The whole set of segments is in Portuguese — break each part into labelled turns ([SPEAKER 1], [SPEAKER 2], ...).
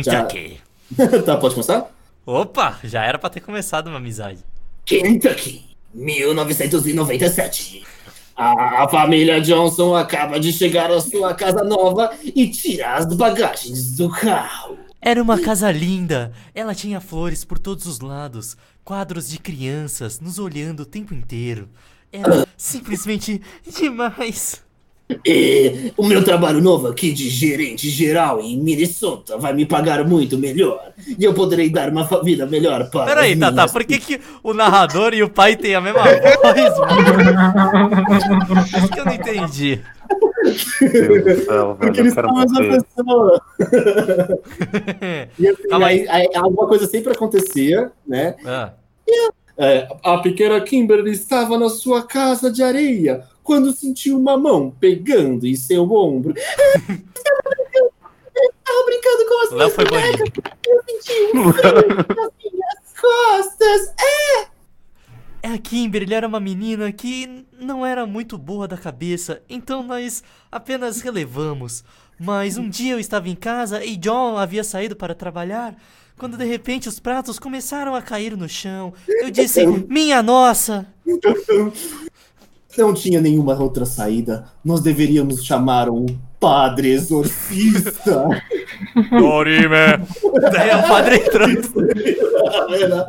[SPEAKER 1] Kentucky.
[SPEAKER 2] tá, pode começar?
[SPEAKER 1] Opa, já era pra ter começado uma amizade.
[SPEAKER 2] Kentucky, 1997. A, a família Johnson acaba de chegar à sua casa nova e tirar as bagagens do carro.
[SPEAKER 1] Era uma casa linda. Ela tinha flores por todos os lados, quadros de crianças nos olhando o tempo inteiro. Era simplesmente demais.
[SPEAKER 2] E o meu trabalho novo aqui de gerente geral em Minnesota vai me pagar muito melhor. E eu poderei dar uma fa- vida melhor para.
[SPEAKER 1] Peraí, tá,
[SPEAKER 2] as
[SPEAKER 1] Tata,
[SPEAKER 2] minhas-
[SPEAKER 1] por que, que o narrador e o pai têm a mesma voz? mano? Isso que eu não entendi.
[SPEAKER 3] Meu Deus do céu, velho.
[SPEAKER 2] Porque eles
[SPEAKER 3] Eu
[SPEAKER 2] são
[SPEAKER 3] quero
[SPEAKER 2] a mesma
[SPEAKER 3] morrer.
[SPEAKER 2] pessoa. E assim,
[SPEAKER 1] Calma
[SPEAKER 2] aí-
[SPEAKER 1] aí.
[SPEAKER 2] aí alguma coisa sempre acontecia, né?
[SPEAKER 1] Ah,
[SPEAKER 2] É, a pequena Kimberly estava na sua casa de areia quando sentiu uma mão pegando em seu ombro. Estava brincando com as
[SPEAKER 1] Léo
[SPEAKER 2] minhas
[SPEAKER 1] foi banido.
[SPEAKER 2] costas.
[SPEAKER 1] É a Kimberly era uma menina que não era muito boa da cabeça, então nós apenas relevamos. Mas um dia eu estava em casa e John havia saído para trabalhar, quando de repente os pratos começaram a cair no chão. Eu disse: "Minha nossa!"
[SPEAKER 2] Não tinha nenhuma outra saída. Nós deveríamos chamar um padre exorcista.
[SPEAKER 1] Dorime. Daí o padre entrando.
[SPEAKER 2] Era-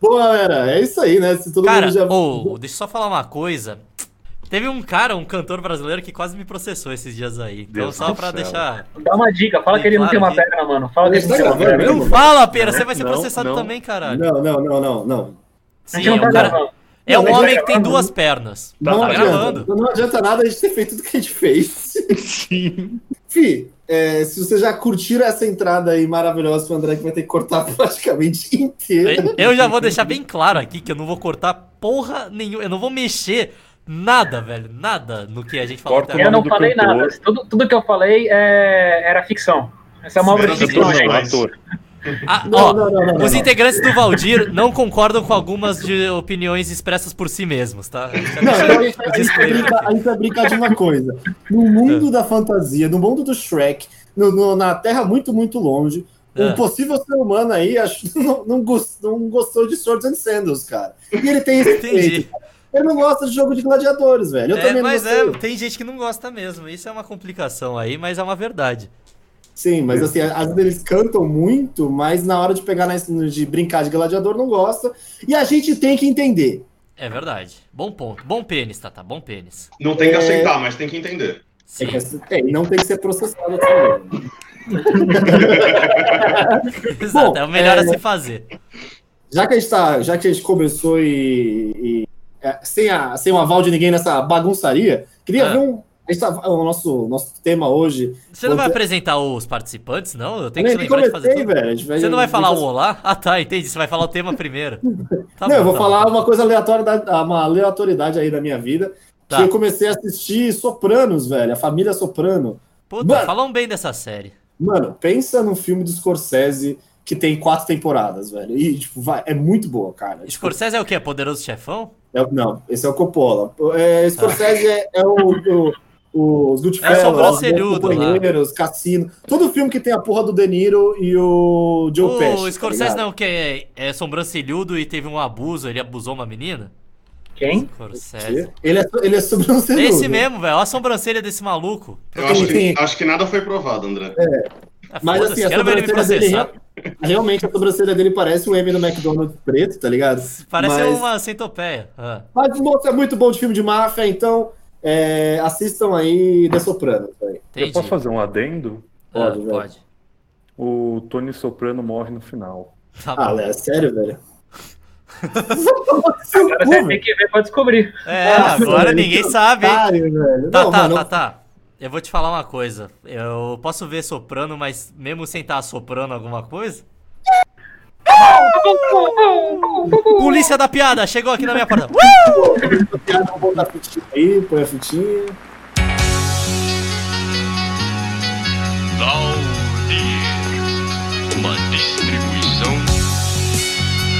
[SPEAKER 2] Bom, galera, é isso aí, né? Se todo
[SPEAKER 1] Cara,
[SPEAKER 2] mundo já.
[SPEAKER 1] ou deixa eu só falar uma coisa. Teve um cara, um cantor brasileiro que quase me processou esses dias aí. Então
[SPEAKER 3] Deus
[SPEAKER 1] só
[SPEAKER 3] do
[SPEAKER 1] pra
[SPEAKER 3] céu.
[SPEAKER 1] deixar.
[SPEAKER 4] Dá uma dica,
[SPEAKER 1] É
[SPEAKER 4] fala que ele não tem uma perna, mano. Fala que ele não tem uma perna.
[SPEAKER 2] Não,
[SPEAKER 1] Não fala, pera,
[SPEAKER 3] Não,
[SPEAKER 1] você vai ser
[SPEAKER 3] não,
[SPEAKER 1] processado
[SPEAKER 3] não.
[SPEAKER 1] também, caralho.
[SPEAKER 2] não, não, não, não, não.
[SPEAKER 4] A
[SPEAKER 1] Sim,
[SPEAKER 4] gente
[SPEAKER 1] é
[SPEAKER 4] não tá
[SPEAKER 1] um cara-
[SPEAKER 4] gravando.
[SPEAKER 1] É um
[SPEAKER 4] Não,
[SPEAKER 1] homem
[SPEAKER 4] tá
[SPEAKER 1] que tem
[SPEAKER 4] gravando.
[SPEAKER 1] duas pernas.
[SPEAKER 2] Não,
[SPEAKER 1] tá
[SPEAKER 2] adianta,
[SPEAKER 1] gravando.
[SPEAKER 2] não adianta nada a gente ter feito tudo que a gente fez.
[SPEAKER 3] Sim.
[SPEAKER 2] Fih, é, se você já curtiram essa entrada aí maravilhosa, o André que vai ter que cortar praticamente inteira.
[SPEAKER 1] Eu já vou deixar bem claro aqui que eu não vou cortar porra nenhuma. Eu não vou mexer nada, velho. Nada no que a gente falou
[SPEAKER 3] Corta
[SPEAKER 1] até
[SPEAKER 4] Eu
[SPEAKER 1] agora.
[SPEAKER 4] não
[SPEAKER 3] do
[SPEAKER 4] falei
[SPEAKER 3] cantor.
[SPEAKER 4] nada. Tudo, tudo que eu falei é- era ficção. Essa é uma obra de
[SPEAKER 3] Cantor
[SPEAKER 4] ficção,
[SPEAKER 3] não,
[SPEAKER 4] gente.
[SPEAKER 3] ator.
[SPEAKER 1] Ah,
[SPEAKER 2] Não,
[SPEAKER 1] ó,
[SPEAKER 2] não, não, não,
[SPEAKER 1] Os
[SPEAKER 2] não.
[SPEAKER 1] integrantes do Valdir não concordam com algumas de opiniões expressas por si mesmos, tá?
[SPEAKER 2] Não, então a gente vai-
[SPEAKER 1] O
[SPEAKER 2] a gente vai
[SPEAKER 1] disclaimer
[SPEAKER 2] brincar-
[SPEAKER 1] aqui.
[SPEAKER 2] a gente vai brincar de uma coisa. No
[SPEAKER 1] É.
[SPEAKER 2] mundo da fantasia, no mundo do Shrek, no- no- na Terra muito, muito longe,
[SPEAKER 1] Ah.
[SPEAKER 2] um possível ser humano aí acho, não, não gos- não gostou de Swords and Sandals, cara. E ele tem esse
[SPEAKER 1] Entendi.
[SPEAKER 2] feito. Ele não gosta de jogo de gladiadores, velho. Eu
[SPEAKER 1] É,
[SPEAKER 2] também
[SPEAKER 1] mas
[SPEAKER 2] não gostei.
[SPEAKER 1] é, tem gente que não gosta mesmo. Isso é uma complicação aí, mas é uma verdade.
[SPEAKER 2] Sim, mas assim, às vezes eles cantam muito, mas na hora de pegar na, de brincar de gladiador não gosta. E a gente tem que entender.
[SPEAKER 1] É verdade. Bom ponto. Bom pênis, Tata. Bom pênis.
[SPEAKER 5] Não tem que
[SPEAKER 2] É.
[SPEAKER 5] aceitar, mas tem que
[SPEAKER 2] É
[SPEAKER 5] entender.
[SPEAKER 1] Sim.
[SPEAKER 2] que essa- é, e não tem que ser processado também.
[SPEAKER 1] Exato. É o melhor
[SPEAKER 2] é-
[SPEAKER 1] a se fazer.
[SPEAKER 2] Já que a gente, tá, já que a gente começou e. e, é, sem, a, sem o aval de ninguém nessa bagunçaria, queria
[SPEAKER 1] Ah.
[SPEAKER 2] ver um. A gente tava- o nosso, nosso tema hoje. Né,
[SPEAKER 1] Você não vai
[SPEAKER 2] Você-
[SPEAKER 1] apresentar os participantes, não? Eu
[SPEAKER 2] Eu
[SPEAKER 1] tenho que
[SPEAKER 2] nem
[SPEAKER 1] te lembrar de fazer
[SPEAKER 2] comecei,
[SPEAKER 1] tudo.
[SPEAKER 2] velho. a gente
[SPEAKER 1] Você não vai falar o
[SPEAKER 2] fazer-
[SPEAKER 1] olá? Ah, tá, entendi. Você vai falar o tema primeiro. Tá
[SPEAKER 2] assim- não, eu
[SPEAKER 1] bom,
[SPEAKER 2] vou
[SPEAKER 1] tá
[SPEAKER 2] falar
[SPEAKER 1] bom.
[SPEAKER 2] uma coisa aleatória, da, uma aleatoriedade aí da minha vida.
[SPEAKER 1] Tá.
[SPEAKER 2] Que eu comecei a assistir Sopranos, velho. A família Soprano.
[SPEAKER 1] Puta,
[SPEAKER 2] Mano.
[SPEAKER 1] falam bem dessa série.
[SPEAKER 2] Mano, pensa num filme do Scorsese que tem quatro temporadas, velho. E, tipo, vai, é muito boa, cara. Tipo,
[SPEAKER 1] Scorsese é o quê? Poderoso Chefão?
[SPEAKER 2] é- não, esse é o Coppola. É, Scorsese é, é o, o, os
[SPEAKER 1] É só o
[SPEAKER 2] Goodfellas,
[SPEAKER 1] Brasileirudo
[SPEAKER 2] Companheiros, Cassino. Todo filme que tem a porra do De Niro e o Joe
[SPEAKER 1] o
[SPEAKER 2] Pesci. tá
[SPEAKER 1] Scorsese
[SPEAKER 2] ligado?
[SPEAKER 1] não, que é, é sobrancelhudo e teve um abuso, ele abusou uma menina?
[SPEAKER 4] Quem?
[SPEAKER 1] Scorsese.
[SPEAKER 2] Ele é, ele é
[SPEAKER 1] É
[SPEAKER 2] sobrancelhudo.
[SPEAKER 1] esse mesmo, velho. Olha a sobrancelha desse maluco.
[SPEAKER 5] Eu acho que,
[SPEAKER 2] Sim. É,
[SPEAKER 5] acho que nada foi provado, André.
[SPEAKER 1] Ah,
[SPEAKER 2] Mas
[SPEAKER 1] foda-se,
[SPEAKER 2] assim, a
[SPEAKER 1] quero ver ele me
[SPEAKER 2] sobrancelha dele... é-
[SPEAKER 1] processar.
[SPEAKER 2] real- Realmente, a sobrancelha dele parece o M do McDonald's preto, tá ligado?
[SPEAKER 1] Parece
[SPEAKER 2] mas-
[SPEAKER 1] uma centopeia. Ah.
[SPEAKER 2] Mas moço, é muito bom de filme de máfia, então é, assistam aí The Sopranos. velho.
[SPEAKER 1] Entendi.
[SPEAKER 3] Eu posso fazer um adendo?
[SPEAKER 1] Ah,
[SPEAKER 2] Pode, velho.
[SPEAKER 1] pode.
[SPEAKER 3] O Tony Soprano morre no final.
[SPEAKER 1] Tá
[SPEAKER 2] Ah,
[SPEAKER 1] bom.
[SPEAKER 2] Léo, é sério, velho?
[SPEAKER 4] Agora você tem que ver pra descobrir.
[SPEAKER 1] É,
[SPEAKER 2] Nossa, então,
[SPEAKER 1] agora
[SPEAKER 2] velho,
[SPEAKER 1] ninguém
[SPEAKER 2] que
[SPEAKER 1] sabe, hein?
[SPEAKER 2] Sério, velho.
[SPEAKER 1] Tá,
[SPEAKER 2] Não,
[SPEAKER 1] tá,
[SPEAKER 2] mano,
[SPEAKER 1] tá, tá. Eu vou te falar uma coisa. Eu posso ver soprano, mas mesmo sem estar soprano alguma coisa? Polícia da piada, chegou aqui na minha porta. Uh!
[SPEAKER 2] tá piada, vou botar a fitinha aí, põe a fitinha.
[SPEAKER 6] Valdir, uma distribuição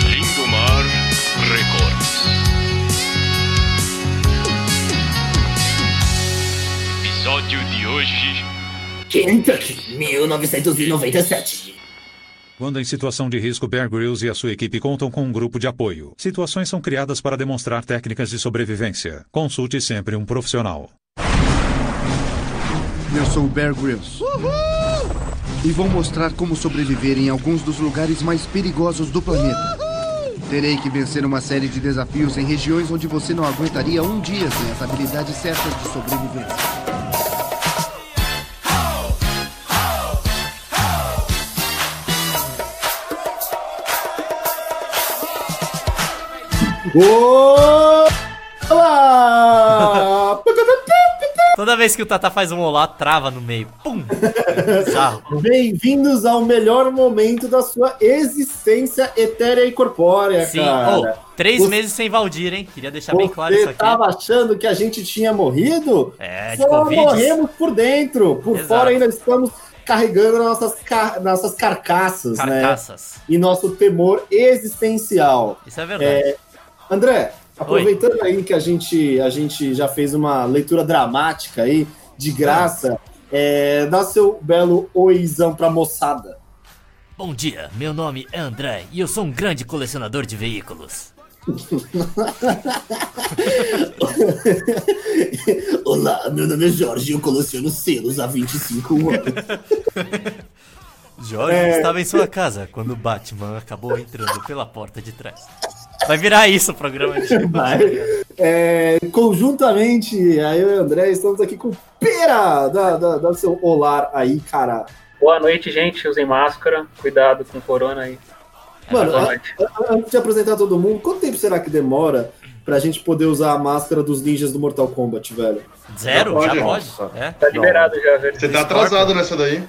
[SPEAKER 6] Lindomar Records. Episódio de hoje,
[SPEAKER 2] Kentucky, 1997.
[SPEAKER 7] Quando em situação de risco, Bear Grylls e a sua equipe contam com um grupo de apoio. Situações são criadas para demonstrar técnicas de sobrevivência. Consulte sempre um profissional.
[SPEAKER 8] Eu sou o Bear Grylls. E vou mostrar como sobreviver em alguns dos lugares mais perigosos do planeta. Terei que vencer uma série de desafios em regiões onde você não aguentaria um dia sem as habilidades certas de sobrevivência.
[SPEAKER 2] Olá!
[SPEAKER 1] Toda vez que o Tata faz um olá, trava no meio. Pum! É bizarro.
[SPEAKER 2] Bem-vindos ao melhor momento da sua existência etérea e corpórea,
[SPEAKER 1] Sim.
[SPEAKER 2] cara.
[SPEAKER 1] Oh, três
[SPEAKER 2] Você-
[SPEAKER 1] meses sem Valdir, hein? Queria deixar bem claro isso
[SPEAKER 2] Você
[SPEAKER 1] aqui.
[SPEAKER 2] tava achando que a gente tinha morrido?
[SPEAKER 1] É, de
[SPEAKER 2] Só
[SPEAKER 1] Covid.
[SPEAKER 2] morremos por dentro. Por
[SPEAKER 1] Exato.
[SPEAKER 2] fora ainda estamos carregando nossas, car- nossas carcaças, né?
[SPEAKER 1] Carcaças.
[SPEAKER 2] E nosso temor existencial.
[SPEAKER 1] Isso é verdade.
[SPEAKER 2] André, aproveitando aí que a gente, a gente já fez uma leitura dramática aí, de graça, é, dá seu belo oizão pra moçada.
[SPEAKER 1] Bom dia, meu nome é André e eu sou um grande colecionador de veículos.
[SPEAKER 2] Olá, meu nome é Jorge e eu coleciono selos há 25 anos.
[SPEAKER 1] Jorge estava em sua casa quando o Batman acabou entrando pela porta de trás. Vai virar isso o programa de
[SPEAKER 2] Vai. É, conjuntamente, aí eu e o André estamos aqui com o Pera! Dá, dá, dá seu olar aí, cara.
[SPEAKER 4] Boa noite, gente. Usem máscara. Cuidado com o corona aí.
[SPEAKER 2] Mano,
[SPEAKER 4] Boa
[SPEAKER 2] a-
[SPEAKER 4] noite.
[SPEAKER 2] a- antes de apresentar todo mundo, quanto tempo será que demora pra gente poder usar a máscara dos ninjas do Mortal Kombat, velho?
[SPEAKER 1] Zero? Já
[SPEAKER 5] Já
[SPEAKER 1] pode?
[SPEAKER 5] pode.
[SPEAKER 1] É. Então,
[SPEAKER 4] Tá liberado já, velho.
[SPEAKER 5] Você tá atrasado nessa daí.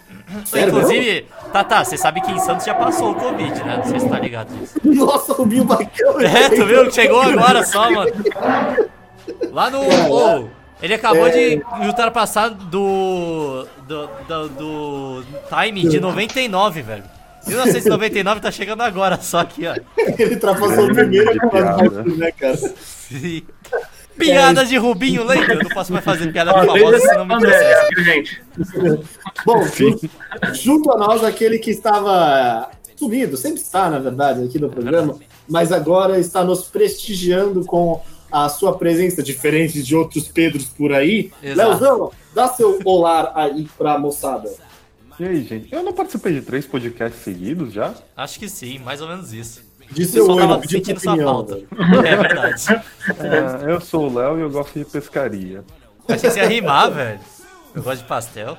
[SPEAKER 2] Sério
[SPEAKER 1] Inclusive, Tata, você sabe que em Santos já passou o Covid, né? Não sei se tá ligado disso.
[SPEAKER 2] Nossa, o Bill Bacão!
[SPEAKER 1] É, tu viu que chegou agora só, mano. Lá no. Oh, ele acabou de ultrapassar do. do. do, do time de 99, velho. 1999 tá chegando agora, só aqui, ó.
[SPEAKER 2] Ele ultrapassou o primeiro
[SPEAKER 3] De
[SPEAKER 2] com as
[SPEAKER 3] piada.
[SPEAKER 2] mãos, né, cara?
[SPEAKER 1] Sim. Piadas de Rubinho, lembra? Eu não posso mais fazer piada
[SPEAKER 4] Ó,
[SPEAKER 1] famosa,
[SPEAKER 4] desde
[SPEAKER 1] senão me
[SPEAKER 4] é André,
[SPEAKER 1] processo.
[SPEAKER 4] viu, gente?
[SPEAKER 2] Bom, junto, junto a nós, aquele que estava sumido, sempre está, na verdade, aqui no programa, mas agora está nos prestigiando com a sua presença, diferente de outros Pedros por aí.
[SPEAKER 1] Exato.
[SPEAKER 2] Leozão, dá seu olar aí pra moçada.
[SPEAKER 3] E aí, gente? Eu não participei de três podcasts seguidos já?
[SPEAKER 1] Acho que sim, mais ou menos isso.
[SPEAKER 2] De
[SPEAKER 1] Eu
[SPEAKER 2] seu
[SPEAKER 1] só
[SPEAKER 2] olho,
[SPEAKER 1] tava
[SPEAKER 2] pediu sua
[SPEAKER 1] sentindo sua
[SPEAKER 2] opinião.
[SPEAKER 1] falta.
[SPEAKER 2] velho.
[SPEAKER 1] É verdade.
[SPEAKER 3] É, eu sou o Léo e eu gosto de pescaria.
[SPEAKER 1] Achei que você ia rimar, velho. Eu gosto de pastel.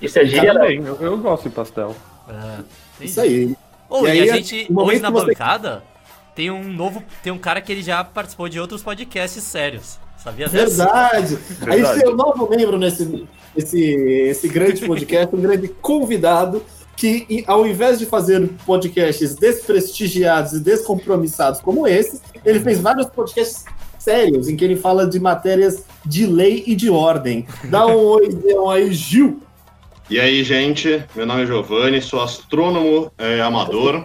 [SPEAKER 4] Isso é gíria,
[SPEAKER 2] Tá
[SPEAKER 4] Léo?
[SPEAKER 3] Também, eu, eu gosto de pastel.
[SPEAKER 1] Ah, entendi.
[SPEAKER 2] É Isso aí.
[SPEAKER 1] Ô,
[SPEAKER 2] E
[SPEAKER 1] e,
[SPEAKER 2] aí,
[SPEAKER 1] a gente,
[SPEAKER 2] o momento
[SPEAKER 1] hoje na
[SPEAKER 2] que você-
[SPEAKER 1] bancada, tem um novo. Tem um cara que ele já participou de outros podcasts sérios. Sabia dessa?
[SPEAKER 2] Verdade. Aí
[SPEAKER 3] Verdade.
[SPEAKER 2] seu novo membro nesse esse, esse grande podcast, um grande convidado que e, ao invés de fazer podcasts desprestigiados e descompromissados como esse, ele fez vários podcasts sérios em que ele fala de matérias de lei e de ordem. Dá um oi então, aí, Gil.
[SPEAKER 5] E aí, gente? Meu nome é Giovanni, sou astrônomo é, amador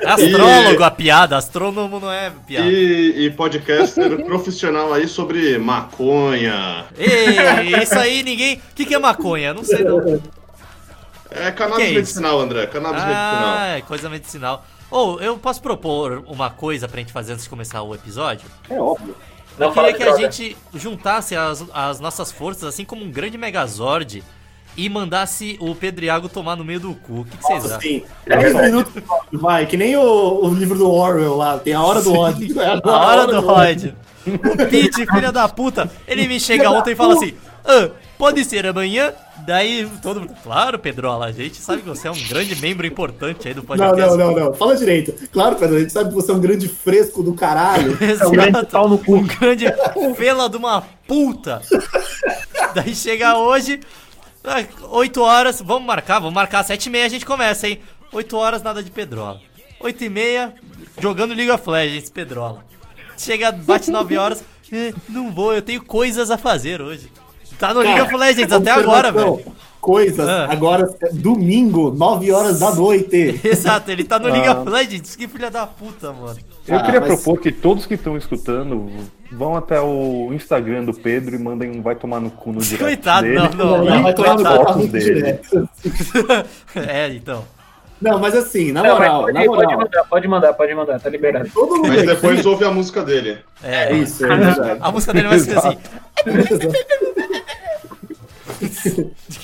[SPEAKER 1] É Astrólogo, a piada. Astrônomo não é piada.
[SPEAKER 5] e, e podcaster profissional aí sobre maconha.
[SPEAKER 1] Ei, isso aí ninguém. O que, que é maconha? Não sei não.
[SPEAKER 5] É
[SPEAKER 1] Que
[SPEAKER 5] cannabis
[SPEAKER 1] é isso?
[SPEAKER 5] medicinal, André. Cannabis medicinal.
[SPEAKER 1] Ah, é coisa medicinal. Ou eu posso propor uma coisa pra gente fazer antes de começar o episódio?
[SPEAKER 2] É óbvio.
[SPEAKER 4] Não
[SPEAKER 1] eu
[SPEAKER 4] fala
[SPEAKER 1] queria
[SPEAKER 4] de
[SPEAKER 1] é que a
[SPEAKER 4] droga.
[SPEAKER 1] gente juntasse as, as nossas forças, assim como um grande Megazord, e mandasse o Pedriago tomar no meio do cu. O que, que vocês acham?
[SPEAKER 2] Sim. 10 Assim, minutos vai, que nem o, o livro do Orwell lá, tem a hora do ódio. É
[SPEAKER 1] A hora do Rod. O Pete, filha da puta, ele me chega ontem e fala assim: "Ah, pode ser amanhã? Daí todo mundo. Claro, Pedrola, a gente sabe que você é um grande membro importante aí do
[SPEAKER 2] Não,
[SPEAKER 1] podcast.
[SPEAKER 2] não, não, não. Fala direito. Claro, Pedro, a gente sabe que você é um grande fresco do caralho.
[SPEAKER 1] Exato.
[SPEAKER 4] grande pau no cu.
[SPEAKER 1] Um grande fela de uma puta. Daí chega hoje, 8 horas, vamos marcar, vamos marcar, 7 e meia a gente começa, hein? 8 horas, nada de pedrola. 8 e meia, jogando League of Legends, pedrola. Chega, bate 9 horas, eh, não vou, eu tenho coisas a fazer hoje. Tá no League of Legends até agora,
[SPEAKER 2] é Observação.
[SPEAKER 1] velho.
[SPEAKER 2] Coisas,
[SPEAKER 1] Ah.
[SPEAKER 2] agora, domingo, 9 horas da noite.
[SPEAKER 1] Exato, ele tá no League
[SPEAKER 3] Ah.
[SPEAKER 1] of Legends, que filha da puta, mano.
[SPEAKER 3] Eu
[SPEAKER 2] Ah,
[SPEAKER 3] queria
[SPEAKER 2] mas-
[SPEAKER 3] propor que todos que estão escutando vão até o Instagram do Pedro e mandem um vai tomar no cu no direct
[SPEAKER 1] Coitado,
[SPEAKER 3] dele.
[SPEAKER 2] tá
[SPEAKER 1] não, não, não,
[SPEAKER 2] Vai tomar no
[SPEAKER 1] coitado.
[SPEAKER 2] cu, tá muito
[SPEAKER 3] dele.
[SPEAKER 2] direto.
[SPEAKER 1] é, então.
[SPEAKER 2] Não, mas assim, na
[SPEAKER 4] Não, mas
[SPEAKER 2] moral,
[SPEAKER 4] pode,
[SPEAKER 2] na
[SPEAKER 4] pode
[SPEAKER 2] moral.
[SPEAKER 4] mandar, pode mandar, pode mandar, tá liberado.
[SPEAKER 2] Todo mundo
[SPEAKER 5] Mas
[SPEAKER 2] aqui-
[SPEAKER 5] depois ouve a música dele.
[SPEAKER 1] É,
[SPEAKER 2] É isso, é verdade.
[SPEAKER 1] A música dele vai ser assim.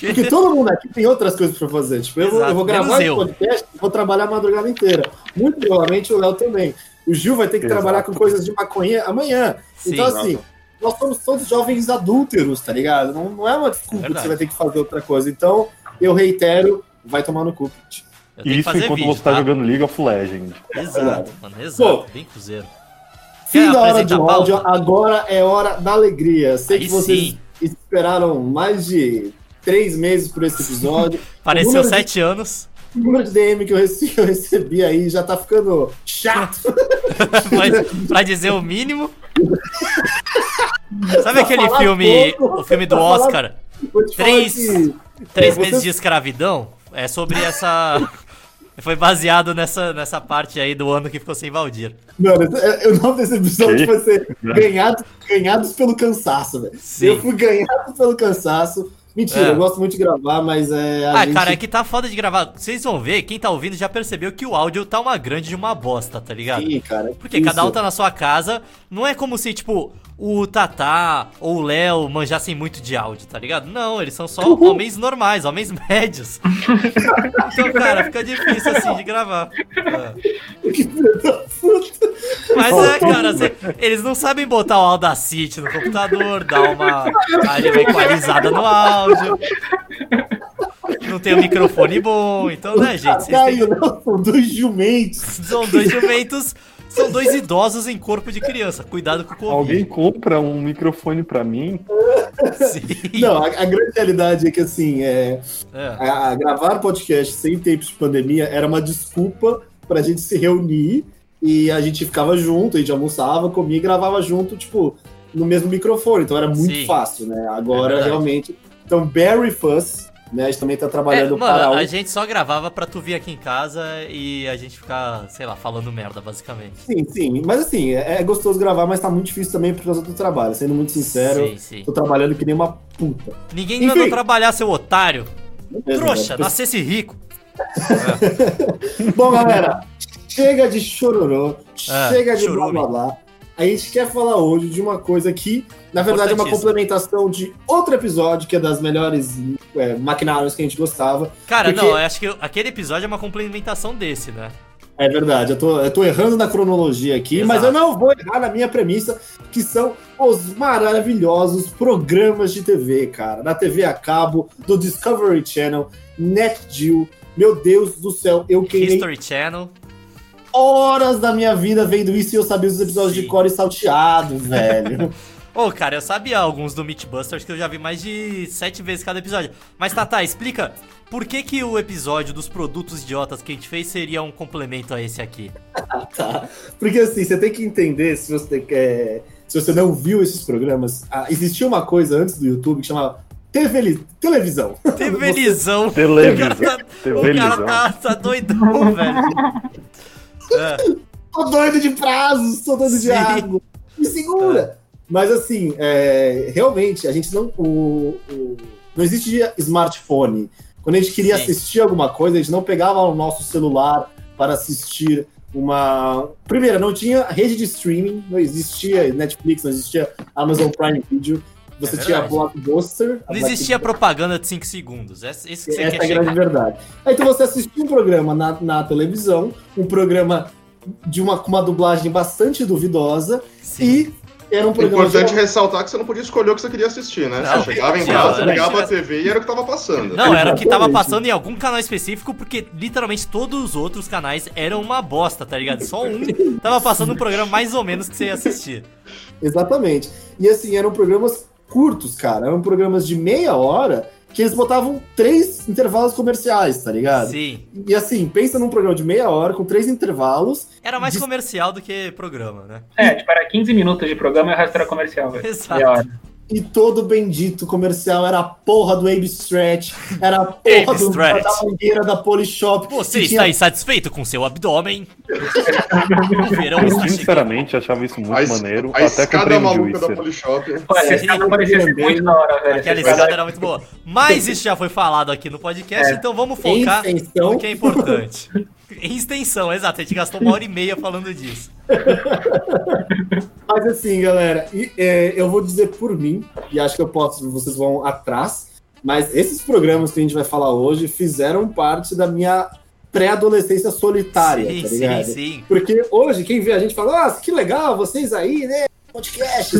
[SPEAKER 2] Porque todo mundo aqui tem outras coisas pra fazer. Tipo, eu, vou- eu vou
[SPEAKER 1] Exato, menos
[SPEAKER 2] gravar esse
[SPEAKER 1] eu.
[SPEAKER 2] podcast e vou trabalhar a madrugada inteira. Muito provavelmente o Léo também. O Gil vai ter que
[SPEAKER 3] Exato.
[SPEAKER 2] trabalhar com coisas de maconha amanhã.
[SPEAKER 1] Sim.
[SPEAKER 2] então, assim, nós somos todos jovens adúlteros, tá ligado? Não, não é uma desculpa que
[SPEAKER 1] verdade.
[SPEAKER 2] você vai ter que fazer outra coisa. Então, eu reitero, vai tomar no cu. Pete.
[SPEAKER 1] Eu tenho que
[SPEAKER 3] Isso
[SPEAKER 1] fazer
[SPEAKER 3] enquanto
[SPEAKER 1] vídeo,
[SPEAKER 3] você tá
[SPEAKER 1] tá?
[SPEAKER 3] jogando League of Legends.
[SPEAKER 1] Exato, mano, exato.
[SPEAKER 2] Bom.
[SPEAKER 1] Bem cruzeiro.
[SPEAKER 2] Fim
[SPEAKER 1] Quer
[SPEAKER 2] da hora de
[SPEAKER 1] apresentar a
[SPEAKER 2] áudio,
[SPEAKER 1] pauta?
[SPEAKER 2] agora é hora da alegria. Sei
[SPEAKER 1] Aí
[SPEAKER 2] que vocês
[SPEAKER 1] sim.
[SPEAKER 2] esperaram mais de três meses por esse episódio.
[SPEAKER 1] Pareceu
[SPEAKER 2] número de-
[SPEAKER 1] sete anos.
[SPEAKER 2] O número de DM que eu recebi, que eu recebi aí já tá ficando chato.
[SPEAKER 1] Mas, pra dizer o mínimo. Sabe
[SPEAKER 2] Pra
[SPEAKER 1] aquele
[SPEAKER 2] falar
[SPEAKER 1] filme.
[SPEAKER 2] pouco,
[SPEAKER 1] o filme do
[SPEAKER 2] pra falar-
[SPEAKER 1] Oscar?
[SPEAKER 2] Vou te falar
[SPEAKER 1] Três.
[SPEAKER 2] que-
[SPEAKER 1] Três
[SPEAKER 2] É,
[SPEAKER 1] meses
[SPEAKER 2] você-
[SPEAKER 1] de escravidão? É sobre essa. Foi baseado nessa, nessa parte aí do ano que ficou sem Valdir.
[SPEAKER 2] Mano, é- é- o nome desse episódio
[SPEAKER 3] Que?
[SPEAKER 2] vai ser Ganhado, Ganhados pelo Cansaço, velho.
[SPEAKER 1] Sim.
[SPEAKER 2] Eu fui ganhado pelo cansaço. Mentira,
[SPEAKER 1] É.
[SPEAKER 2] eu gosto muito de gravar, mas é. a
[SPEAKER 1] Ah,
[SPEAKER 2] gente-
[SPEAKER 1] cara, é que tá foda de gravar. Vocês vão ver, quem tá ouvindo já percebeu que o áudio tá uma grande de uma bosta, tá ligado?
[SPEAKER 2] Sim, cara. é
[SPEAKER 1] Porque
[SPEAKER 2] isso.
[SPEAKER 1] cada um tá na sua casa, não é como se, tipo, o Tatá ou o Léo manjassem muito de áudio, tá ligado? Não, eles são só homens normais, homens médios. então, cara, fica difícil assim de gravar. É.
[SPEAKER 2] Que filho da puta.
[SPEAKER 1] Mas é, cara, cê- eles não sabem botar o Audacity no computador, dar uma. Aí uma equalizada no áudio. Não tem um microfone bom, então, né, gente? Vocês têm-
[SPEAKER 2] Caralho, Nelson, dois jumentos.
[SPEAKER 1] São dois jumentos. São dois idosos em corpo de criança. Cuidado com o Covid.
[SPEAKER 3] Alguém compra um microfone pra mim?
[SPEAKER 1] Sim.
[SPEAKER 2] Não, a, a grande realidade é que, assim, é,
[SPEAKER 1] É.
[SPEAKER 2] a- a gravar podcast sem tempos de pandemia era uma desculpa pra gente se reunir e a gente ficava junto, a gente almoçava, comia e gravava junto, tipo, no mesmo microfone. Então era muito
[SPEAKER 1] Sim.
[SPEAKER 2] fácil, né?
[SPEAKER 1] É
[SPEAKER 2] Agora,
[SPEAKER 1] verdade.
[SPEAKER 2] realmente. Então, Barry Fuss, né? A gente também tá
[SPEAKER 1] É,
[SPEAKER 2] trabalhando
[SPEAKER 1] mano,
[SPEAKER 2] para
[SPEAKER 1] a
[SPEAKER 2] um.
[SPEAKER 1] gente só gravava pra tu vir aqui em casa e a gente ficar, sei lá, falando merda, basicamente.
[SPEAKER 2] Sim, sim. Mas assim, é, é gostoso gravar, mas tá muito difícil também por causa do trabalho. Sendo muito sincero,
[SPEAKER 1] Sim, sim.
[SPEAKER 2] tô trabalhando que nem uma puta.
[SPEAKER 1] Ninguém
[SPEAKER 2] Enfim.
[SPEAKER 1] mandou trabalhar, seu otário.
[SPEAKER 2] Mesmo,
[SPEAKER 1] Trouxa,
[SPEAKER 2] né?
[SPEAKER 1] nascesse rico.
[SPEAKER 2] Bom, galera, chega de chororô,
[SPEAKER 1] Ah,
[SPEAKER 2] chega de blá
[SPEAKER 1] chorume.
[SPEAKER 2] blá blá. A gente quer falar hoje de uma coisa que, na verdade, é uma
[SPEAKER 1] Importantíssimo.
[SPEAKER 2] complementação de outro episódio, que é das melhores é, maquinários que a gente gostava.
[SPEAKER 1] Cara,
[SPEAKER 2] Porque-
[SPEAKER 1] não, eu acho que aquele episódio é uma complementação desse, né?
[SPEAKER 2] É verdade, eu tô, eu tô errando na cronologia aqui,
[SPEAKER 1] Exato.
[SPEAKER 2] mas eu não vou errar na minha premissa, que são os maravilhosos programas de TV, cara. Da TV a cabo, do Discovery Channel, NetGeo. Meu Deus do céu, eu queimei
[SPEAKER 1] History Channel.
[SPEAKER 2] horas da minha vida vendo isso e eu sabia os episódios
[SPEAKER 1] Sim.
[SPEAKER 2] de core salteado, velho.
[SPEAKER 1] Ô, cara, eu sabia alguns do Mythbusters que eu já vi mais de sete vezes cada episódio. Mas, Tata, explica por que, que o episódio dos produtos idiotas que a gente fez seria um complemento a esse aqui.
[SPEAKER 2] tá. Porque assim, você tem que entender se você quer. Se você não viu esses programas, ah, existia uma coisa antes do YouTube que chamava TV, televisão.
[SPEAKER 1] Tevelizão. O
[SPEAKER 3] Televisão.
[SPEAKER 1] cara tá, o cara
[SPEAKER 3] Televisão.
[SPEAKER 1] tá, tá doidão, velho. É,
[SPEAKER 2] tô doido de prazos, tô doido
[SPEAKER 1] Sim. Tá.
[SPEAKER 2] de água. Me segura! Mas assim, é, realmente, a gente não. o- o- não existia smartphone. Quando a gente queria
[SPEAKER 1] Sim.
[SPEAKER 2] assistir alguma coisa, a gente não pegava o nosso celular para assistir uma. Primeiro, não tinha rede de streaming, não existia Netflix, não existia Amazon Prime Video. Você
[SPEAKER 1] É
[SPEAKER 2] tinha a
[SPEAKER 1] verdade.
[SPEAKER 2] Blockbuster. a
[SPEAKER 1] não existia
[SPEAKER 2] Black-
[SPEAKER 1] propaganda de 5 segundos. É isso que você
[SPEAKER 2] Essa é
[SPEAKER 1] quer
[SPEAKER 2] a grande
[SPEAKER 1] chegar.
[SPEAKER 2] verdade. Então você assistia um programa na, na televisão, um programa de uma, com uma dublagem bastante duvidosa,
[SPEAKER 1] Sim.
[SPEAKER 2] e era um programa.
[SPEAKER 5] Importante
[SPEAKER 2] de-
[SPEAKER 5] ressaltar que você não podia escolher o que você queria assistir, né?
[SPEAKER 1] Não,
[SPEAKER 5] você chegava em
[SPEAKER 1] sim,
[SPEAKER 5] casa,
[SPEAKER 1] era
[SPEAKER 5] ligava
[SPEAKER 1] isso.
[SPEAKER 5] a TV e era o que tava passando.
[SPEAKER 1] Não, era o que tava
[SPEAKER 2] Exatamente.
[SPEAKER 1] passando em algum canal específico, porque literalmente todos os outros canais eram uma bosta, tá ligado? Só um tava passando um programa mais ou menos que você ia assistir.
[SPEAKER 2] Exatamente. E assim, eram programas curtos, cara. Eram programas de meia hora que eles botavam três intervalos comerciais, tá ligado?
[SPEAKER 1] Sim.
[SPEAKER 2] E assim, pensa num programa de meia hora com três intervalos.
[SPEAKER 1] Era mais comercial do que programa, né?
[SPEAKER 4] É, tipo, era 15 minutos de programa e o resto era comercial, velho.
[SPEAKER 1] Exato.
[SPEAKER 4] Meia hora.
[SPEAKER 2] E todo bendito comercial era a porra do Abe Stretch, era a porra
[SPEAKER 1] Abe
[SPEAKER 2] do,
[SPEAKER 1] Stretch.
[SPEAKER 2] da mangueira da Polishop.
[SPEAKER 1] Você
[SPEAKER 2] que
[SPEAKER 1] está
[SPEAKER 2] tinha-
[SPEAKER 1] insatisfeito com seu abdômen? o verão
[SPEAKER 3] Eu
[SPEAKER 1] está chegando.
[SPEAKER 3] sinceramente achava isso muito
[SPEAKER 5] A, es-
[SPEAKER 3] maneiro.
[SPEAKER 5] a
[SPEAKER 3] até comprei
[SPEAKER 5] escada
[SPEAKER 3] um
[SPEAKER 5] maluca da
[SPEAKER 3] juicer.
[SPEAKER 5] Polishop.
[SPEAKER 4] Olha,
[SPEAKER 1] Sim.
[SPEAKER 4] esse cara parecia ser muito da hora,
[SPEAKER 2] é
[SPEAKER 4] velho. é
[SPEAKER 1] Aquela escada era muito boa. Mas isso já foi falado aqui no
[SPEAKER 2] É.
[SPEAKER 1] podcast, então vamos
[SPEAKER 2] Em
[SPEAKER 1] focar
[SPEAKER 2] extensão.
[SPEAKER 1] no que é importante. Em extensão, exato. A gente gastou uma hora e meia falando disso.
[SPEAKER 2] Mas assim, galera, e, é, eu vou dizer por mim, e acho que eu posso, vocês vão atrás, mas esses programas que a gente vai falar hoje fizeram parte da minha pré-adolescência solitária,
[SPEAKER 1] sim,
[SPEAKER 2] tá ligado?
[SPEAKER 1] sim, sim.
[SPEAKER 2] Porque hoje, quem vê a gente fala, ah, que legal, vocês aí, né? Podcast,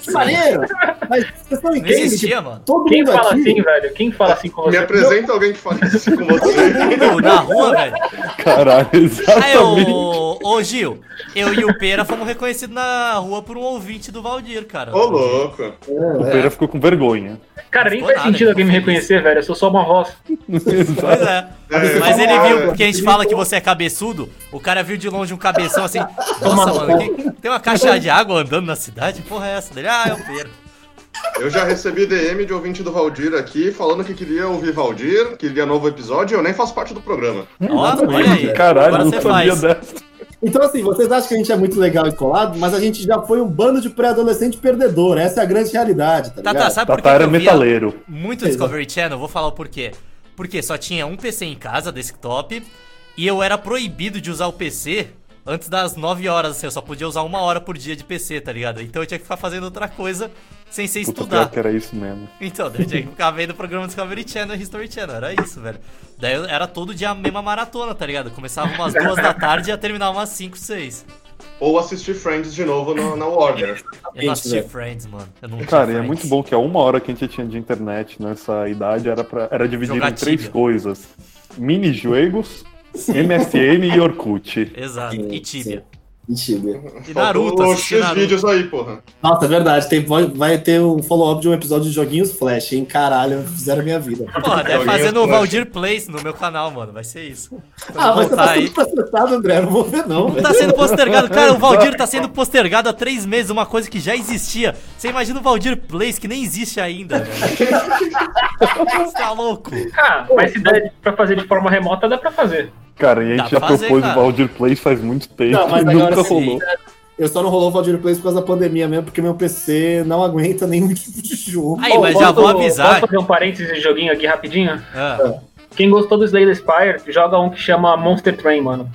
[SPEAKER 2] que maneiro! Mas vocês estão
[SPEAKER 1] Não
[SPEAKER 2] entendendo que
[SPEAKER 1] existia, mano.
[SPEAKER 2] todo
[SPEAKER 4] Quem
[SPEAKER 2] mundo
[SPEAKER 4] fala
[SPEAKER 2] aqui...
[SPEAKER 4] assim, velho? Quem fala assim com
[SPEAKER 5] Me
[SPEAKER 4] você?
[SPEAKER 5] apresenta alguém que fale isso com você.
[SPEAKER 1] Pô, Na rua, velho.
[SPEAKER 3] Caralho,
[SPEAKER 1] Ah, é Aí,
[SPEAKER 3] exatamente.
[SPEAKER 1] ô, ô Gil, eu e o Pera fomos reconhecidos na rua por um ouvinte do Valdir, cara.
[SPEAKER 5] Ô, louco.
[SPEAKER 1] É.
[SPEAKER 3] O Pera ficou com vergonha.
[SPEAKER 4] Cara, nem faz
[SPEAKER 1] Nada,
[SPEAKER 4] sentido alguém me
[SPEAKER 1] feliz.
[SPEAKER 4] reconhecer, velho. Eu sou só uma voz.
[SPEAKER 1] Pois é.
[SPEAKER 5] É,
[SPEAKER 1] Mas
[SPEAKER 5] vamos
[SPEAKER 1] ele
[SPEAKER 5] lá,
[SPEAKER 1] viu,
[SPEAKER 5] velho.
[SPEAKER 1] porque a gente fala que você é cabeçudo, o cara viu de longe um cabeção assim. Nossa, mano, tem- tem uma caixa de água andando na cidade? Porra, é essa dele? Ah, é o Pera.
[SPEAKER 5] Eu já recebi DM de ouvinte do Valdir aqui, falando que queria ouvir Valdir, queria novo episódio, e eu nem faço parte do programa.
[SPEAKER 1] Ó, olha aí.
[SPEAKER 3] é, Caralho,
[SPEAKER 1] Agora
[SPEAKER 3] não
[SPEAKER 1] você
[SPEAKER 3] sabia
[SPEAKER 1] faz.
[SPEAKER 3] dessa.
[SPEAKER 2] Então, assim, vocês acham que a gente é muito legal e colado, mas a gente já foi um bando de pré-adolescente perdedor. Essa é a grande realidade, tá
[SPEAKER 1] Tá,
[SPEAKER 2] ligado?
[SPEAKER 1] tá, sabe por que,
[SPEAKER 3] Tatá
[SPEAKER 1] que
[SPEAKER 3] era
[SPEAKER 1] eu via
[SPEAKER 3] metaleiro.
[SPEAKER 1] muito Discovery Channel? Vou falar o porquê. Porque só tinha um PC em casa, desktop, e eu era proibido de usar o PC antes das 9 horas, assim, eu só podia usar uma hora por dia de PC, tá ligado? Então eu tinha que ficar fazendo outra coisa sem ser
[SPEAKER 3] Puta,
[SPEAKER 1] estudar.
[SPEAKER 3] pior que era isso mesmo.
[SPEAKER 1] Então, daí eu tinha que ficar vendo o programa Discovery Channel e History Channel, era isso, velho. Daí eu- era todo dia a mesma maratona, tá ligado? Começava umas duas da tarde e ia terminar umas 5, 6.
[SPEAKER 5] Ou assistir Friends de novo no- na Warner.
[SPEAKER 1] Eu não
[SPEAKER 2] Gente,
[SPEAKER 1] assisti
[SPEAKER 2] velho.
[SPEAKER 1] Friends, mano. Eu não tinha
[SPEAKER 3] Cara, e é
[SPEAKER 1] Friends.
[SPEAKER 3] muito bom que a uma hora que a gente tinha de internet nessa idade era, pra, era dividida
[SPEAKER 1] Jogar
[SPEAKER 3] em três
[SPEAKER 1] Tibia.
[SPEAKER 3] coisas: mini-juegos, MSN e Orkut.
[SPEAKER 1] Exato,
[SPEAKER 2] Sim,
[SPEAKER 1] e Tibia.
[SPEAKER 2] Mentira.
[SPEAKER 1] E Naruto,
[SPEAKER 5] Faltou
[SPEAKER 1] assisti
[SPEAKER 5] X
[SPEAKER 1] Naruto.
[SPEAKER 5] vídeos aí, porra.
[SPEAKER 2] Nossa, é verdade. Tem, vai, vai ter um follow-up de um episódio de joguinhos Flash, hein? Caralho, fizeram minha vida.
[SPEAKER 1] Porra, deve
[SPEAKER 5] Joguinho
[SPEAKER 1] fazer no
[SPEAKER 5] Flash.
[SPEAKER 1] Valdir Plays no meu canal, mano. Vai ser isso. Quando
[SPEAKER 2] Ah, mas você
[SPEAKER 1] voltar
[SPEAKER 2] tá
[SPEAKER 1] aí.
[SPEAKER 2] sendo processado, André. Não vou ver, não.
[SPEAKER 1] Tá sendo postergado, cara. O Valdir tá sendo postergado há três meses, uma coisa que já existia. Você imagina o Valdir Plays que nem existe ainda, velho. Você tá louco?
[SPEAKER 4] Ah, mas se der pra fazer de forma remota, dá pra fazer.
[SPEAKER 3] Cara, e a
[SPEAKER 1] Dá
[SPEAKER 3] gente já
[SPEAKER 1] pra fazer,
[SPEAKER 3] propôs
[SPEAKER 1] cara.
[SPEAKER 3] o Valdir Plays faz muito tempo
[SPEAKER 2] Não, mas
[SPEAKER 3] e
[SPEAKER 2] agora
[SPEAKER 3] nunca
[SPEAKER 2] sim.
[SPEAKER 3] rolou.
[SPEAKER 2] Eu só não rolou o Valdir Plays por causa da pandemia mesmo, porque meu PC não aguenta nenhum tipo de jogo.
[SPEAKER 1] Aí, mas já vou avisar.
[SPEAKER 4] Posso fazer um parênteses de joguinho aqui rapidinho?
[SPEAKER 1] Ah,
[SPEAKER 4] Quem gostou do Slay the Spire, joga um que chama Monster Train, mano.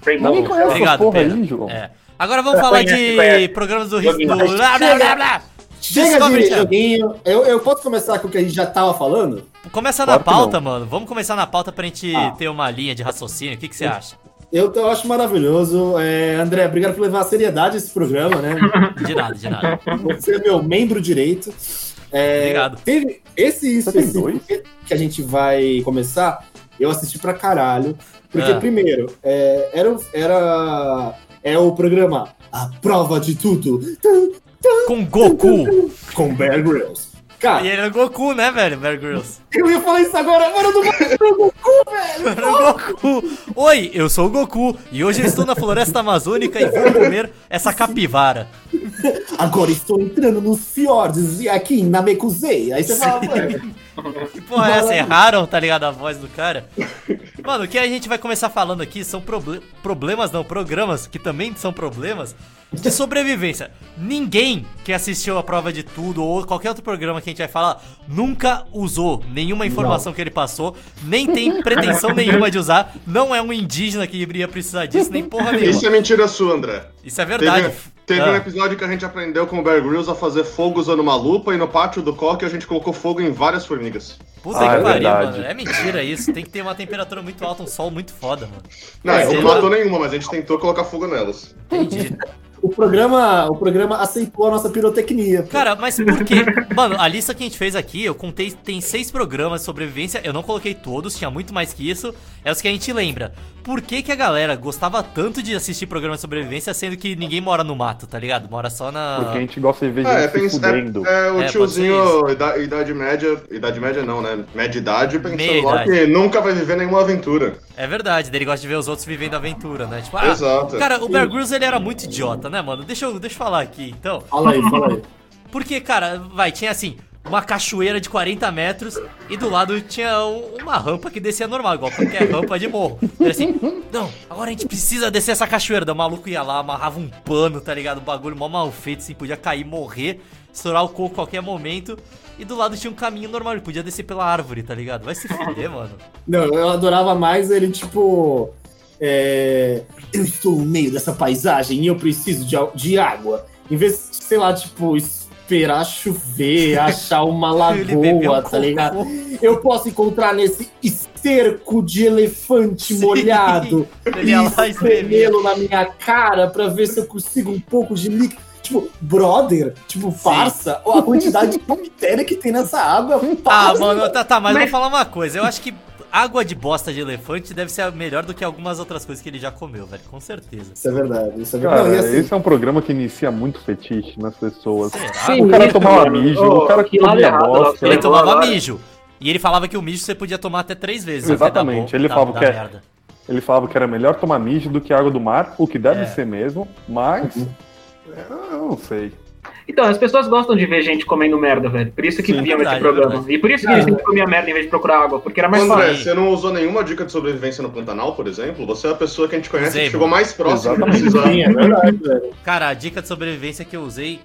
[SPEAKER 4] Train,
[SPEAKER 3] Ninguém
[SPEAKER 4] não.
[SPEAKER 3] conhece
[SPEAKER 1] Obrigado,
[SPEAKER 3] essa porra
[SPEAKER 1] Pedro.
[SPEAKER 3] aí, João.
[SPEAKER 1] é. Agora vamos falar de
[SPEAKER 4] Conhece, conhece.
[SPEAKER 1] programas do Rio.
[SPEAKER 4] Joguinho.
[SPEAKER 1] Do... Blá, blá, blá, blá.
[SPEAKER 2] Chega
[SPEAKER 1] Discovery
[SPEAKER 2] de
[SPEAKER 1] Channel.
[SPEAKER 2] joguinho. Eu, eu posso começar com o que a gente já tava falando?
[SPEAKER 1] Começa
[SPEAKER 3] Claro
[SPEAKER 1] na
[SPEAKER 3] que não.
[SPEAKER 1] pauta, mano. Vamos começar na pauta pra gente
[SPEAKER 2] Ah.
[SPEAKER 1] ter uma linha de raciocínio. O que, que você acha?
[SPEAKER 2] Eu, eu acho maravilhoso. É, André, obrigado por levar a seriedade esse programa, né?
[SPEAKER 1] De nada, de nada.
[SPEAKER 2] Você é meu membro direito. É,
[SPEAKER 1] Obrigado.
[SPEAKER 2] Teve esse em
[SPEAKER 3] Só tem
[SPEAKER 2] específico
[SPEAKER 3] dois?
[SPEAKER 2] que- que a gente vai começar, eu assisti pra caralho. Porque,
[SPEAKER 1] Ah.
[SPEAKER 2] primeiro, é, era, o- era. É o programa A Prova de Tudo
[SPEAKER 1] Com Goku.
[SPEAKER 2] com Bear Grylls. Cara,
[SPEAKER 1] E ele é Goku, né, velho? Bear Grylls.
[SPEAKER 2] eu ia falar isso agora, agora eu não vou.
[SPEAKER 1] Era o Goku. Oi, eu sou o Goku e hoje eu estou na floresta amazônica e vou comer essa capivara.
[SPEAKER 2] Agora estou entrando nos fiordes e aqui na Mekuzei. Aí você fala, mano,
[SPEAKER 1] Que porra é essa? Erraram, tá ligado? A voz do cara. Mano, o que a gente vai começar falando aqui são proble- problemas, não, programas, que também são problemas, de sobrevivência. Ninguém que assistiu a prova de tudo ou qualquer outro programa que a gente vai falar nunca usou nenhuma informação que ele passou, nem tem pretensão nenhuma de usar, não é um indígena que iria precisar disso, nem porra nenhuma.
[SPEAKER 5] Isso é mentira sua, André.
[SPEAKER 1] Isso é
[SPEAKER 5] Teve,
[SPEAKER 1] verdade.
[SPEAKER 5] teve
[SPEAKER 1] Ah.
[SPEAKER 5] um episódio que a gente aprendeu com o Bear Grylls a fazer fogo usando uma lupa, e no pátio do coque a gente colocou fogo em várias formigas.
[SPEAKER 1] Puta
[SPEAKER 3] Ah,
[SPEAKER 1] que
[SPEAKER 3] é
[SPEAKER 1] pariu,
[SPEAKER 3] verdade.
[SPEAKER 1] mano. É mentira isso. Tem que ter uma temperatura muito alta, um sol muito foda, mano.
[SPEAKER 5] Não,
[SPEAKER 1] É,
[SPEAKER 5] eu não
[SPEAKER 1] sim.
[SPEAKER 5] matou nenhuma, mas a gente tentou colocar fogo nelas.
[SPEAKER 1] Entendi.
[SPEAKER 2] o programa, o programa aceitou a nossa pirotecnia. pô.
[SPEAKER 1] Cara, mas por quê? Mano, a lista que a gente fez aqui, eu contei, tem seis programas de sobrevivência. Eu não coloquei todos, tinha muito mais que isso. É os que a gente lembra. Por que, que a galera gostava tanto de assistir programas de sobrevivência, sendo que ninguém mora no mato, tá ligado? Mora só
[SPEAKER 3] Porque a
[SPEAKER 1] na.
[SPEAKER 3] gente gosta de ver gente
[SPEAKER 5] É,
[SPEAKER 3] se
[SPEAKER 5] pensa,
[SPEAKER 3] fudendo.
[SPEAKER 5] é, é o
[SPEAKER 1] É,
[SPEAKER 5] tiozinho, ida- idade, média, idade média não, né? Média idade, pensando
[SPEAKER 1] Meia
[SPEAKER 5] lá
[SPEAKER 1] idade.
[SPEAKER 5] que nunca vai viver nenhuma aventura.
[SPEAKER 1] É verdade, ele gosta de ver os outros vivendo aventura, né? Tipo, ah,
[SPEAKER 5] Exato.
[SPEAKER 1] Cara, o Bear Grylls ele era muito idiota, né, mano? Deixa eu, deixa eu falar aqui, então.
[SPEAKER 2] Fala aí, fala aí.
[SPEAKER 1] Porque, cara, vai, tinha assim, uma cachoeira de 40 metros e do lado tinha um- uma rampa que descia normal, igual qualquer rampa de morro. Era assim, não, agora a gente precisa descer essa cachoeira. Daí O maluco ia lá, amarrava um pano, tá ligado? Um bagulho mó mal feito, assim, podia cair, morrer, estourar o coco a qualquer momento. E do lado tinha um caminho normal, ele podia descer pela árvore, tá ligado? Vai se fuder, mano.
[SPEAKER 2] Não, eu adorava mais ele, tipo. é, eu estou no meio dessa paisagem e eu preciso de, á- de água. Em vez de, sei lá, tipo, esperar chover, achar uma
[SPEAKER 1] Ele bebeu um
[SPEAKER 2] lagoa, tá
[SPEAKER 1] cocô.
[SPEAKER 2] ligado? Eu posso encontrar nesse esterco de elefante
[SPEAKER 1] Sim.
[SPEAKER 2] molhado
[SPEAKER 1] Ele
[SPEAKER 2] e
[SPEAKER 1] ia lá e espremia.
[SPEAKER 2] espremê-lo na minha cara pra ver se eu consigo um pouco de líquido. Tipo, brother, tipo, farsa, ó, a quantidade de bactéria que tem nessa água.
[SPEAKER 1] Ah,
[SPEAKER 2] parça.
[SPEAKER 1] mano, tá, tá, mas, eu
[SPEAKER 4] Mas-
[SPEAKER 1] vou falar uma coisa. Eu acho que água de bosta de elefante deve ser melhor do que algumas outras coisas que ele já comeu, velho, com certeza.
[SPEAKER 2] Isso é verdade, isso é verdade. Não,
[SPEAKER 3] Cara,
[SPEAKER 2] e assim,
[SPEAKER 3] esse é um programa que inicia muito fetiche nas pessoas.
[SPEAKER 1] Será?
[SPEAKER 4] Sim,
[SPEAKER 3] o cara
[SPEAKER 4] isso,
[SPEAKER 3] tomava
[SPEAKER 4] mano.
[SPEAKER 3] mijo,
[SPEAKER 4] Ô,
[SPEAKER 3] o cara que
[SPEAKER 4] que lado
[SPEAKER 3] comia
[SPEAKER 4] errado,
[SPEAKER 3] bosta.
[SPEAKER 4] lado
[SPEAKER 1] Ele
[SPEAKER 4] errado.
[SPEAKER 1] tomava
[SPEAKER 4] agora-
[SPEAKER 1] mijo. E ele falava que o mijo você podia tomar até três vezes. até dar
[SPEAKER 3] Exatamente,
[SPEAKER 1] bom-
[SPEAKER 3] ele
[SPEAKER 1] dar-
[SPEAKER 3] falava
[SPEAKER 1] dar
[SPEAKER 3] que é-
[SPEAKER 1] merda.
[SPEAKER 3] Ele falava que era melhor tomar mijo do que água do mar, o que deve
[SPEAKER 1] É.
[SPEAKER 3] ser mesmo, mas. É, Eu não sei.
[SPEAKER 4] Então, as pessoas gostam de ver gente comendo merda, velho. Por isso que
[SPEAKER 1] Sim, é
[SPEAKER 4] viam
[SPEAKER 1] verdade,
[SPEAKER 4] esse programa.
[SPEAKER 1] verdade.
[SPEAKER 4] E por isso que eles têm que comer a merda em vez de procurar água, porque era mais
[SPEAKER 5] André,
[SPEAKER 4] fácil.
[SPEAKER 1] falei.
[SPEAKER 5] você não usou nenhuma dica de sobrevivência no Pantanal, por exemplo? Você é a pessoa que a gente conhece
[SPEAKER 1] Usei,
[SPEAKER 5] que chegou mais próximo de
[SPEAKER 3] Exatamente.
[SPEAKER 5] precisar.
[SPEAKER 2] sim, é verdade, velho.
[SPEAKER 1] Cara, a dica de sobrevivência que eu usei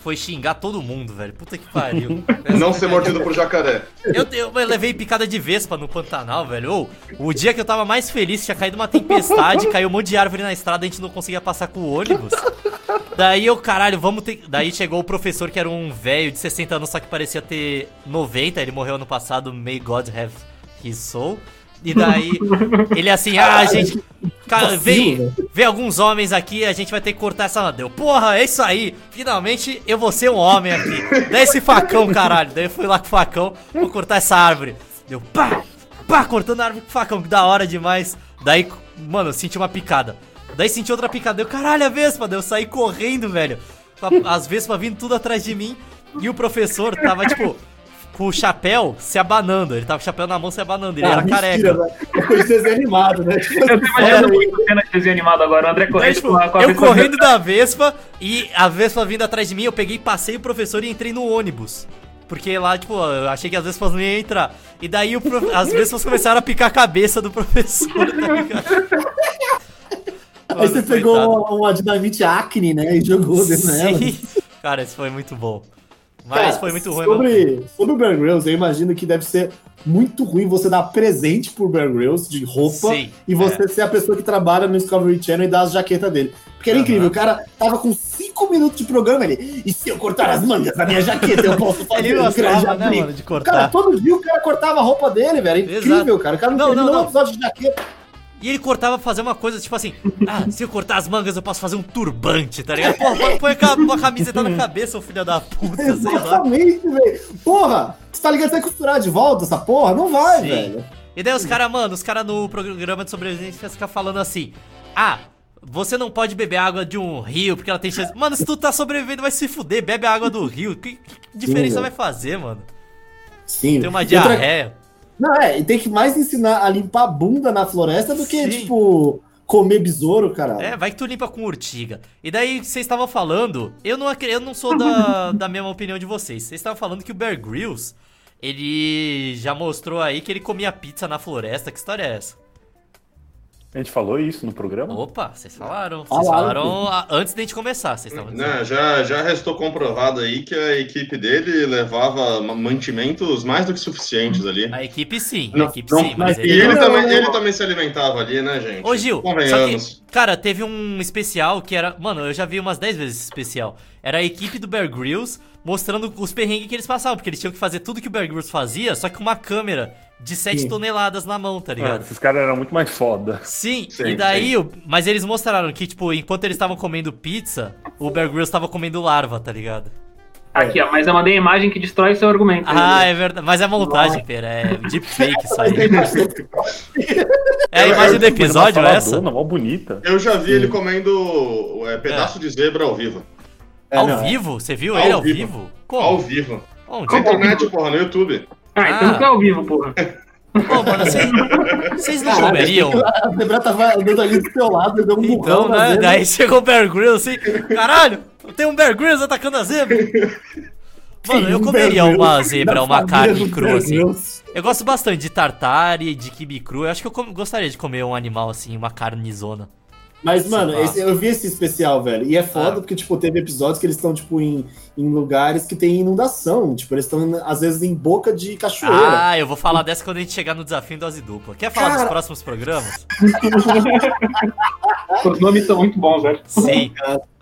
[SPEAKER 1] foi xingar todo mundo, velho. Puta que pariu.
[SPEAKER 5] Não ser mordido por jacaré.
[SPEAKER 1] Eu, eu, eu levei picada de vespa no Pantanal, velho. Ou, o dia que eu tava mais feliz, tinha caído uma tempestade, caiu um monte de árvore na estrada, a gente não conseguia passar com o ônibus. Daí eu, caralho, vamos ter. Daí chegou o professor que era um velho de 60 anos, só que parecia ter 90, ele morreu ano passado, may God have his soul. E daí, ele assim, ah, gente. Cara, Ah, vem, vem alguns homens aqui, a gente vai ter que cortar essa lama. Deu, porra, é isso aí. Finalmente eu vou ser um homem aqui. Dá esse facão, caralho. Daí eu fui lá com o facão, vou cortar essa árvore. Deu, pá, pá, cortando a árvore com o facão, que da hora demais. Daí, mano, eu senti uma picada. Daí senti outra picada. Deu, caralho, é a vespa. Daí eu saí correndo, velho. A- As vespas vindo tudo atrás de mim. E o professor tava, tipo, com o chapéu se abanando. Ele tava com o chapéu na mão se abanando. Ele
[SPEAKER 2] Ah,
[SPEAKER 1] era
[SPEAKER 2] mentira,
[SPEAKER 1] careca.
[SPEAKER 2] velho. É Foi desanimado, né?
[SPEAKER 4] Eu tô imaginando muito cena de desenho animado agora, André
[SPEAKER 1] Daí,
[SPEAKER 4] correndo
[SPEAKER 1] tipo,
[SPEAKER 4] com a com a
[SPEAKER 1] eu
[SPEAKER 4] vespa
[SPEAKER 1] correndo da Vespa e a Vespa vindo atrás de mim, eu peguei, passei o professor e entrei no ônibus. Porque lá, tipo, eu achei que as Vespas não iam entrar. E daí o prof- as Vespas começaram a picar a cabeça do professor, tá ligado?
[SPEAKER 2] Aí você pegou uma, uma dinamite acne, né? E jogou dentro dela.
[SPEAKER 1] Sim. Cara, isso foi muito bom. Mas
[SPEAKER 2] Cara,
[SPEAKER 1] foi muito ruim, mano.
[SPEAKER 2] sobre, sobre o Bear Grylls, eu imagino que deve ser muito ruim você dar presente pro Bear Grylls de roupa
[SPEAKER 1] Sim, É.
[SPEAKER 2] e você ser a pessoa que trabalha no Discovery Channel e dá as jaquetas dele. Porque era
[SPEAKER 1] Aham.
[SPEAKER 2] incrível, o cara tava com cinco minutos de programa ele. E se eu cortar as mangas da minha jaqueta, eu posso fazer
[SPEAKER 1] Ele
[SPEAKER 2] um grande
[SPEAKER 1] gostava, né,
[SPEAKER 2] abrigo.
[SPEAKER 1] mano, de
[SPEAKER 2] Cara,
[SPEAKER 1] cortar.
[SPEAKER 2] todo dia o cara cortava a roupa dele, velho. É Incrível,
[SPEAKER 1] Exato.
[SPEAKER 2] cara. O cara não,
[SPEAKER 1] Não,
[SPEAKER 2] terminou
[SPEAKER 1] não,
[SPEAKER 2] um
[SPEAKER 1] não.
[SPEAKER 2] episódio de jaqueta.
[SPEAKER 1] E ele cortava fazer uma coisa, tipo assim, ah, se eu cortar as mangas eu posso fazer um turbante, tá ligado? Pô, põe- põe a- uma camiseta na cabeça, ô filho da puta, sei lá.
[SPEAKER 2] Exatamente, velho. Porra, você tá ligado que você vai costurar de volta essa porra? Não vai,
[SPEAKER 1] Sim.
[SPEAKER 2] velho.
[SPEAKER 1] E daí os caras, mano, os caras no programa de sobrevivência ficam falando assim: Ah, você não pode beber água de um rio porque ela tem chance. Mano, se tu tá sobrevivendo, vai se fuder, bebe a água do rio. Que, que diferença
[SPEAKER 2] Sim, né?
[SPEAKER 1] vai fazer, mano?
[SPEAKER 2] Sim.
[SPEAKER 1] Tem uma
[SPEAKER 2] E outra-
[SPEAKER 1] diarreia.
[SPEAKER 2] Não, é, e tem que mais ensinar a limpar a bunda na floresta do que,
[SPEAKER 1] Sim.
[SPEAKER 2] tipo, comer besouro, cara.
[SPEAKER 1] É, vai que tu limpa com urtiga. E daí vocês estavam falando, eu não, acre- eu não sou da, da mesma opinião de vocês. Vocês estavam falando que o Bear Grylls, ele já mostrou aí que ele comia pizza na floresta. Que história é essa?
[SPEAKER 3] A gente falou isso no programa?
[SPEAKER 1] Opa, vocês falaram. Vocês
[SPEAKER 2] Falaram.
[SPEAKER 1] falaram ah, antes da gente começar. Vocês estavam dizendo.
[SPEAKER 5] Né, já, já restou comprovado aí que a equipe dele levava ma- mantimentos mais do que suficientes ali.
[SPEAKER 1] A equipe sim,
[SPEAKER 5] Não,
[SPEAKER 1] a equipe
[SPEAKER 5] não,
[SPEAKER 1] sim,
[SPEAKER 2] mas
[SPEAKER 1] mas
[SPEAKER 5] E
[SPEAKER 1] ele... é
[SPEAKER 5] ele
[SPEAKER 2] Não.
[SPEAKER 5] também, ele também se alimentava ali, né, gente?
[SPEAKER 1] Ô Gil, só
[SPEAKER 5] Convenhamos.
[SPEAKER 1] que, cara, teve um especial que era. Mano, eu já vi umas 10 vezes esse especial. Era a equipe do Bear Grylls mostrando os perrengues que eles passavam, porque eles tinham que fazer tudo que o Bear Grylls fazia, só que com uma câmera de 7
[SPEAKER 2] Sim.
[SPEAKER 1] toneladas na mão, tá
[SPEAKER 3] Ah,
[SPEAKER 1] ligado?
[SPEAKER 3] esses caras eram muito mais foda.
[SPEAKER 1] Sim,
[SPEAKER 5] Sim,
[SPEAKER 1] e daí, o- mas eles mostraram que, tipo, enquanto eles estavam comendo pizza, o Bear Grylls tava comendo larva, tá ligado?
[SPEAKER 4] Aqui, ó, mas eu mandei a imagem que destrói seu argumento.
[SPEAKER 1] Ah, é verdade, mas é montagem, pera, é deepfake isso aí. É a
[SPEAKER 5] Eu-
[SPEAKER 1] imagem
[SPEAKER 5] eu-
[SPEAKER 1] do episódio
[SPEAKER 3] Mas uma
[SPEAKER 1] essa?
[SPEAKER 3] faladona, Mó bonita.
[SPEAKER 5] Eu já vi ele comendo é, pedaço de zebra ao vivo.
[SPEAKER 2] É,
[SPEAKER 1] ao
[SPEAKER 2] não, é.
[SPEAKER 1] vivo? Você viu
[SPEAKER 5] Ao
[SPEAKER 1] ele ao
[SPEAKER 5] vivo.
[SPEAKER 1] vivo?
[SPEAKER 5] Ao
[SPEAKER 1] Como?
[SPEAKER 5] vivo.
[SPEAKER 1] Onde? é
[SPEAKER 5] Na internet, porra, no YouTube.
[SPEAKER 4] Ah, então não é ao vivo, porra.
[SPEAKER 1] Ô, mano, vocês- vocês não
[SPEAKER 2] Caralho,
[SPEAKER 1] comeriam?
[SPEAKER 2] A Zebra tava andando ali do seu lado, deu um burrão
[SPEAKER 1] Então,
[SPEAKER 2] na
[SPEAKER 1] né?
[SPEAKER 2] zebra.
[SPEAKER 1] Daí chegou o Bear Grylls assim, caralho, Tem um Bear Grylls atacando a zebra. Mano,
[SPEAKER 2] Tem
[SPEAKER 1] eu
[SPEAKER 2] um
[SPEAKER 1] comeria
[SPEAKER 2] Bear
[SPEAKER 1] uma
[SPEAKER 2] Grylls
[SPEAKER 1] zebra,
[SPEAKER 2] na
[SPEAKER 1] uma
[SPEAKER 2] família
[SPEAKER 1] carne
[SPEAKER 2] dos
[SPEAKER 1] crua,
[SPEAKER 2] Bear
[SPEAKER 1] assim.
[SPEAKER 2] Grylls.
[SPEAKER 1] Eu gosto bastante de tartare, de quibe cru. Eu acho que eu com- gostaria de comer um animal assim, uma carnizona.
[SPEAKER 2] Mas, mano,
[SPEAKER 1] Sei lá.
[SPEAKER 2] esse- eu vi esse especial, velho. E é foda
[SPEAKER 1] Ah.
[SPEAKER 2] porque, tipo, teve episódios que eles estão, tipo, em, em lugares que tem inundação. Tipo, eles estão, às vezes, em boca de cachoeira.
[SPEAKER 1] Ah, eu vou falar dessa quando a gente chegar no desafio em dose dupla. Quer falar dos
[SPEAKER 2] Cara.
[SPEAKER 1] próximos programas?
[SPEAKER 4] Os nomes são muito bons, velho.
[SPEAKER 1] Sim.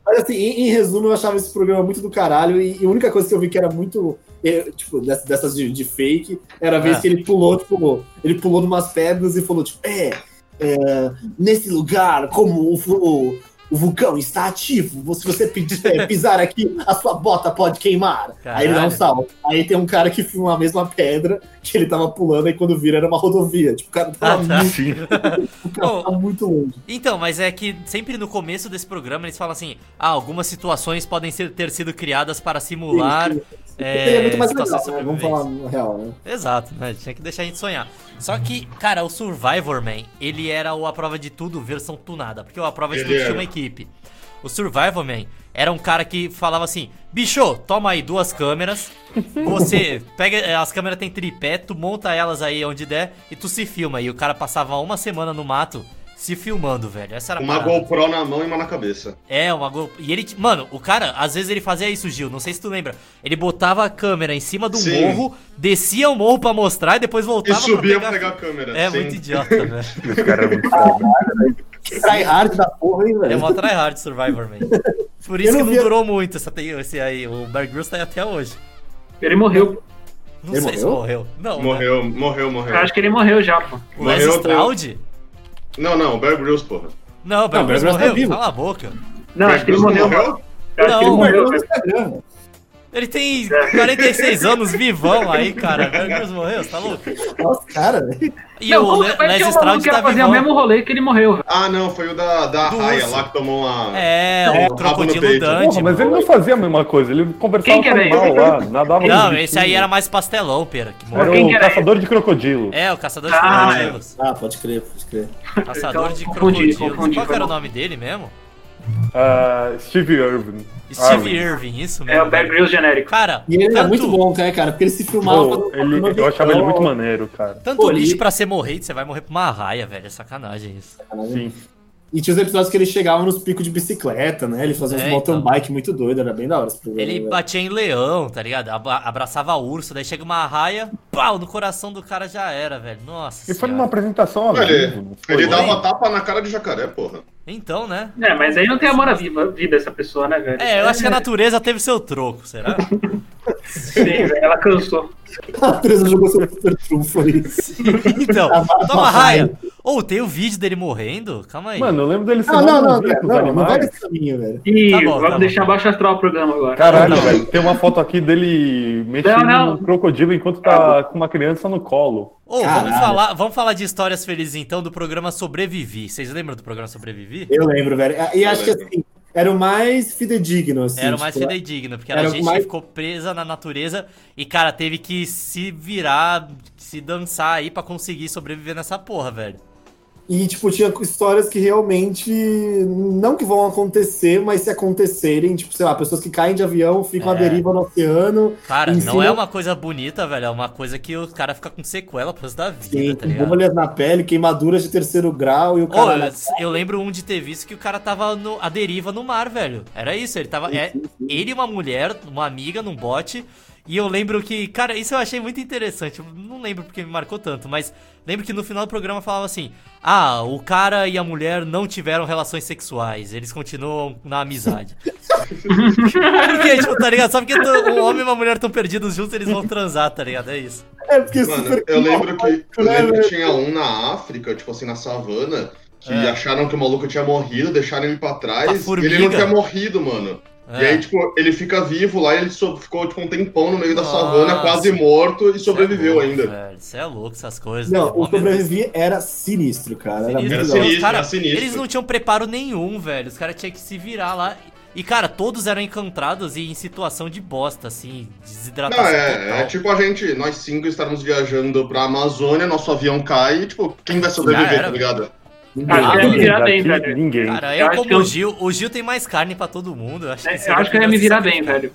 [SPEAKER 2] Mas assim, em, em resumo, eu achava esse programa muito do caralho, e, e a única coisa que eu vi que era muito, eh, tipo, dessas, dessas de, de fake, era a vez
[SPEAKER 1] Ah.
[SPEAKER 2] que ele pulou, tipo, ele pulou numas pedras e falou, tipo, é, é, nesse lugar, como o, fu- o vulcão está ativo, se você pis- eh, pisar aqui, a sua bota pode queimar. Aí ele dá um
[SPEAKER 1] Caralho.
[SPEAKER 2] salto. Aí tem um cara que filma a mesma pedra que ele tava pulando, e quando vira era uma rodovia. Tipo, o cara tava,
[SPEAKER 1] Ah, tá.
[SPEAKER 2] muito, o cara
[SPEAKER 1] Ô,
[SPEAKER 2] tava muito longe.
[SPEAKER 1] Então, mas é que sempre no começo desse programa eles falam assim: ah, algumas situações podem ser, ter sido criadas para simular.
[SPEAKER 2] Sim,
[SPEAKER 1] é,
[SPEAKER 2] Seria muito mais legal,
[SPEAKER 1] situações
[SPEAKER 2] né? Vamos
[SPEAKER 1] sobreviventes."
[SPEAKER 2] falar no real, né?
[SPEAKER 1] Exato, né? Tinha que deixar a gente sonhar. Só que, cara, o Survivor Man, ele era o A Prova de Tudo versão tunada, porque o A Prova de
[SPEAKER 5] Ele
[SPEAKER 1] Tudo tinha
[SPEAKER 5] era.
[SPEAKER 1] uma equipe. O Survivor Man era um cara que falava assim: bicho, toma aí duas câmeras, você pega. eh, As câmeras tem tripé, tu monta elas aí onde der e tu se filma. E o cara passava uma semana no mato se filmando, velho. Essa era a
[SPEAKER 5] Uma
[SPEAKER 1] parada.
[SPEAKER 5] GoPro na mão e uma na cabeça.
[SPEAKER 1] É, uma Go... E ele. t- Mano, o cara, às vezes ele fazia isso, Gil. Não sei se tu lembra. Ele botava a câmera em cima do
[SPEAKER 5] Sim.
[SPEAKER 1] morro, descia o morro pra mostrar e depois
[SPEAKER 5] E
[SPEAKER 1] voltava
[SPEAKER 5] subia
[SPEAKER 1] pra pegar.
[SPEAKER 5] a câmera.
[SPEAKER 1] É
[SPEAKER 5] sim.
[SPEAKER 1] muito idiota, velho.
[SPEAKER 3] Esse cara é muito foda.
[SPEAKER 2] Try hard da porra, hein, velho?
[SPEAKER 1] É mó tryhard Survivor, man. Por isso
[SPEAKER 2] Eu não
[SPEAKER 1] que não
[SPEAKER 2] vi a-
[SPEAKER 1] durou muito essa, te- esse aí. O Bear Grylls tá aí até hoje.
[SPEAKER 4] Ele morreu.
[SPEAKER 1] Não
[SPEAKER 2] Ele
[SPEAKER 1] sei se
[SPEAKER 2] morreu?
[SPEAKER 1] morreu. Não, né?
[SPEAKER 5] Morreu, morreu, morreu.
[SPEAKER 4] Eu acho que ele morreu já, pô.
[SPEAKER 1] O Les
[SPEAKER 5] Morreu,
[SPEAKER 1] Stroud?
[SPEAKER 5] Não, não, Bear Grylls, porra.
[SPEAKER 1] Não,
[SPEAKER 2] Não, o
[SPEAKER 1] o Bear
[SPEAKER 2] Bear
[SPEAKER 1] Grylls
[SPEAKER 2] Grylls tá
[SPEAKER 1] morreu.
[SPEAKER 2] vivo.
[SPEAKER 1] Cala a boca.
[SPEAKER 4] Não, acho que ele
[SPEAKER 5] Bear Grylls
[SPEAKER 4] morreu.
[SPEAKER 5] não
[SPEAKER 4] mano. Eu acho que ele
[SPEAKER 1] Não.
[SPEAKER 4] morreu,
[SPEAKER 2] no
[SPEAKER 4] velho.
[SPEAKER 2] Instagram. velho.
[SPEAKER 1] Ele tem 46 anos vivão aí, cara. O Bear Grylls morreu, você tá louco?
[SPEAKER 2] Nossa, cara, velho.
[SPEAKER 1] E
[SPEAKER 4] Não,
[SPEAKER 1] o
[SPEAKER 4] como
[SPEAKER 1] Le-
[SPEAKER 4] que vai ter
[SPEAKER 1] Les
[SPEAKER 4] um maluco
[SPEAKER 1] Stroud
[SPEAKER 4] que
[SPEAKER 1] tá
[SPEAKER 4] ia fazer
[SPEAKER 1] vivão.
[SPEAKER 4] o mesmo rolê que ele morreu, velho?
[SPEAKER 5] Ah, não, foi o da, da
[SPEAKER 1] Do
[SPEAKER 5] raia
[SPEAKER 1] urso.
[SPEAKER 5] lá que tomou a.
[SPEAKER 1] É, o
[SPEAKER 5] no
[SPEAKER 1] crocodilo
[SPEAKER 5] peito.
[SPEAKER 1] Dante.
[SPEAKER 3] Porra, mas ele não fazia a mesma coisa, ele
[SPEAKER 4] Quem
[SPEAKER 3] conversava
[SPEAKER 4] que era
[SPEAKER 3] normal
[SPEAKER 4] ele?
[SPEAKER 3] lá, nadava
[SPEAKER 1] Não,
[SPEAKER 3] no
[SPEAKER 1] esse aí era mais pastelão, pera. Que
[SPEAKER 3] Era
[SPEAKER 1] morreu.
[SPEAKER 4] Quem que
[SPEAKER 3] o
[SPEAKER 4] era
[SPEAKER 3] caçador de crocodilo.
[SPEAKER 1] É, o caçador de
[SPEAKER 4] Ah,
[SPEAKER 1] crocodilos.
[SPEAKER 2] Ah, pode crer, pode crer.
[SPEAKER 1] Caçador de
[SPEAKER 4] Então, confundi,
[SPEAKER 1] crocodilos.
[SPEAKER 4] confundi,
[SPEAKER 1] Qual que
[SPEAKER 4] foi
[SPEAKER 1] era o
[SPEAKER 4] mal.
[SPEAKER 1] nome dele mesmo?
[SPEAKER 3] Ah, Steve Irwin.
[SPEAKER 1] Steve
[SPEAKER 3] Irwin.
[SPEAKER 1] Irving, isso
[SPEAKER 4] Ah, É
[SPEAKER 1] mesmo.
[SPEAKER 4] o Bear Grylls genérico.
[SPEAKER 1] Cara,
[SPEAKER 2] E ele era
[SPEAKER 1] tanto,
[SPEAKER 2] muito bom, né, cara? Porque ele se filmava.
[SPEAKER 3] Pô,
[SPEAKER 2] fazendo uma
[SPEAKER 3] ele, eu achava ele
[SPEAKER 2] versão.
[SPEAKER 3] muito maneiro, cara.
[SPEAKER 1] tanto
[SPEAKER 2] Pô,
[SPEAKER 1] bicho
[SPEAKER 2] ele-
[SPEAKER 1] pra você morrer, você vai morrer pra uma raia, velho. É sacanagem isso.
[SPEAKER 3] Sim.
[SPEAKER 2] né? E tinha os episódios que ele chegava nos picos de bicicleta, né? Ele fazia uns
[SPEAKER 1] É,
[SPEAKER 2] mountain
[SPEAKER 1] então.
[SPEAKER 2] bike muito doido, era bem da hora esse programa.
[SPEAKER 1] Ele
[SPEAKER 2] velho.
[SPEAKER 1] batia em leão, tá ligado? Aba- Abraçava urso, daí chega uma raia, pau, no coração do cara já era, velho. Nossa.
[SPEAKER 3] E foi numa
[SPEAKER 1] senhora.
[SPEAKER 3] apresentação ao
[SPEAKER 5] Olha,
[SPEAKER 3] vivo. não foi?
[SPEAKER 5] Ele
[SPEAKER 1] dá
[SPEAKER 5] dava tapa na cara de jacaré, porra.
[SPEAKER 1] Então, né?
[SPEAKER 4] É, mas aí não tem amor à viva- vida essa pessoa, né, velho?
[SPEAKER 1] É, eu acho que a natureza teve seu troco, será?
[SPEAKER 4] Sim, velho, ela cansou.
[SPEAKER 1] Tá
[SPEAKER 2] A Teresa jogou seu super trunfo aí.
[SPEAKER 1] Então,
[SPEAKER 2] Tava
[SPEAKER 1] toma
[SPEAKER 2] raia.
[SPEAKER 1] raia. Ou tem o vídeo dele morrendo? Calma aí.
[SPEAKER 3] Mano, eu lembro dele se
[SPEAKER 2] Não, não, não,
[SPEAKER 3] envolvendo
[SPEAKER 2] cara,
[SPEAKER 3] com os
[SPEAKER 2] não, não vai
[SPEAKER 3] animais.
[SPEAKER 2] nesse caminho, velho.
[SPEAKER 4] Ih,
[SPEAKER 1] Tá bom, tá
[SPEAKER 4] vamos
[SPEAKER 1] bom.
[SPEAKER 4] deixar baixo astral o programa agora.
[SPEAKER 3] Caralho,
[SPEAKER 1] Não.
[SPEAKER 3] velho. Tem uma foto aqui dele mexendo
[SPEAKER 4] não.
[SPEAKER 3] no crocodilo enquanto tá com uma criança no colo.
[SPEAKER 1] Ô, vamos
[SPEAKER 2] Caralho.
[SPEAKER 1] falar, vamos falar de histórias felizes então do programa Sobrevivi. Vocês lembram do programa Sobrevivi?
[SPEAKER 2] Eu lembro, velho. E acho que
[SPEAKER 5] lembro.
[SPEAKER 2] assim, era o mais fidedigno, assim.
[SPEAKER 1] Era o mais
[SPEAKER 2] tipo,
[SPEAKER 1] fidedigno, porque era,
[SPEAKER 2] era o
[SPEAKER 1] gente que
[SPEAKER 2] mais-
[SPEAKER 1] ficou presa na natureza e, cara, teve que se virar, se dançar aí pra conseguir sobreviver nessa porra, velho.
[SPEAKER 2] E, tipo, tinha histórias que realmente não que vão acontecer, mas se acontecerem, tipo, sei lá, pessoas que caem de avião, ficam
[SPEAKER 1] É.
[SPEAKER 2] à deriva no oceano,
[SPEAKER 1] Cara,
[SPEAKER 2] Em
[SPEAKER 1] não
[SPEAKER 2] cima-
[SPEAKER 1] é uma coisa bonita, velho, é uma coisa que o cara fica com sequela pro resto da vida,
[SPEAKER 2] tem
[SPEAKER 1] tá ligado?
[SPEAKER 2] bolhas na pele, queimaduras de terceiro grau e o
[SPEAKER 1] Ô,
[SPEAKER 2] cara. né?
[SPEAKER 1] eu, eu lembro um de ter visto que o cara tava no, à deriva no mar, velho. Era isso, ele tava. é, ele e uma mulher, uma amiga num bote. E eu lembro que, cara, isso eu achei muito interessante. Eu não lembro porque me marcou tanto, mas lembro que no final do programa falava assim: Ah, o cara e a mulher não tiveram relações sexuais, eles continuam na amizade. porque, tipo, tá ligado? Só porque tão- um homem e uma mulher estão perdidos juntos, eles vão transar, tá ligado? É isso.
[SPEAKER 2] É porque
[SPEAKER 5] Mano,
[SPEAKER 2] super-
[SPEAKER 5] eu lembro que, eu
[SPEAKER 2] né,
[SPEAKER 5] lembro que
[SPEAKER 2] velho?
[SPEAKER 5] tinha um na África, tipo assim, na savana, que
[SPEAKER 1] É.
[SPEAKER 5] acharam que o maluco tinha morrido, deixaram ele pra
[SPEAKER 1] A
[SPEAKER 5] trás. E
[SPEAKER 1] formiga.
[SPEAKER 5] ele não tinha morrido, mano.
[SPEAKER 1] É.
[SPEAKER 5] E aí, tipo, ele fica vivo lá, ele so- ficou tipo, um tempão no meio da
[SPEAKER 1] Nossa. é
[SPEAKER 5] savana, quase morto, e sobreviveu ainda.
[SPEAKER 1] Você é louco essas coisas. né?
[SPEAKER 2] Não, o
[SPEAKER 1] Mó medo.
[SPEAKER 2] sobreviver era sinistro, cara.
[SPEAKER 1] Sinistro.
[SPEAKER 2] Era
[SPEAKER 5] Era
[SPEAKER 2] muito legal.
[SPEAKER 5] sinistro,
[SPEAKER 1] Cara,
[SPEAKER 5] era sinistro.
[SPEAKER 1] Eles não tinham preparo nenhum, velho. Os caras tinham que se virar lá. E, cara, todos eram encantados e em situação de bosta, assim, desidratação
[SPEAKER 5] Não, é, é
[SPEAKER 1] total.
[SPEAKER 5] tipo a gente, nós cinco estarmos viajando pra Amazônia, nosso avião cai e, tipo, quem vai sobreviver,
[SPEAKER 1] era,
[SPEAKER 5] tá ligado?
[SPEAKER 1] Ah,
[SPEAKER 4] Acho que eu ia me virar bem,
[SPEAKER 3] Daqui,
[SPEAKER 4] velho.
[SPEAKER 3] Ninguém.
[SPEAKER 1] Cara,
[SPEAKER 4] Eu
[SPEAKER 1] eu
[SPEAKER 4] acho
[SPEAKER 1] como
[SPEAKER 4] que eu-
[SPEAKER 1] o Gil, o Gil tem mais carne pra todo mundo. Eu acho que,
[SPEAKER 4] É,
[SPEAKER 1] esse
[SPEAKER 4] eu acho que eu ia
[SPEAKER 1] vai
[SPEAKER 4] me
[SPEAKER 1] se
[SPEAKER 4] virar bem,
[SPEAKER 1] sacrificar.
[SPEAKER 4] velho.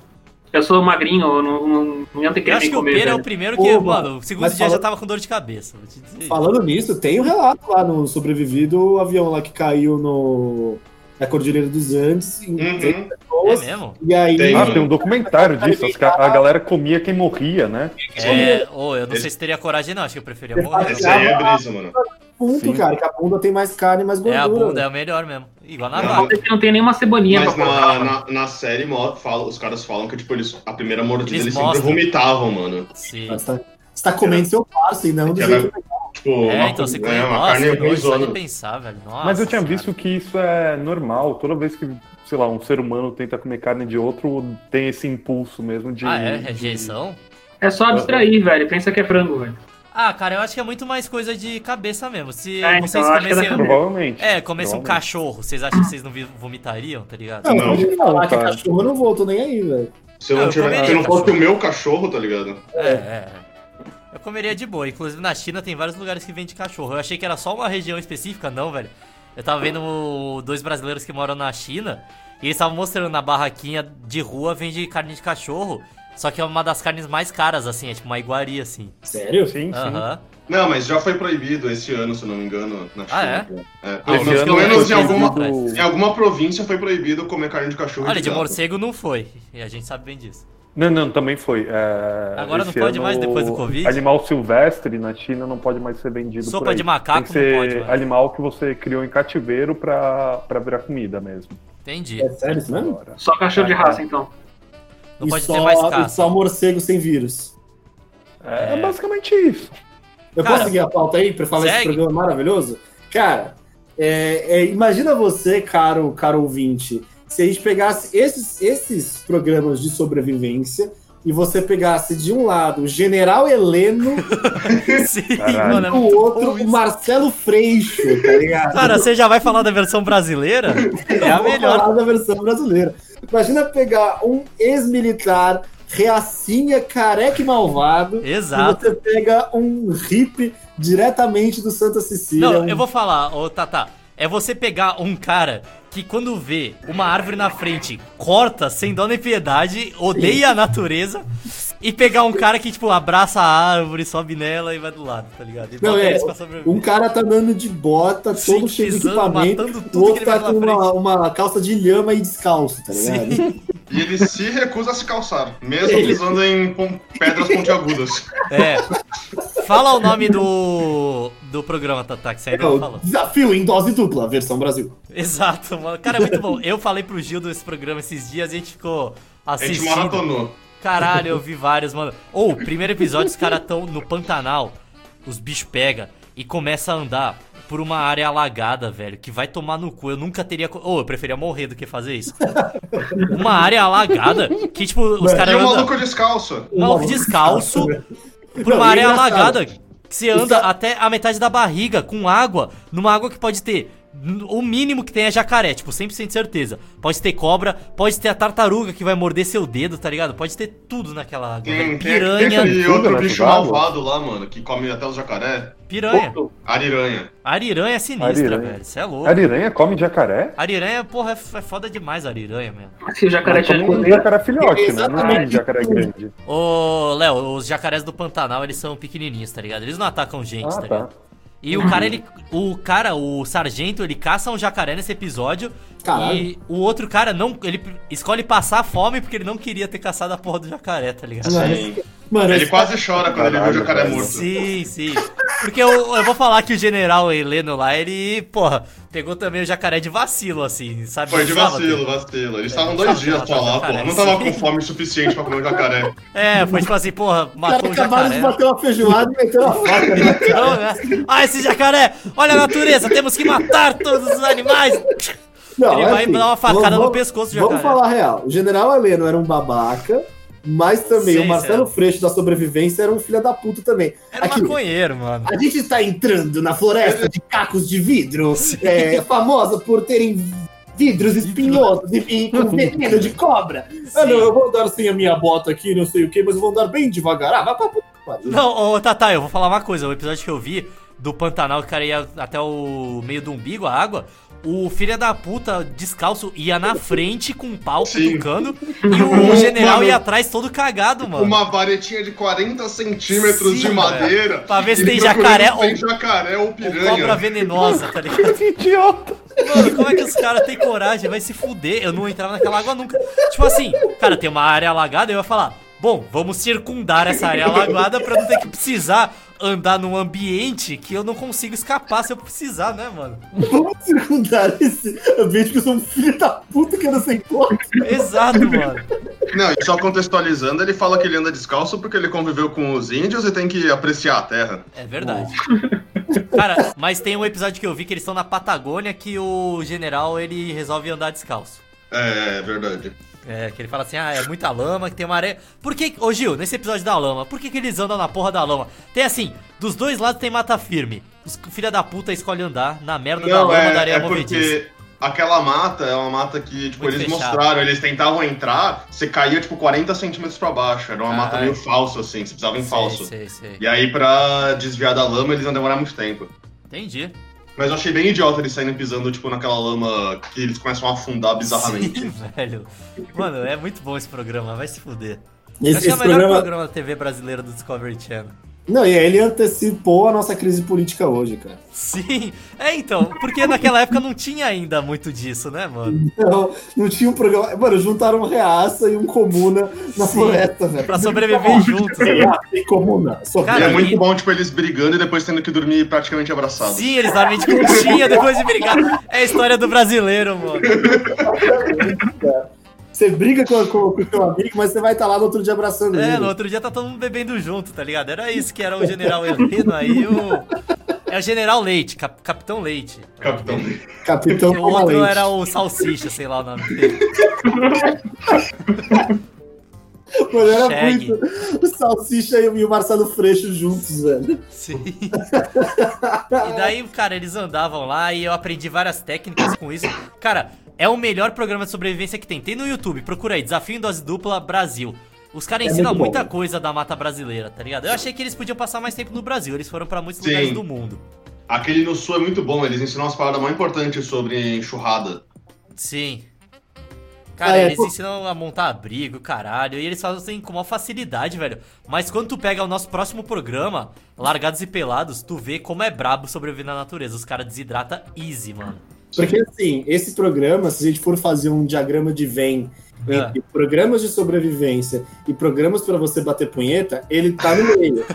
[SPEAKER 4] Eu sou magrinho, eu não, não, não ia ter que
[SPEAKER 1] Eu acho
[SPEAKER 4] me
[SPEAKER 1] que o
[SPEAKER 4] comer,
[SPEAKER 1] Pera é
[SPEAKER 4] velho.
[SPEAKER 1] o primeiro
[SPEAKER 2] Pô,
[SPEAKER 1] que,
[SPEAKER 2] mano,
[SPEAKER 1] mano, o segundo
[SPEAKER 2] mas
[SPEAKER 1] dia já
[SPEAKER 2] falando-
[SPEAKER 1] tava com dor de cabeça. Vou te dizer.
[SPEAKER 2] Falando nisso, tem um relato lá no sobrevivido, o avião lá que caiu no na Cordilheira dos Andes, em
[SPEAKER 5] Uhum.
[SPEAKER 1] É
[SPEAKER 2] pessoas,
[SPEAKER 1] mesmo?
[SPEAKER 2] e aí é
[SPEAKER 5] Tem,
[SPEAKER 3] Ah, tem um documentário disso. as ca- A galera comia quem morria, né?
[SPEAKER 1] É, ô, eu não sei se teria coragem, não. Acho que eu preferia morrer.
[SPEAKER 5] Esse aí é brisa, mano.
[SPEAKER 2] ponto,
[SPEAKER 3] Sim.
[SPEAKER 2] cara, que a bunda tem mais carne e mais
[SPEAKER 1] É
[SPEAKER 2] gordura.
[SPEAKER 1] a bunda, é o melhor mesmo. Igual na
[SPEAKER 5] Não,
[SPEAKER 1] vaca.
[SPEAKER 4] Você não tem nenhuma
[SPEAKER 1] é
[SPEAKER 4] cebolinha pra
[SPEAKER 5] Mas
[SPEAKER 4] colocar.
[SPEAKER 5] na, na, na série mo- fala, os caras falam que, tipo, eles, a primeira mordida
[SPEAKER 1] Eles
[SPEAKER 5] eles, sempre
[SPEAKER 1] mostram.
[SPEAKER 5] vomitavam, mano.
[SPEAKER 1] Sim.
[SPEAKER 2] Mas tá- Você tá comendo seu passo e não do
[SPEAKER 5] Era-
[SPEAKER 2] jeito que
[SPEAKER 5] Tipo,
[SPEAKER 1] É,
[SPEAKER 5] uma,
[SPEAKER 1] então você
[SPEAKER 5] é,
[SPEAKER 1] come.
[SPEAKER 5] uma
[SPEAKER 1] Nossa,
[SPEAKER 5] carne
[SPEAKER 1] que nojo, só de
[SPEAKER 5] ruimzona.
[SPEAKER 1] pensar, velho. Nossa,
[SPEAKER 3] Mas eu tinha
[SPEAKER 1] cara.
[SPEAKER 3] visto que isso é normal. Toda vez que, sei lá, um ser humano tenta comer carne de outro, tem esse impulso mesmo de.
[SPEAKER 1] Ah, é?
[SPEAKER 3] de-
[SPEAKER 1] Rejeição?
[SPEAKER 4] É só abstrair, velho. Pensa que é frango, velho.
[SPEAKER 1] Ah, cara, eu acho que é muito mais coisa de cabeça mesmo. Se
[SPEAKER 4] É, então,
[SPEAKER 1] vocês
[SPEAKER 4] eu acho que é da
[SPEAKER 1] comessem.
[SPEAKER 3] Provavelmente.
[SPEAKER 1] É, comesse um
[SPEAKER 3] Provavelmente.
[SPEAKER 1] cachorro, vocês acham que vocês não vi- vomitariam, tá ligado?
[SPEAKER 2] Não, não,
[SPEAKER 5] Não.
[SPEAKER 2] não, falar que é
[SPEAKER 3] Cara.
[SPEAKER 2] cachorro, eu não vou, tô nem aí, velho.
[SPEAKER 5] Se eu
[SPEAKER 1] Ah,
[SPEAKER 5] não,
[SPEAKER 1] eu
[SPEAKER 5] tiver,
[SPEAKER 1] comeria
[SPEAKER 5] se não fosse
[SPEAKER 1] cachorro.
[SPEAKER 5] o meu cachorro, tá ligado?
[SPEAKER 1] É, é. Eu comeria de boa. Inclusive na China tem vários lugares que vende cachorro. Eu achei que era só uma região específica, não, velho. Eu tava vendo o- dois brasileiros que moram na China e eles estavam mostrando na barraquinha de rua vende carne de cachorro. Só que é uma das carnes mais caras, assim, é tipo uma iguaria, assim.
[SPEAKER 2] Sério?
[SPEAKER 3] Sim, sim.
[SPEAKER 1] Aham.
[SPEAKER 5] Não, mas já foi proibido esse ano, se eu não me engano, na
[SPEAKER 1] Ah,
[SPEAKER 5] China. é?
[SPEAKER 3] Ah,
[SPEAKER 5] pelo
[SPEAKER 3] esse
[SPEAKER 5] menos,
[SPEAKER 3] ano
[SPEAKER 5] pelo
[SPEAKER 3] foi
[SPEAKER 5] menos em,
[SPEAKER 3] proibido-
[SPEAKER 5] alguma, em alguma província foi proibido comer carne de cachorro. e
[SPEAKER 1] Olha, de
[SPEAKER 2] é.
[SPEAKER 5] gato.
[SPEAKER 1] morcego não foi. E a gente sabe bem disso.
[SPEAKER 3] Não, não, também foi. É,
[SPEAKER 1] Agora não
[SPEAKER 3] esse
[SPEAKER 1] pode
[SPEAKER 3] ano,
[SPEAKER 1] mais depois do Covid?
[SPEAKER 3] Animal silvestre na China não pode mais ser vendido.
[SPEAKER 1] Sopa
[SPEAKER 3] por aí.
[SPEAKER 1] de macaco
[SPEAKER 3] Tem que ser
[SPEAKER 1] não pode mais.
[SPEAKER 3] animal que você criou em cativeiro pra, pra virar comida mesmo.
[SPEAKER 1] Entendi.
[SPEAKER 2] É sério isso mesmo?
[SPEAKER 3] Agora.
[SPEAKER 4] Só cachorro de raça, então.
[SPEAKER 1] Não
[SPEAKER 2] e
[SPEAKER 1] pode
[SPEAKER 2] só,
[SPEAKER 1] ter mais
[SPEAKER 2] e
[SPEAKER 1] caça.
[SPEAKER 2] só morcego sem vírus.
[SPEAKER 3] É, é basicamente isso.
[SPEAKER 2] Eu
[SPEAKER 1] Cara,
[SPEAKER 2] posso seguir a pauta aí pra falar esse
[SPEAKER 1] segue.
[SPEAKER 2] programa maravilhoso? Cara, é- é, imagina você, caro, caro ouvinte, se a gente pegasse esses, esses programas de sobrevivência e você pegasse de um lado o General Heleno
[SPEAKER 1] Sim,
[SPEAKER 3] Caralho.
[SPEAKER 1] mano, é
[SPEAKER 2] e do
[SPEAKER 1] muito
[SPEAKER 2] outro
[SPEAKER 1] bom
[SPEAKER 2] o
[SPEAKER 1] isso.
[SPEAKER 2] Marcelo Freixo, tá ligado?
[SPEAKER 1] Cara, você já vai falar da versão brasileira?
[SPEAKER 2] É a
[SPEAKER 1] melhor.
[SPEAKER 2] melhor da versão brasileira. Imagina pegar um ex-militar, reacinha, careca e malvado,
[SPEAKER 1] Exato.
[SPEAKER 2] e você pega um hippie diretamente do Santa Cecília.
[SPEAKER 1] Não,
[SPEAKER 2] um
[SPEAKER 1] eu vou falar, ô Tata. É você pegar um cara que quando vê uma árvore na frente, corta sem dó nem piedade, odeia a natureza, e pegar um cara que, tipo, abraça a árvore, sobe nela e vai do lado, tá ligado? E
[SPEAKER 2] Não,
[SPEAKER 1] bota
[SPEAKER 2] é,
[SPEAKER 1] eles pra sobreviver.
[SPEAKER 2] Um cara tá andando de bota,
[SPEAKER 1] Sim,
[SPEAKER 2] todo cheio de
[SPEAKER 1] pisando,
[SPEAKER 2] equipamento,
[SPEAKER 1] matando tudo
[SPEAKER 2] o
[SPEAKER 1] que
[SPEAKER 2] outro
[SPEAKER 1] ele vai
[SPEAKER 2] tá
[SPEAKER 1] lá
[SPEAKER 2] com
[SPEAKER 1] na
[SPEAKER 2] uma, uma calça de lhama e descalço, tá
[SPEAKER 1] Sim. é
[SPEAKER 2] ligado?
[SPEAKER 5] E ele se recusa a se calçar, mesmo pisando em pon- pedras pontiagudas.
[SPEAKER 1] É. Fala o nome do. do programa, Tata, que você ainda
[SPEAKER 2] É
[SPEAKER 1] não
[SPEAKER 2] o
[SPEAKER 1] falou.
[SPEAKER 2] desafio em dose dupla, versão Brasil.
[SPEAKER 1] Exato, mano. Cara, é muito bom. Eu falei pro Gildo esse programa esses dias e a gente ficou
[SPEAKER 5] A gente
[SPEAKER 1] assistindo.
[SPEAKER 5] maratonou.
[SPEAKER 1] Caralho, eu vi vários, mano. Ou, primeiro episódio, os caras tão no Pantanal, os bichos pega e começa a andar por uma área alagada, velho, que vai tomar no cu. Eu nunca teria... co- Ou, eu preferia morrer do que fazer isso. Uma área alagada que, tipo, os
[SPEAKER 5] E
[SPEAKER 1] caras
[SPEAKER 5] o
[SPEAKER 1] andam...
[SPEAKER 5] maluco é descalço.
[SPEAKER 2] Um
[SPEAKER 1] Maluco descalço por
[SPEAKER 2] né? Não,
[SPEAKER 1] uma
[SPEAKER 2] e
[SPEAKER 1] área
[SPEAKER 2] engraçado.
[SPEAKER 1] alagada que você
[SPEAKER 2] Os
[SPEAKER 1] anda
[SPEAKER 2] ca-
[SPEAKER 1] até a metade da barriga com água, numa água que pode ter. n- O mínimo que tem é jacaré, tipo, 100% de certeza. Pode ter cobra, pode ter a tartaruga que vai morder seu dedo, tá ligado? Pode ter tudo naquela água.
[SPEAKER 5] Tem, tem,
[SPEAKER 1] velho.
[SPEAKER 5] tem
[SPEAKER 1] Piranha,
[SPEAKER 5] aquele outro
[SPEAKER 3] Tudo
[SPEAKER 5] bicho
[SPEAKER 3] nessas águas?
[SPEAKER 5] malvado lá, mano, que come até os jacaré.
[SPEAKER 1] piranha.
[SPEAKER 5] Ariranha.
[SPEAKER 1] Ariranha é sinistra,
[SPEAKER 3] Ariranha.
[SPEAKER 1] velho. Você é louco.
[SPEAKER 3] Ariranha come jacaré?
[SPEAKER 1] Ariranha, porra, é f- é foda demais a ariranha mesmo.
[SPEAKER 4] Mas se o jacaré
[SPEAKER 3] Mas
[SPEAKER 4] tinha
[SPEAKER 3] come um
[SPEAKER 4] comer, tá
[SPEAKER 3] jacaré filhote, né? Não é um
[SPEAKER 2] Exatamente.
[SPEAKER 3] jacaré grande.
[SPEAKER 1] Ô, Léo, os jacarés do Pantanal, eles são pequenininhos, tá ligado? Eles não atacam gente, tá
[SPEAKER 3] Ah,
[SPEAKER 1] ligado?
[SPEAKER 3] tá.
[SPEAKER 1] E o cara, ele. O cara, o sargento, ele caça um jacaré nesse episódio.
[SPEAKER 2] Caralho.
[SPEAKER 1] E o outro cara não. Ele escolhe passar fome porque ele não queria ter caçado a porra do jacaré, tá ligado?
[SPEAKER 5] Sim.
[SPEAKER 2] Mano,
[SPEAKER 5] Ele
[SPEAKER 2] esse-
[SPEAKER 5] quase chora quando ele vê o
[SPEAKER 3] Caralho,
[SPEAKER 5] jacaré
[SPEAKER 3] velho.
[SPEAKER 5] morto.
[SPEAKER 1] Sim, sim. Porque eu, eu vou falar que o general Heleno lá, ele, porra, pegou também o jacaré de vacilo, assim, sabe?
[SPEAKER 5] Foi de
[SPEAKER 1] Sábado.
[SPEAKER 5] vacilo, vacilo. Eles
[SPEAKER 1] É,
[SPEAKER 5] estavam
[SPEAKER 1] tava-
[SPEAKER 5] dois dias só
[SPEAKER 1] tava
[SPEAKER 5] lá, pô.
[SPEAKER 1] jacaré,
[SPEAKER 5] Não tava
[SPEAKER 1] sim.
[SPEAKER 5] com fome suficiente pra comer o jacaré.
[SPEAKER 1] É, foi tipo assim, porra,
[SPEAKER 2] Os
[SPEAKER 1] matou
[SPEAKER 2] caras
[SPEAKER 1] o
[SPEAKER 2] acabaram
[SPEAKER 1] jacaré.
[SPEAKER 2] de bater uma feijoada e meteram a faca. né?
[SPEAKER 1] Não, né? Ah, esse jacaré! Olha a natureza, temos que matar todos os animais!
[SPEAKER 2] Não, é assim,
[SPEAKER 1] Ele vai dar uma facada no pescoço do
[SPEAKER 2] Vamos
[SPEAKER 1] jacaré.
[SPEAKER 2] falar a real. O General Heleno era um babaca, mas também
[SPEAKER 1] Sim,
[SPEAKER 2] o Marcelo Freixo da sobrevivência era um filho da puta também.
[SPEAKER 1] Era
[SPEAKER 2] Aqui,
[SPEAKER 1] maconheiro, mano.
[SPEAKER 2] A gente está entrando na floresta de cacos de vidro, é, famosa por terem vidros espinhosos e, e com veneno de cobra. Ah, não, eu vou andar sem a minha bota aqui, não sei o que, mas eu vou andar bem devagar. Ah, vai pra puta que pariu.
[SPEAKER 1] Não, ô Tata, eu vou falar uma coisa. O episódio que eu vi do Pantanal, que o cara ia até o meio do umbigo, a água, o filho da puta, descalço, ia na frente com um pau
[SPEAKER 5] Sim.
[SPEAKER 1] cutucando e o general
[SPEAKER 5] Mano.
[SPEAKER 1] ia atrás todo cagado, mano.
[SPEAKER 5] Uma varetinha de 40 centímetros
[SPEAKER 1] Sim,
[SPEAKER 5] de
[SPEAKER 1] velho.
[SPEAKER 5] madeira.
[SPEAKER 1] Pra ver se
[SPEAKER 5] Ele
[SPEAKER 1] tem
[SPEAKER 5] procurando
[SPEAKER 1] jacaré
[SPEAKER 5] se tem
[SPEAKER 1] ou-
[SPEAKER 5] jacaré ou
[SPEAKER 1] Ou cobra
[SPEAKER 5] piranha.
[SPEAKER 1] venenosa, tá ligado?
[SPEAKER 3] Idiota!
[SPEAKER 1] Mano, como é que os caras têm coragem? Vai se fuder. Eu não entrava naquela água nunca. Tipo assim, cara, tem uma área alagada, eu ia falar, bom, vamos circundar essa área alagada pra não ter que precisar andar num ambiente que eu não consigo escapar se eu precisar, né, mano?
[SPEAKER 2] Vamos circundar esse ambiente que eu sou um filho da puta que anda sem corte.
[SPEAKER 1] Exato, mano.
[SPEAKER 5] Não, e só contextualizando, ele fala que ele anda descalço porque ele conviveu com os índios e tem que apreciar a terra.
[SPEAKER 1] É verdade. Cara, mas tem um episódio que eu vi que eles estão na Patagônia que o general ele resolve andar descalço.
[SPEAKER 5] É, é verdade.
[SPEAKER 1] É, que ele fala assim, ah, é muita lama, que tem uma areia. Por que, ô Gil, nesse episódio da lama, por que, que eles andam na porra da lama? Tem assim, dos dois lados tem mata firme. Os filha da puta escolhe andar na merda da
[SPEAKER 5] Não,
[SPEAKER 1] lama
[SPEAKER 5] é,
[SPEAKER 1] da areia
[SPEAKER 5] é
[SPEAKER 1] movediça.
[SPEAKER 5] porque aquela mata é uma mata que, tipo,
[SPEAKER 1] Muito
[SPEAKER 5] eles
[SPEAKER 1] fechada.
[SPEAKER 5] mostraram, eles tentavam entrar, você caía, tipo, 40 centímetros pra baixo. Era uma mata
[SPEAKER 1] Caralho.
[SPEAKER 5] meio falsa, assim, você precisava em falso.
[SPEAKER 1] Sei, sei, sei.
[SPEAKER 5] E aí, pra desviar da lama, eles iam demorar muito tempo.
[SPEAKER 1] Entendi.
[SPEAKER 5] Mas eu achei bem idiota eles saindo pisando, tipo, naquela lama que eles começam a afundar bizarramente.
[SPEAKER 1] Sim, velho. Mano, é muito bom esse programa, vai se fuder.
[SPEAKER 2] Esse,
[SPEAKER 1] Acho que
[SPEAKER 2] esse
[SPEAKER 1] é o melhor
[SPEAKER 2] programa...
[SPEAKER 1] programa da TV brasileira do Discovery Channel.
[SPEAKER 2] Não, e aí ele antecipou a nossa crise política hoje, cara.
[SPEAKER 1] Sim, é então, porque naquela época não tinha ainda muito disso, né, mano?
[SPEAKER 2] Não, não tinha um programa. Mano, juntaram um reaça e um comuna na
[SPEAKER 1] Sim.
[SPEAKER 2] floresta, velho.
[SPEAKER 1] Pra sobreviver juntos. né?
[SPEAKER 2] Reaça e comuna. Só
[SPEAKER 1] Cara,
[SPEAKER 5] e é
[SPEAKER 1] e-
[SPEAKER 5] muito bom, tipo, eles brigando e depois tendo que dormir praticamente abraçados.
[SPEAKER 1] Sim, eles dormem de conchinha depois de brigar. É a história do brasileiro, mano.
[SPEAKER 2] Você briga com, com, com o seu amigo, mas você vai estar lá no outro dia abraçando
[SPEAKER 1] É,
[SPEAKER 2] ele.
[SPEAKER 1] no outro dia tá todo mundo bebendo junto, tá ligado? Era isso que era o General Heleno aí, o... É o General Leite, Cap- Capitão Leite.
[SPEAKER 5] Capitão.
[SPEAKER 1] E
[SPEAKER 2] Capitão
[SPEAKER 1] o outro
[SPEAKER 2] Comalente.
[SPEAKER 1] era o Salsicha, sei lá o nome dele.
[SPEAKER 2] Mano, era
[SPEAKER 1] Shaggy.
[SPEAKER 2] muito. O Salsicha e o- e o Marcelo Freixo juntos, velho.
[SPEAKER 1] Sim. E daí, cara, eles andavam lá e eu aprendi várias técnicas com isso. Cara, é o melhor programa de sobrevivência que tem. Tem no YouTube, procura aí, Desafio em Dose Dupla Brasil. Os caras
[SPEAKER 2] É
[SPEAKER 1] ensinam
[SPEAKER 2] muito bom.
[SPEAKER 1] muita coisa da mata brasileira, tá ligado? Eu achei que eles podiam passar mais tempo no Brasil, eles foram pra muitos
[SPEAKER 5] Sim.
[SPEAKER 1] lugares do mundo.
[SPEAKER 5] Aquele no sul é muito bom, eles ensinam umas paradas mais importantes sobre enxurrada.
[SPEAKER 1] Sim. Cara,
[SPEAKER 2] Ah, é,
[SPEAKER 1] eles
[SPEAKER 2] pô.
[SPEAKER 1] ensinam a montar abrigo, caralho, e eles fazem assim, com maior facilidade, velho. Mas quando tu pega o nosso próximo programa, Largados e Pelados, tu vê como é brabo sobreviver na natureza. Os caras desidrata easy, mano.
[SPEAKER 2] Porque, assim, esse programa, se a gente for fazer um diagrama de Venn
[SPEAKER 1] É.
[SPEAKER 2] entre programas de sobrevivência e programas pra você bater punheta, ele tá no meio.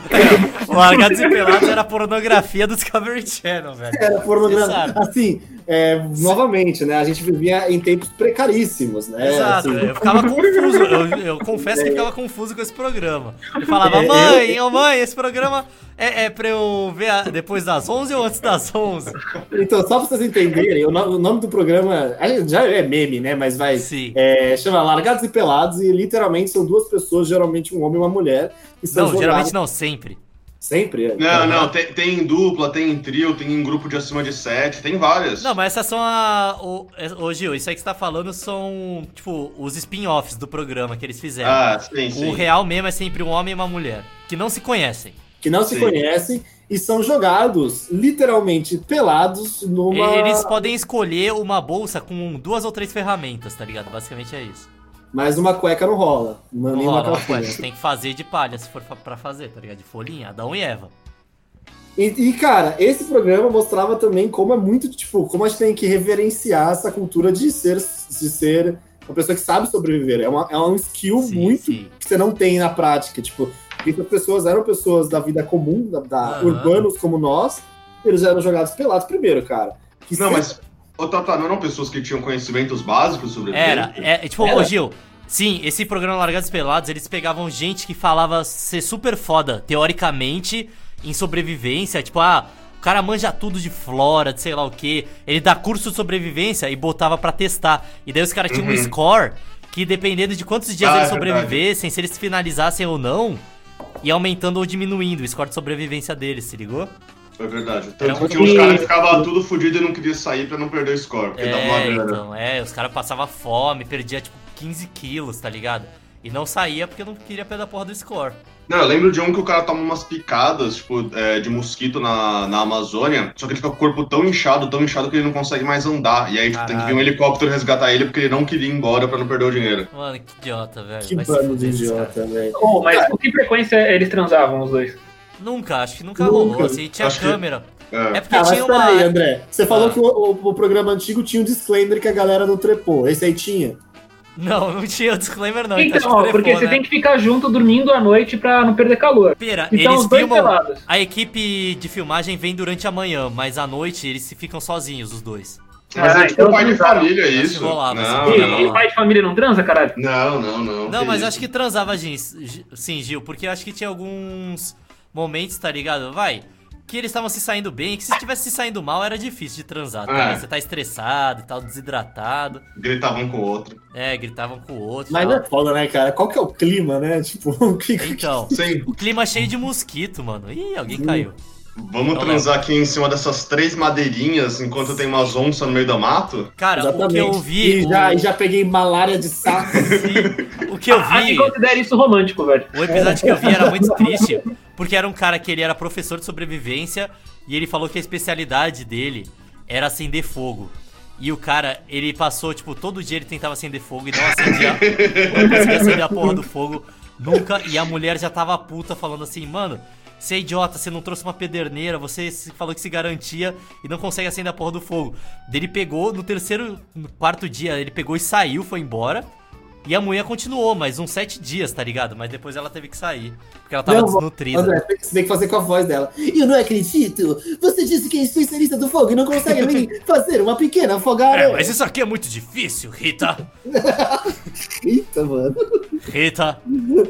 [SPEAKER 1] Largados e Pelados era a pornografia do Discovery Channel, velho.
[SPEAKER 2] Era
[SPEAKER 1] Você
[SPEAKER 2] pornografia.
[SPEAKER 1] sabe.
[SPEAKER 2] Assim, é, novamente, né? A gente vivia em tempos precaríssimos, né?
[SPEAKER 1] Exato, é.
[SPEAKER 2] Assim,
[SPEAKER 1] eu ficava confuso, eu, eu confesso que eu ficava confuso com esse programa. Eu falava,
[SPEAKER 2] É,
[SPEAKER 1] mãe, ô mãe, esse programa é, é pra eu ver a- depois das 11 ou antes das 11?
[SPEAKER 2] Então, só pra vocês entenderem, o no- o nome do programa aliás, já é meme, né? Mas vai.
[SPEAKER 1] Sim.
[SPEAKER 2] É, chama Largados e Pelados e literalmente são duas pessoas, geralmente um homem e uma mulher, que são
[SPEAKER 1] Não,
[SPEAKER 2] jogadas
[SPEAKER 1] geralmente não, sempre.
[SPEAKER 2] sempre. é.
[SPEAKER 5] Não, não, tem, tem em dupla, tem em trio, tem em grupo de acima de sete, tem várias.
[SPEAKER 1] Não, mas essas são a. o- é- Ô, Gil, isso aí que você tá falando são, tipo, os spin-offs do programa que eles fizeram.
[SPEAKER 5] Ah, sim,
[SPEAKER 1] é. o
[SPEAKER 5] sim.
[SPEAKER 1] real mesmo é sempre um homem e uma mulher, que não se conhecem.
[SPEAKER 2] Que não se
[SPEAKER 5] Sim.
[SPEAKER 2] conhecem e são jogados literalmente pelados numa.
[SPEAKER 1] Eles podem escolher uma bolsa com duas ou três ferramentas, tá ligado? Basicamente é isso.
[SPEAKER 2] Mas uma cueca não rola. Uma,
[SPEAKER 1] Não
[SPEAKER 2] nem uma
[SPEAKER 1] rola, uma
[SPEAKER 2] calcinha.
[SPEAKER 1] coisa, tem que fazer de palha se for fa- pra fazer, tá ligado? De folhinha, Adão e Eva.
[SPEAKER 2] E, e, cara, esse programa mostrava também como é muito, tipo, como a gente tem que reverenciar essa cultura de ser, de ser uma pessoa que sabe sobreviver. É, uma, é um skill
[SPEAKER 1] Sim,
[SPEAKER 2] muito
[SPEAKER 1] sim.
[SPEAKER 2] que você não tem na prática. Tipo, essas pessoas eram pessoas da vida comum, da, da-
[SPEAKER 1] Aham.
[SPEAKER 2] urbanos como nós, eles eram jogados pelados primeiro, cara. Que
[SPEAKER 5] Não,
[SPEAKER 2] se-
[SPEAKER 5] mas. Ô, Tata, não eram pessoas que tinham conhecimentos básicos sobre
[SPEAKER 1] Era,
[SPEAKER 5] isso?
[SPEAKER 1] é, é, tipo, ô Gil, sim, esse programa Largados e Pelados, eles pegavam gente que falava ser super foda, teoricamente, em sobrevivência, tipo, ah, o cara manja tudo de flora, de sei lá o que, ele dá curso de sobrevivência e botava pra testar, e daí os caras tinham um
[SPEAKER 5] Uhum.
[SPEAKER 1] score que dependendo de quantos dias
[SPEAKER 5] Ah,
[SPEAKER 1] eles
[SPEAKER 5] é
[SPEAKER 1] sobrevivessem, se eles finalizassem ou não, ia aumentando ou diminuindo o score de sobrevivência deles, se ligou?
[SPEAKER 5] É verdade. Tanto
[SPEAKER 1] Era um-
[SPEAKER 5] que tinha uns caras que ficavam tudo fudido e não queria sair pra não perder o score, porque dava uma
[SPEAKER 1] É,
[SPEAKER 5] grana.
[SPEAKER 1] então, é, os caras passavam fome, perdia tipo 15 quilos, tá ligado? E não saía porque eu não queria pé da porra do score.
[SPEAKER 5] Não, eu lembro de um que o cara toma umas picadas, tipo, é, de mosquito na, na Amazônia, só que ele fica com o corpo tão inchado, tão inchado que ele não consegue mais andar. E aí tipo, tem que vir um
[SPEAKER 1] Caralho.
[SPEAKER 5] helicóptero resgatar ele porque ele não queria ir embora pra não perder o dinheiro.
[SPEAKER 1] Mano, que idiota, velho.
[SPEAKER 2] Que
[SPEAKER 1] Vai se
[SPEAKER 2] bando de
[SPEAKER 1] fuder esses caras.
[SPEAKER 2] idiota, velho.
[SPEAKER 4] Pô, mas com que frequência eles transavam os dois?
[SPEAKER 1] Nunca, acho que nunca,
[SPEAKER 2] Nunca.
[SPEAKER 1] rolou. Assim, tinha
[SPEAKER 5] Acho que-
[SPEAKER 1] câmera.
[SPEAKER 5] É.
[SPEAKER 1] É porque
[SPEAKER 2] Ah, mas
[SPEAKER 1] tinha uma.
[SPEAKER 2] peraí, André. Você falou
[SPEAKER 1] Ah.
[SPEAKER 2] que o, o- o programa antigo tinha um disclaimer que a galera não trepou. Esse aí tinha.
[SPEAKER 1] Não, não tinha o disclaimer, não.
[SPEAKER 4] então,
[SPEAKER 1] acho que
[SPEAKER 4] porque
[SPEAKER 1] telefone,
[SPEAKER 4] você
[SPEAKER 1] né?
[SPEAKER 4] tem que ficar junto dormindo à noite pra não perder calor.
[SPEAKER 1] Pera,
[SPEAKER 4] Então
[SPEAKER 1] eles
[SPEAKER 4] os dois
[SPEAKER 1] filmam.
[SPEAKER 4] pelados.
[SPEAKER 1] A equipe de filmagem vem durante a manhã, mas à noite eles se ficam sozinhos, os dois.
[SPEAKER 5] Mas
[SPEAKER 4] Ah,
[SPEAKER 5] é tipo
[SPEAKER 4] então
[SPEAKER 5] pai de
[SPEAKER 4] transaram.
[SPEAKER 5] família,
[SPEAKER 1] Mas
[SPEAKER 5] isso.
[SPEAKER 1] se rolar, mas se
[SPEAKER 5] Não,
[SPEAKER 1] rolar.
[SPEAKER 5] não,
[SPEAKER 4] E, e pai de família não transa, caralho?
[SPEAKER 5] não, não, não.
[SPEAKER 1] assim, Não,
[SPEAKER 5] que
[SPEAKER 1] mas
[SPEAKER 5] isso.
[SPEAKER 1] acho que transava Gin- Gi- sim, Gil, porque acho que tinha alguns momentos, tá ligado? Vai. Que eles estavam se saindo bem, que se estivesse se saindo mal era difícil de transar, tá?
[SPEAKER 5] É.
[SPEAKER 1] ligado? Você tá estressado e tal, desidratado.
[SPEAKER 5] Gritava um com o outro.
[SPEAKER 1] É, gritavam com o outro.
[SPEAKER 2] Mas
[SPEAKER 1] tal.
[SPEAKER 2] é foda, né, cara? Qual que é o clima, né? Tipo, o que.
[SPEAKER 1] Então,
[SPEAKER 5] Sim,
[SPEAKER 1] o clima cheio de mosquito, mano. Ih, alguém caiu.
[SPEAKER 5] vamos
[SPEAKER 1] Então Não
[SPEAKER 5] transar aqui em cima dessas três madeirinhas enquanto tem umas onças no meio do mato?
[SPEAKER 1] Cara, o que eu vi.
[SPEAKER 2] E
[SPEAKER 1] o-
[SPEAKER 2] já, e já peguei malária de saco.
[SPEAKER 1] sim, o que eu
[SPEAKER 4] Ah, que
[SPEAKER 1] vi.
[SPEAKER 4] considera isso romântico, velho.
[SPEAKER 1] O episódio que eu vi era muito triste, porque era um cara que ele era professor de sobrevivência e ele falou que a especialidade dele era acender fogo. E o cara, ele passou, tipo, todo dia ele tentava acender fogo e não acendia. não conseguia acender a porra do fogo nunca. E a mulher já tava puta falando assim, mano. Você é idiota, você não trouxe uma pederneira, você se- falou que se garantia e não consegue acender a porra do fogo. Daí ele pegou, no terceiro, no quarto dia, ele pegou e saiu, foi embora. E a mulher continuou, mais uns sete dias, tá ligado? Mas depois ela teve que sair, porque ela tava
[SPEAKER 2] Não,
[SPEAKER 1] desnutrida.
[SPEAKER 2] André, é, tem que- você tem que fazer com a voz dela. Eu não acredito! Você disse que é especialista do fogo e não consegue nem fazer uma pequena fogada.
[SPEAKER 1] É, mas isso aqui é muito difícil, Rita.
[SPEAKER 2] Eita, mano.
[SPEAKER 1] Rita,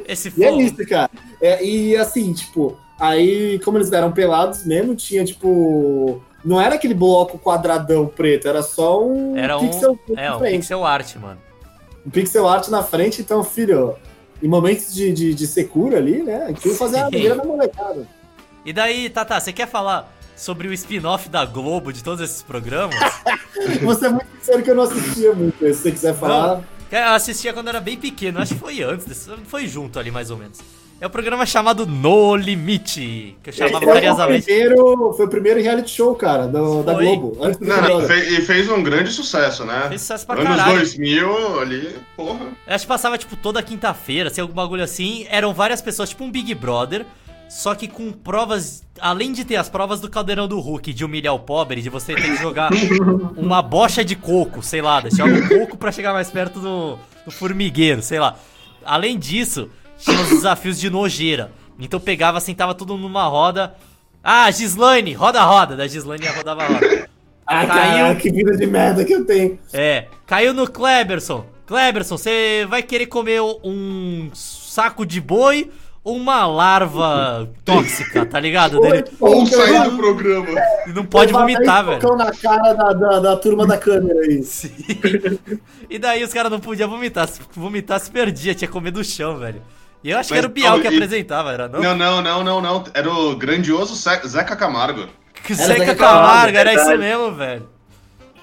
[SPEAKER 1] esse
[SPEAKER 2] E é
[SPEAKER 1] fogo.
[SPEAKER 2] isso, cara. É, e assim, tipo, aí, como eles eram pelados mesmo, tinha, tipo. Não era aquele bloco quadradão preto, era só um
[SPEAKER 1] Era um-
[SPEAKER 2] pixel na
[SPEAKER 1] É, um
[SPEAKER 2] frente.
[SPEAKER 1] pixel art, mano.
[SPEAKER 2] Um pixel art na frente, então, filho, em momentos de, de, de secura ali, né? Aquilo fazia a
[SPEAKER 1] Sim.
[SPEAKER 2] beira da molecada.
[SPEAKER 1] E daí, Tata, você quer falar sobre o spin-off da Globo de todos esses programas?
[SPEAKER 2] Você é muito sincero que eu não assistia muito. Se você quiser falar,
[SPEAKER 1] Eu assistia quando era bem pequeno, acho que foi antes, desse, foi junto ali mais ou menos. É um programa chamado No Limite, que eu chamava
[SPEAKER 2] Foi é o,
[SPEAKER 1] carinhosamente.
[SPEAKER 2] primeiro, foi o primeiro reality show, cara, do- da
[SPEAKER 1] Foi.
[SPEAKER 2] Globo. Antes do
[SPEAKER 5] Não, e
[SPEAKER 2] Big Brother.
[SPEAKER 5] fe- e fez um grande sucesso, né?
[SPEAKER 1] Fez sucesso é pra
[SPEAKER 5] Anos
[SPEAKER 1] caralho.
[SPEAKER 5] 2000 ali, porra.
[SPEAKER 1] Eu acho que passava, tipo, toda quinta-feira, assim, algum bagulho assim. Eram várias pessoas, tipo um Big Brother, só que com provas. Além de ter as provas do caldeirão do Hulk, de humilhar o pobre, de você ter que jogar uma bocha de coco, sei lá, deixar um coco pra chegar mais perto do, do formigueiro, sei lá. Além disso, tinha os desafios de nojeira. Então pegava, sentava todo mundo numa roda. Ah, Gislaine, roda a roda. Da Gislaine ia rodava a roda.
[SPEAKER 2] Ah,
[SPEAKER 1] Caiu.
[SPEAKER 2] cara, que vida de merda que eu tenho.
[SPEAKER 1] É, caiu no Kleberson. Kleberson, você vai querer comer um saco de boi ou uma larva tóxica, tá ligado? Daí Ele
[SPEAKER 5] Ou sair
[SPEAKER 2] Cara,
[SPEAKER 5] do programa.
[SPEAKER 1] ele não pode
[SPEAKER 2] levar
[SPEAKER 1] vomitar,
[SPEAKER 2] dez
[SPEAKER 1] velho.
[SPEAKER 2] socão na cara da, da, da turma da câmera aí.
[SPEAKER 1] Sim. E daí os caras não podiam vomitar. Se vomitar, se perdia, tinha que comer do chão, velho. E eu acho que
[SPEAKER 5] Mas,
[SPEAKER 1] era o Bial que
[SPEAKER 5] calma, e-
[SPEAKER 1] apresentava, era não?
[SPEAKER 5] Não, não, não, não, não. Era o grandioso Ze- Zeca Camargo.
[SPEAKER 1] Que
[SPEAKER 2] Era
[SPEAKER 1] Zeca
[SPEAKER 2] Zeca
[SPEAKER 1] Camargo,
[SPEAKER 4] Camargo,
[SPEAKER 1] era isso
[SPEAKER 4] verdade.
[SPEAKER 1] mesmo, velho.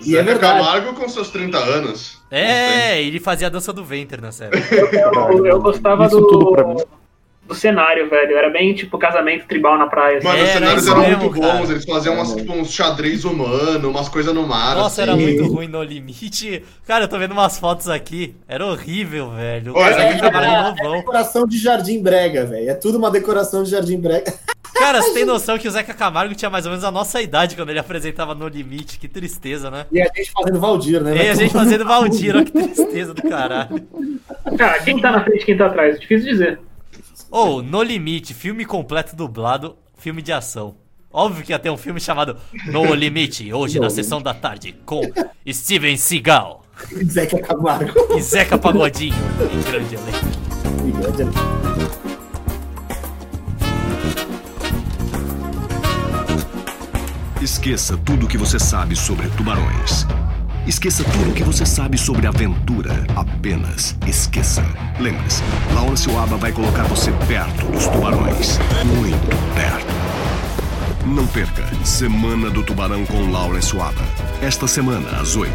[SPEAKER 2] E
[SPEAKER 5] Zeca
[SPEAKER 2] é verdade.
[SPEAKER 5] Camargo com seus 30 anos.
[SPEAKER 1] É, ele fazia a dança do ventre na série.
[SPEAKER 4] Eu, eu gostava
[SPEAKER 3] Isso
[SPEAKER 4] do,
[SPEAKER 3] tudo pra mim.
[SPEAKER 4] do cenário, velho. Era bem tipo casamento tribal na praia. assim.
[SPEAKER 5] Mano, os
[SPEAKER 1] Era
[SPEAKER 5] cenários
[SPEAKER 1] isso
[SPEAKER 5] eram
[SPEAKER 1] mesmo,
[SPEAKER 5] muito
[SPEAKER 1] cara.
[SPEAKER 5] bons, eles faziam umas, tipo, uns xadrez humano, umas coisas no mar.
[SPEAKER 1] Nossa, era
[SPEAKER 5] assim.
[SPEAKER 1] muito ruim no limite. Cara, eu tô vendo umas fotos aqui. Era horrível, velho. O
[SPEAKER 5] Olha,
[SPEAKER 1] cara que
[SPEAKER 5] é-
[SPEAKER 1] trabalha no novão.
[SPEAKER 2] Decoração de Jardim Brega, velho. É tudo uma decoração de Jardim Brega.
[SPEAKER 1] Cara, você tem noção que o Zeca Camargo tinha mais ou menos a nossa idade quando ele apresentava No Limite? Que tristeza, né?
[SPEAKER 2] E a gente fazendo Valdir, né?
[SPEAKER 1] E a gente fazendo Valdir, ó, que tristeza do caralho. É.
[SPEAKER 4] Cara, quem tá na frente quem tá atrás? Difícil dizer.
[SPEAKER 1] Ou, No Limite, filme completo dublado, filme de ação. Óbvio que ia ter um filme chamado No Limite, hoje na sessão da tarde, com Steven Seagal
[SPEAKER 2] Zeca é Camargo.
[SPEAKER 1] e Zeca Pagodinho, em grande elenco.
[SPEAKER 9] Esqueça tudo o que você sabe sobre tubarões. Esqueça tudo o que você sabe sobre aventura. Apenas esqueça. Lembre-se, Lawrence Waba vai colocar você perto dos tubarões. Muito perto. Não perca Semana do Tubarão com Lawrence Waba. Esta semana, às 8,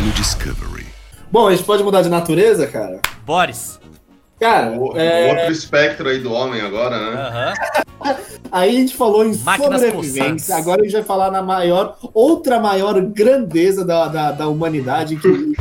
[SPEAKER 9] no Discovery.
[SPEAKER 2] Bom, a gente pode mudar de natureza, cara?
[SPEAKER 1] Boris,
[SPEAKER 2] Cara,
[SPEAKER 5] O,
[SPEAKER 2] é,
[SPEAKER 5] o outro espectro aí do homem agora, né?
[SPEAKER 1] Aham.
[SPEAKER 2] aí a gente falou em
[SPEAKER 1] Máquinas possantes.
[SPEAKER 2] sobrevivência, agora a gente vai falar na maior, outra maior grandeza da, da, da humanidade que,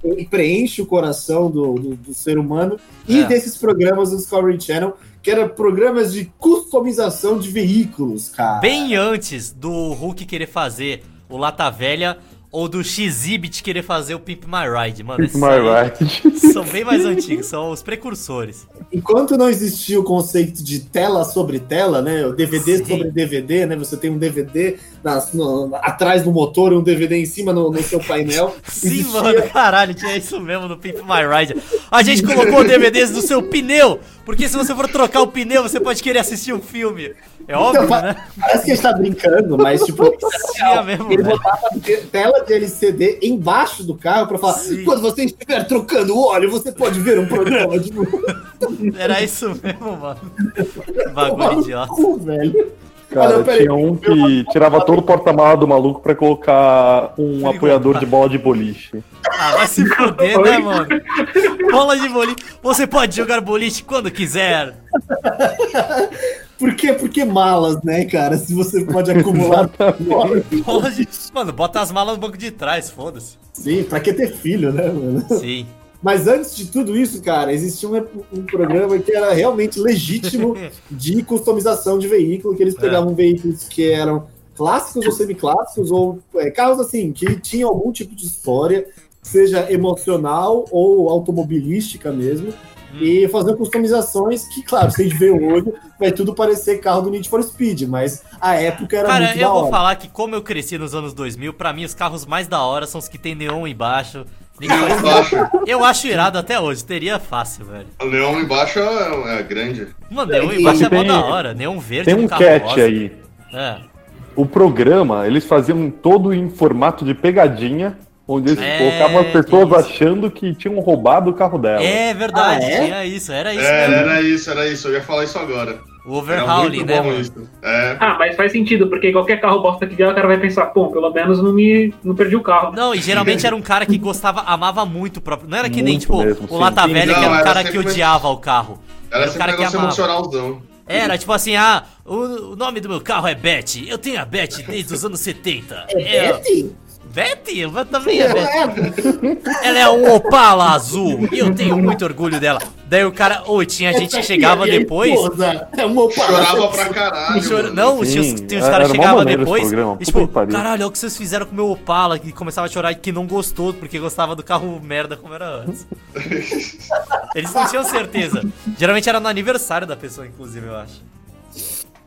[SPEAKER 2] que preenche o coração do, do, do ser humano e
[SPEAKER 1] É.
[SPEAKER 2] desses programas do Discovery Channel, que eram programas de customização de veículos, cara.
[SPEAKER 1] Bem antes do Hulk querer fazer o Lata Velha ou do Xzibit querer fazer o Pimp My Ride, mano. é
[SPEAKER 3] Pimp
[SPEAKER 1] esses
[SPEAKER 3] My
[SPEAKER 1] aí
[SPEAKER 3] Ride.
[SPEAKER 1] São bem mais antigos, são os precursores.
[SPEAKER 2] Enquanto não existia o conceito de tela sobre tela, né? O DVD
[SPEAKER 1] Sim.
[SPEAKER 2] sobre DVD, né? Você tem um DVD nas- no- atrás do motor e um DVD em cima no, no seu painel.
[SPEAKER 1] Sim,
[SPEAKER 2] Existia-
[SPEAKER 1] mano, é caralho, tinha isso mesmo no Pimp My Ride. A gente colocou DVDs no seu pneu, porque se você for trocar o pneu, você pode querer assistir um filme. É óbvio,
[SPEAKER 2] Então, pa-
[SPEAKER 1] né?
[SPEAKER 2] Parece que a gente tá brincando, mas tipo.
[SPEAKER 1] Tinha mesmo,
[SPEAKER 2] Ele
[SPEAKER 1] velho.
[SPEAKER 2] botava te- tela de LCD embaixo do carro pra falar:
[SPEAKER 1] Sim.
[SPEAKER 2] quando você estiver trocando o óleo, você pode ver um programa de
[SPEAKER 1] Era isso mesmo, mano. Bagulho idiota.
[SPEAKER 2] cu, velho.
[SPEAKER 3] Cara,
[SPEAKER 2] não, peraí.
[SPEAKER 3] tinha um que tirava todo o porta-mala do maluco pra colocar um
[SPEAKER 1] Frigobar.
[SPEAKER 3] apoiador de bola de boliche.
[SPEAKER 1] Ah, vai se fuder, né, mano? Bola de boliche. Você pode jogar boliche quando quiser.
[SPEAKER 2] Por quê? Porque malas, né, cara? Se você pode acumular. óleo.
[SPEAKER 1] Bola de... Mano, bota as malas no banco de trás, foda-se.
[SPEAKER 2] Sim, pra que ter filho, né, mano?
[SPEAKER 1] Sim.
[SPEAKER 2] Mas antes de tudo isso, cara, existia um, um programa que era realmente legítimo de customização de veículo, que eles
[SPEAKER 1] É.
[SPEAKER 2] pegavam veículos que eram clássicos ou semiclássicos, ou é, carros assim, que tinham algum tipo de história, seja emocional ou automobilística mesmo,
[SPEAKER 1] Hum.
[SPEAKER 2] e fazer customizações que, claro, se a gente vê hoje, vai tudo parecer carro do Need for Speed, mas a época era
[SPEAKER 1] Cara,
[SPEAKER 2] muito
[SPEAKER 1] eu
[SPEAKER 2] da
[SPEAKER 1] vou
[SPEAKER 2] hora.
[SPEAKER 1] falar que como eu cresci nos anos 2000, pra mim os carros mais da hora são os que tem neon embaixo. Ninguém
[SPEAKER 5] Leão
[SPEAKER 1] faz-
[SPEAKER 5] embaixo.
[SPEAKER 1] Eu acho irado até hoje, teria fácil, velho.
[SPEAKER 5] Leão embaixo é, é grande.
[SPEAKER 1] Mano, neon embaixo é mó
[SPEAKER 3] Tem-
[SPEAKER 1] da hora. Neon verde
[SPEAKER 3] Tem
[SPEAKER 1] com
[SPEAKER 3] um
[SPEAKER 1] carro
[SPEAKER 3] cat
[SPEAKER 1] rosa.
[SPEAKER 3] aí.
[SPEAKER 1] É.
[SPEAKER 3] O programa, eles faziam todo em formato de pegadinha, onde eles
[SPEAKER 1] É,
[SPEAKER 3] colocavam as pessoas
[SPEAKER 1] isso. achando
[SPEAKER 3] achando que tinham roubado o carro dela.
[SPEAKER 1] É verdade,
[SPEAKER 2] Ah, é?
[SPEAKER 1] tinha isso, era isso
[SPEAKER 5] É,
[SPEAKER 1] mesmo.
[SPEAKER 5] era isso, era isso. Eu ia falar isso agora.
[SPEAKER 1] O
[SPEAKER 5] Era
[SPEAKER 1] overhauling,
[SPEAKER 5] muito
[SPEAKER 1] né,
[SPEAKER 5] bom
[SPEAKER 1] mano?
[SPEAKER 5] isso. É.
[SPEAKER 4] Ah, mas faz sentido, porque qualquer carro bosta que vier, o cara vai pensar, pô, pelo menos não me não perdi o carro.
[SPEAKER 1] Não, e geralmente era um cara que gostava, amava muito o próprio. Não era que nem,
[SPEAKER 3] Muito
[SPEAKER 1] tipo,
[SPEAKER 3] mesmo,
[SPEAKER 1] o
[SPEAKER 3] sim.
[SPEAKER 1] Lata
[SPEAKER 5] Sim,
[SPEAKER 1] Velha, que
[SPEAKER 5] não,
[SPEAKER 1] era um
[SPEAKER 5] era
[SPEAKER 1] cara que
[SPEAKER 5] sempre-
[SPEAKER 1] odiava o carro.
[SPEAKER 5] Era
[SPEAKER 1] Era o cara
[SPEAKER 5] sempre um
[SPEAKER 1] que
[SPEAKER 5] negócio
[SPEAKER 1] amava.
[SPEAKER 5] emocionalzão.
[SPEAKER 1] Era tipo assim, ah, o, o nome do meu carro é Beth. Eu tenho a Beth desde os anos 70. É,
[SPEAKER 2] Sim,
[SPEAKER 1] Beth? Eu também é Beth. Ela é um Opala azul e eu tenho muito orgulho dela. Daí o cara, ou
[SPEAKER 3] É
[SPEAKER 1] tinha gente que chegava
[SPEAKER 2] minha
[SPEAKER 1] depois.
[SPEAKER 2] esposa É uma opala.
[SPEAKER 5] Chorava pra caralho.
[SPEAKER 1] Chora-
[SPEAKER 5] mano.
[SPEAKER 1] Não, os,
[SPEAKER 3] Sim,
[SPEAKER 1] os, os
[SPEAKER 3] era
[SPEAKER 1] caras
[SPEAKER 3] mó
[SPEAKER 1] chegavam
[SPEAKER 3] maneiro esse
[SPEAKER 1] depois e
[SPEAKER 3] programa, puta
[SPEAKER 1] tipo,
[SPEAKER 3] que pariu.
[SPEAKER 1] caralho, olha o que vocês fizeram com o meu Opala, que começava a chorar e que não gostou porque gostava do carro merda como era antes. Eles não tinham certeza. Geralmente era no aniversário da pessoa, inclusive, eu acho.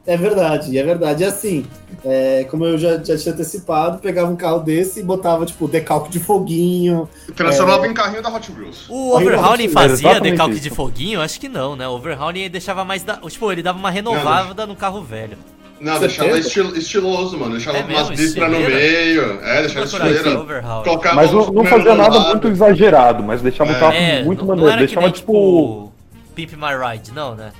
[SPEAKER 2] É verdade, é verdade. E assim, é, como eu já, já tinha antecipado, pegava um carro desse e botava, tipo, decalque de foguinho.
[SPEAKER 5] Transformava em carrinho da Hot Wheels.
[SPEAKER 1] O Overhauling
[SPEAKER 3] Era
[SPEAKER 1] fazia
[SPEAKER 3] exatamente
[SPEAKER 1] decalque
[SPEAKER 3] isso.
[SPEAKER 1] de foguinho? Acho que não, né? O Overhauling deixava mais da... Tipo, ele dava uma renovada no carro velho.
[SPEAKER 5] Não,
[SPEAKER 2] Você
[SPEAKER 5] deixava
[SPEAKER 2] tenta?
[SPEAKER 5] estil- estiloso, mano. Deixava
[SPEAKER 1] É
[SPEAKER 5] umas
[SPEAKER 1] mesmo,
[SPEAKER 5] bistras no
[SPEAKER 1] estileira?
[SPEAKER 5] meio. É, deixava
[SPEAKER 1] Vou procurar aqui,
[SPEAKER 5] estileira.
[SPEAKER 1] Overhauling.
[SPEAKER 5] Colocava
[SPEAKER 3] Mas não,
[SPEAKER 5] os
[SPEAKER 3] não
[SPEAKER 5] primeiros
[SPEAKER 3] fazia nada
[SPEAKER 5] lados.
[SPEAKER 3] muito exagerado, mas deixava
[SPEAKER 5] É.
[SPEAKER 3] o carro
[SPEAKER 1] É,
[SPEAKER 3] muito
[SPEAKER 1] não-
[SPEAKER 3] maneiro.
[SPEAKER 1] não era que
[SPEAKER 3] deixava
[SPEAKER 1] nem,
[SPEAKER 3] tipo...
[SPEAKER 1] tipo... Pimp My Ride, não, né?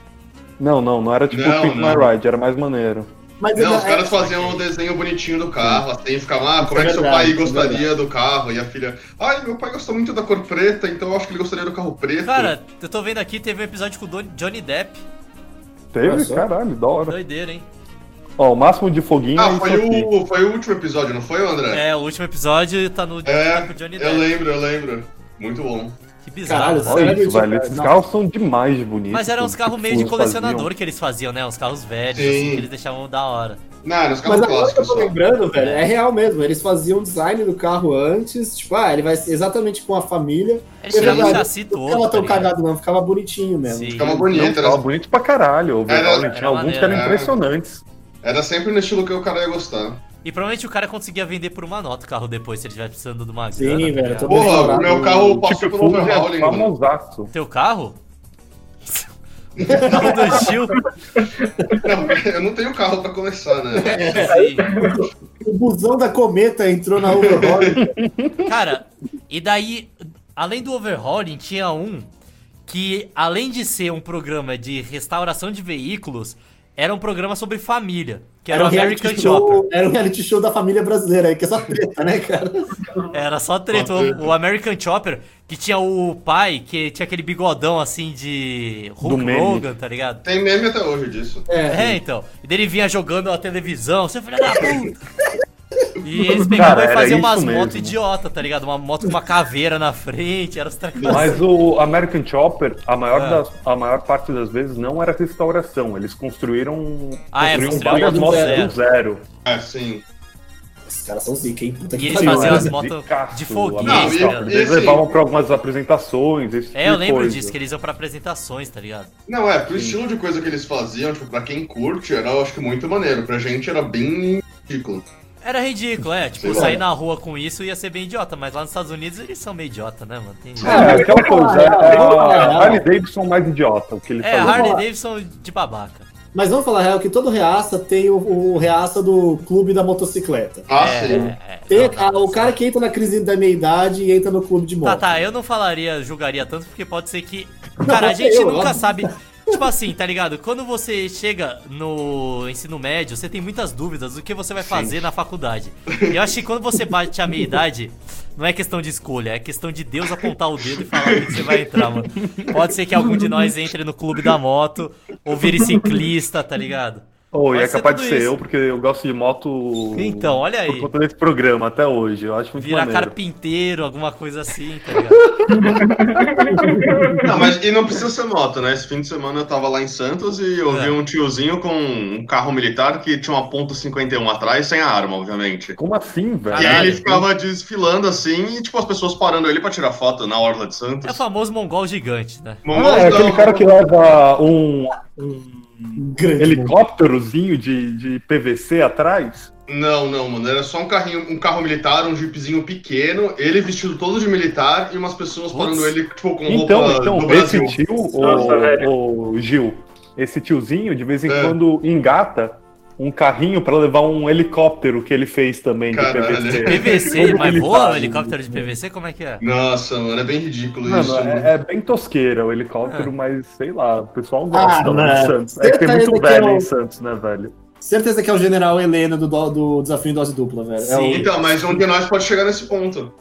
[SPEAKER 3] Não, não, não era tipo
[SPEAKER 5] Não,
[SPEAKER 3] Pimp
[SPEAKER 5] não.
[SPEAKER 3] My Ride, era mais maneiro.
[SPEAKER 2] Mas
[SPEAKER 5] Não,
[SPEAKER 2] é-
[SPEAKER 5] os caras faziam um desenho bonitinho do carro, assim, ficavam, ah, como é
[SPEAKER 2] É
[SPEAKER 5] que seu
[SPEAKER 2] verdade,
[SPEAKER 5] pai
[SPEAKER 2] é
[SPEAKER 5] gostaria do carro? E a filha, ai, meu pai gostou muito da cor preta, então eu acho que ele gostaria do carro preto.
[SPEAKER 1] Cara, eu tô vendo aqui, teve um episódio com o Don- Johnny Depp.
[SPEAKER 3] Teve?
[SPEAKER 2] Nossa.
[SPEAKER 3] Caralho, da hora.
[SPEAKER 1] Doideira, hein?
[SPEAKER 3] Ó, o máximo de foguinho é
[SPEAKER 5] ah,
[SPEAKER 3] isso
[SPEAKER 5] foi
[SPEAKER 3] aqui.
[SPEAKER 5] o, foi o último episódio, não foi, André?
[SPEAKER 1] É, o último episódio tá no tá com o Johnny
[SPEAKER 5] eu
[SPEAKER 1] Depp.
[SPEAKER 5] lembro, eu lembro. Muito bom.
[SPEAKER 1] Que bizarro.
[SPEAKER 2] Caralho,
[SPEAKER 1] né?
[SPEAKER 3] Olha
[SPEAKER 2] Sério,
[SPEAKER 3] isso, velho.
[SPEAKER 2] cara?
[SPEAKER 3] Esses
[SPEAKER 2] Não.
[SPEAKER 3] carros são demais de bonitos.
[SPEAKER 1] Mas eram uns
[SPEAKER 3] que
[SPEAKER 1] carros meio de
[SPEAKER 3] eles faziam.
[SPEAKER 1] colecionador que eles faziam, né? Uns carros velhos,
[SPEAKER 5] Sim.
[SPEAKER 1] assim, que eles deixavam da hora.
[SPEAKER 5] Não, era os
[SPEAKER 2] Mas
[SPEAKER 5] carros
[SPEAKER 2] agora que eu
[SPEAKER 5] clássicos
[SPEAKER 2] tô
[SPEAKER 5] só.
[SPEAKER 2] lembrando, velho, é real mesmo. Eles faziam o design do carro antes, tipo, ah, ele vai ser exatamente com a família.
[SPEAKER 1] Eles tiravam o
[SPEAKER 2] É verdade,
[SPEAKER 1] chassi
[SPEAKER 2] Não
[SPEAKER 1] todo.
[SPEAKER 2] ficava tão
[SPEAKER 1] um tá ligado?
[SPEAKER 2] cagado, não, ficava bonitinho mesmo.
[SPEAKER 1] Sim.
[SPEAKER 5] Ficava
[SPEAKER 3] Não,
[SPEAKER 5] bonito,
[SPEAKER 3] tava
[SPEAKER 5] era,
[SPEAKER 3] É um bonito pra caralho. O
[SPEAKER 5] Era-
[SPEAKER 3] Overhaul,
[SPEAKER 1] era
[SPEAKER 3] tinha alguns que eram
[SPEAKER 1] maneiro,
[SPEAKER 5] era.
[SPEAKER 3] impressionantes.
[SPEAKER 5] era sempre no estilo que o cara ia gostar.
[SPEAKER 1] E provavelmente o cara conseguia vender por uma nota o carro depois, se ele estiver precisando de uma
[SPEAKER 2] Sim,
[SPEAKER 1] grana. tá
[SPEAKER 2] velho,
[SPEAKER 1] ligado?
[SPEAKER 2] tô-
[SPEAKER 5] Porra, o meu carro
[SPEAKER 3] Tipo,
[SPEAKER 5] passou pelo
[SPEAKER 3] Full
[SPEAKER 5] overhauling,
[SPEAKER 3] é
[SPEAKER 5] mano.
[SPEAKER 3] famosaço.
[SPEAKER 1] Teu carro? o carro do Gil?
[SPEAKER 5] Não, eu não tenho carro pra começar, né?
[SPEAKER 1] Sim.
[SPEAKER 2] O busão da cometa entrou na overhaul.
[SPEAKER 1] Cara, e daí, além do overhauling, tinha um que, além de ser um programa de restauração de veículos, Era um programa sobre família, que
[SPEAKER 2] Era
[SPEAKER 1] era,
[SPEAKER 2] um,
[SPEAKER 1] o American
[SPEAKER 2] reality
[SPEAKER 1] Chopper.
[SPEAKER 2] show, era um reality show da família brasileira aí, que é só treta, né, cara?
[SPEAKER 1] Era só treta. O, o American Chopper, que tinha o pai, que tinha aquele bigodão assim de Hulk
[SPEAKER 3] meme.
[SPEAKER 1] Hogan, tá ligado?
[SPEAKER 5] Tem meme até hoje disso.
[SPEAKER 1] É, então. E daí ele vinha jogando a televisão, você filha da puta. E eles
[SPEAKER 3] Cara,
[SPEAKER 1] pegavam e
[SPEAKER 3] era
[SPEAKER 1] faziam
[SPEAKER 3] isso
[SPEAKER 1] umas
[SPEAKER 3] mesmo.
[SPEAKER 1] motos idiota, tá ligado? Uma moto com uma caveira na frente, era os trecados.
[SPEAKER 3] Mas o American Chopper, a maior,
[SPEAKER 1] Ah.
[SPEAKER 3] das- a maior parte das vezes, não era restauração. Eles construíram,
[SPEAKER 1] Ah, é,
[SPEAKER 3] construíam
[SPEAKER 1] construíram
[SPEAKER 3] várias
[SPEAKER 1] do
[SPEAKER 3] motos
[SPEAKER 1] zero.
[SPEAKER 3] do zero.
[SPEAKER 5] É, sim.
[SPEAKER 2] Os caras são zica, hein? Puta
[SPEAKER 1] E
[SPEAKER 2] que
[SPEAKER 1] eles
[SPEAKER 2] pariu,
[SPEAKER 1] faziam
[SPEAKER 2] né?
[SPEAKER 3] é
[SPEAKER 1] as motos
[SPEAKER 3] Ricaço,
[SPEAKER 1] de
[SPEAKER 5] Não,
[SPEAKER 1] foguinho,
[SPEAKER 5] e-
[SPEAKER 1] tá
[SPEAKER 3] American Chopper.
[SPEAKER 1] ligado?
[SPEAKER 5] e-
[SPEAKER 3] Eles
[SPEAKER 5] esse-
[SPEAKER 3] levavam pra algumas apresentações. esse
[SPEAKER 1] É, eu
[SPEAKER 3] tipo de
[SPEAKER 1] lembro
[SPEAKER 3] coisa.
[SPEAKER 1] disso, que eles iam pra apresentações, tá ligado?
[SPEAKER 5] Não, é, pro estilo de coisa que eles faziam, tipo, pra quem curte, era, eu acho que muito maneiro. Pra gente era bem ridículo.
[SPEAKER 1] Era ridículo, é. Tipo,
[SPEAKER 5] Sei lá.
[SPEAKER 1] sair na rua com isso ia ser bem idiota, mas lá nos Estados Unidos eles são meio idiota, né, mano? Tem...
[SPEAKER 3] É, aquela coisa. É, é
[SPEAKER 2] Ah,
[SPEAKER 3] a
[SPEAKER 2] não.
[SPEAKER 3] Harley Davidson mais idiota, o que ele
[SPEAKER 1] É,
[SPEAKER 3] falou.
[SPEAKER 1] Harley Davidson de babaca.
[SPEAKER 2] Mas vamos falar a real que todo reaça tem o, o reaça do clube da motocicleta.
[SPEAKER 5] Ah,
[SPEAKER 1] É,
[SPEAKER 5] sim.
[SPEAKER 1] é,
[SPEAKER 2] Tem
[SPEAKER 1] não, não,
[SPEAKER 2] a-
[SPEAKER 1] não,
[SPEAKER 2] o cara que entra na crise da meia-idade e entra no clube de moto.
[SPEAKER 1] Tá, tá, eu não falaria, julgaria tanto, porque pode ser que. Cara, a
[SPEAKER 2] pode ser
[SPEAKER 1] gente
[SPEAKER 2] eu,
[SPEAKER 1] nunca
[SPEAKER 2] ó.
[SPEAKER 1] sabe. Tipo assim, tá ligado? Quando você chega no ensino médio, você tem muitas dúvidas do que você vai fazer na faculdade. E eu acho que quando você bate a meia-idade, não é questão de escolha, é questão de Deus apontar o dedo e falar onde você vai entrar, mano. Pode ser que algum de nós entre no clube da moto, ou vire ciclista, tá ligado?
[SPEAKER 3] Oh, e
[SPEAKER 1] Pode
[SPEAKER 3] é
[SPEAKER 1] ser
[SPEAKER 3] capaz de
[SPEAKER 1] tudo
[SPEAKER 3] ser
[SPEAKER 1] isso.
[SPEAKER 3] eu, porque eu gosto de moto.
[SPEAKER 1] Então, olha aí.
[SPEAKER 3] Por conta desse programa até hoje. Eu acho muito
[SPEAKER 1] Virar
[SPEAKER 3] maneiro.
[SPEAKER 1] carpinteiro, alguma coisa assim, tá ligado?
[SPEAKER 5] Não, mas e não precisa ser moto, né? Esse fim de semana eu tava lá em Santos e eu vi
[SPEAKER 1] É.
[SPEAKER 5] um tiozinho com um carro militar que tinha uma ponto 51 atrás, sem a arma, obviamente.
[SPEAKER 3] Como assim, velho?
[SPEAKER 5] E aí
[SPEAKER 1] Caralho.
[SPEAKER 5] ele ficava desfilando assim e, tipo, as pessoas parando ele pra tirar foto na Orla de
[SPEAKER 1] É o
[SPEAKER 5] Santos.
[SPEAKER 1] famoso mongol gigante, né?
[SPEAKER 5] Mongolzão.
[SPEAKER 3] Ah, é aquele cara que leva um, um
[SPEAKER 2] Grande moto.
[SPEAKER 3] helicópterozinho de, de PVC atrás.
[SPEAKER 5] Não, não, mano. Era só um carrinho, um carro militar, um jeepzinho pequeno, ele vestido todo de militar e umas pessoas
[SPEAKER 1] Putz.
[SPEAKER 5] parando ele, tipo, com
[SPEAKER 3] Então,
[SPEAKER 5] roupa do
[SPEAKER 3] então esse
[SPEAKER 5] Brasil.
[SPEAKER 3] tio,
[SPEAKER 4] Nossa, velho.
[SPEAKER 3] o, o Gil, esse tiozinho, de vez em
[SPEAKER 5] É.
[SPEAKER 3] quando engata um carrinho pra levar um helicóptero que ele fez também
[SPEAKER 5] Caralho.
[SPEAKER 3] de PVC.
[SPEAKER 1] PVC,
[SPEAKER 3] Todo
[SPEAKER 1] mas
[SPEAKER 3] militar,
[SPEAKER 1] voa o
[SPEAKER 3] né?
[SPEAKER 1] helicóptero de PVC? Como é que é?
[SPEAKER 5] Nossa, mano, é bem ridículo
[SPEAKER 3] Mano,
[SPEAKER 5] isso. mano.
[SPEAKER 3] é, é bem tosqueira o
[SPEAKER 4] É.
[SPEAKER 3] helicóptero, mas sei lá, o pessoal
[SPEAKER 2] Ah,
[SPEAKER 3] gosta lá
[SPEAKER 2] mano.
[SPEAKER 3] em Santos. É que tem
[SPEAKER 2] Certeza
[SPEAKER 3] muito
[SPEAKER 2] que
[SPEAKER 3] velho
[SPEAKER 2] eu-
[SPEAKER 3] em Santos, né, velho?
[SPEAKER 2] Certeza que é o general Helena do, do, do desafio em dose dupla, velho. É
[SPEAKER 1] Sim.
[SPEAKER 2] o...
[SPEAKER 5] Então, mas um de nós pode chegar nesse ponto.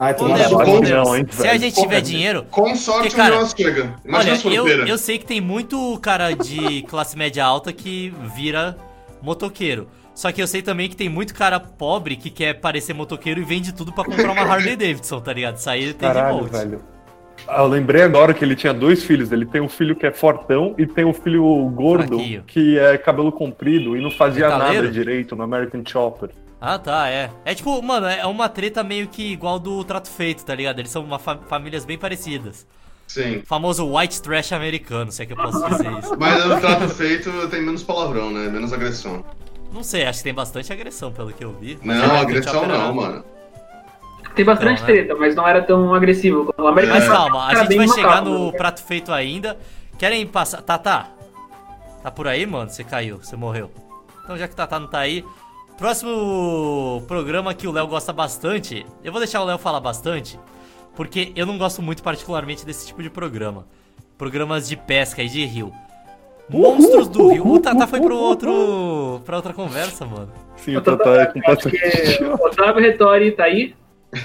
[SPEAKER 2] Ai, tá tô
[SPEAKER 1] Ô,
[SPEAKER 5] Não,
[SPEAKER 1] Deus,
[SPEAKER 5] não,
[SPEAKER 1] ô,
[SPEAKER 5] não,
[SPEAKER 1] Deus,
[SPEAKER 3] hein,
[SPEAKER 1] se
[SPEAKER 3] velho.
[SPEAKER 1] a gente tiver
[SPEAKER 5] Porra,
[SPEAKER 1] dinheiro.
[SPEAKER 5] Com sorte,
[SPEAKER 1] Porque, cara,
[SPEAKER 5] um de nós chega.
[SPEAKER 1] Olha,
[SPEAKER 5] Imagina as
[SPEAKER 1] eu,
[SPEAKER 5] fronteiras.
[SPEAKER 1] eu sei que tem muito cara de classe média alta que vira motoqueiro. Só que eu sei também que tem muito cara pobre que quer parecer motoqueiro e vende tudo pra comprar uma Harley Davidson, tá ligado? Isso aí tem de
[SPEAKER 3] Caralho,
[SPEAKER 1] monte.
[SPEAKER 3] velho. Ah, Eu lembrei agora que ele tinha dois filhos. Ele tem um filho que é fortão e tem um filho gordo
[SPEAKER 1] Fraquinho.
[SPEAKER 3] que é cabelo comprido e não fazia
[SPEAKER 1] Metaleiro?
[SPEAKER 3] nada direito no American Chopper.
[SPEAKER 1] Ah, tá, é. É tipo, mano, é uma treta meio que igual do Trato Feito, tá ligado? Eles são uma fa- famílias bem parecidas.
[SPEAKER 5] Sim.
[SPEAKER 1] O famoso white trash americano, se é que eu posso dizer isso.
[SPEAKER 5] Mas o trato feito tem menos palavrão, né? Menos agressão.
[SPEAKER 1] Não sei, acho que tem bastante agressão, pelo que eu vi. Mas
[SPEAKER 5] Não,
[SPEAKER 1] é,
[SPEAKER 5] agressão
[SPEAKER 1] operado.
[SPEAKER 5] não, mano.
[SPEAKER 4] Tem bastante
[SPEAKER 1] Então, né?
[SPEAKER 4] treta, mas não era tão agressivo. O América
[SPEAKER 1] Mas
[SPEAKER 5] É.
[SPEAKER 1] calma, a
[SPEAKER 4] Cara,
[SPEAKER 1] gente
[SPEAKER 4] Tá bem
[SPEAKER 1] vai chegar
[SPEAKER 4] macabro,
[SPEAKER 1] no
[SPEAKER 4] né?
[SPEAKER 1] prato feito ainda. Querem passar. Tatá? Tá por aí, mano? Você caiu, você morreu. Então, já que Tatá não tá aí. Próximo programa que o Léo gosta bastante. Eu vou deixar o Léo falar bastante. Porque eu não gosto muito, particularmente, desse tipo de programa. Programas de pesca e de rio. Monstros do rio. O Tatá foi pro outro. pra outra conversa, mano.
[SPEAKER 3] Sim, o Tatá é
[SPEAKER 4] acho que
[SPEAKER 3] completamente.
[SPEAKER 4] Otávio Retori tá aí?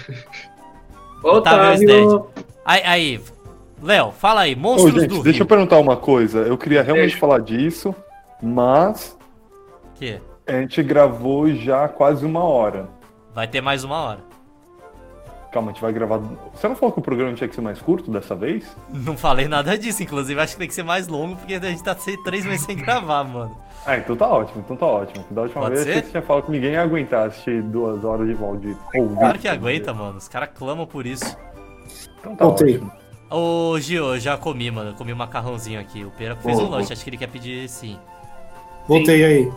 [SPEAKER 1] Otávio
[SPEAKER 4] Otávio.
[SPEAKER 1] Aí, aí. Léo, fala aí.
[SPEAKER 3] Ô,
[SPEAKER 1] Monstros do
[SPEAKER 3] gente, deixa
[SPEAKER 1] rio.
[SPEAKER 3] eu perguntar uma coisa. Eu queria realmente
[SPEAKER 4] Deixa.
[SPEAKER 3] falar disso, mas
[SPEAKER 1] Que?
[SPEAKER 3] a gente gravou já quase uma hora.
[SPEAKER 1] Vai ter mais uma hora.
[SPEAKER 3] Calma, a gente vai gravar. Você não falou que o programa tinha que ser mais curto dessa vez?
[SPEAKER 1] Não falei nada disso, inclusive acho que tem que ser mais longo, porque a gente tá sem- três meses sem gravar, mano.
[SPEAKER 3] Ah, então tá ótimo, então tá ótimo. Da última
[SPEAKER 1] Pode
[SPEAKER 3] vez
[SPEAKER 1] ser?
[SPEAKER 3] achei que você tinha falado que ninguém ia aguentar assistir duas horas de Valdir.
[SPEAKER 1] Claro que aguenta, mano. Os caras clamam por isso.
[SPEAKER 3] Então tá
[SPEAKER 2] Voltei.
[SPEAKER 3] ótimo.
[SPEAKER 1] Ô, Gil, eu já comi, mano. Eu comi um macarrãozinho aqui. O Pera fez
[SPEAKER 5] Boa,
[SPEAKER 1] um lanche, acho que ele quer pedir sim.
[SPEAKER 2] Voltei aí.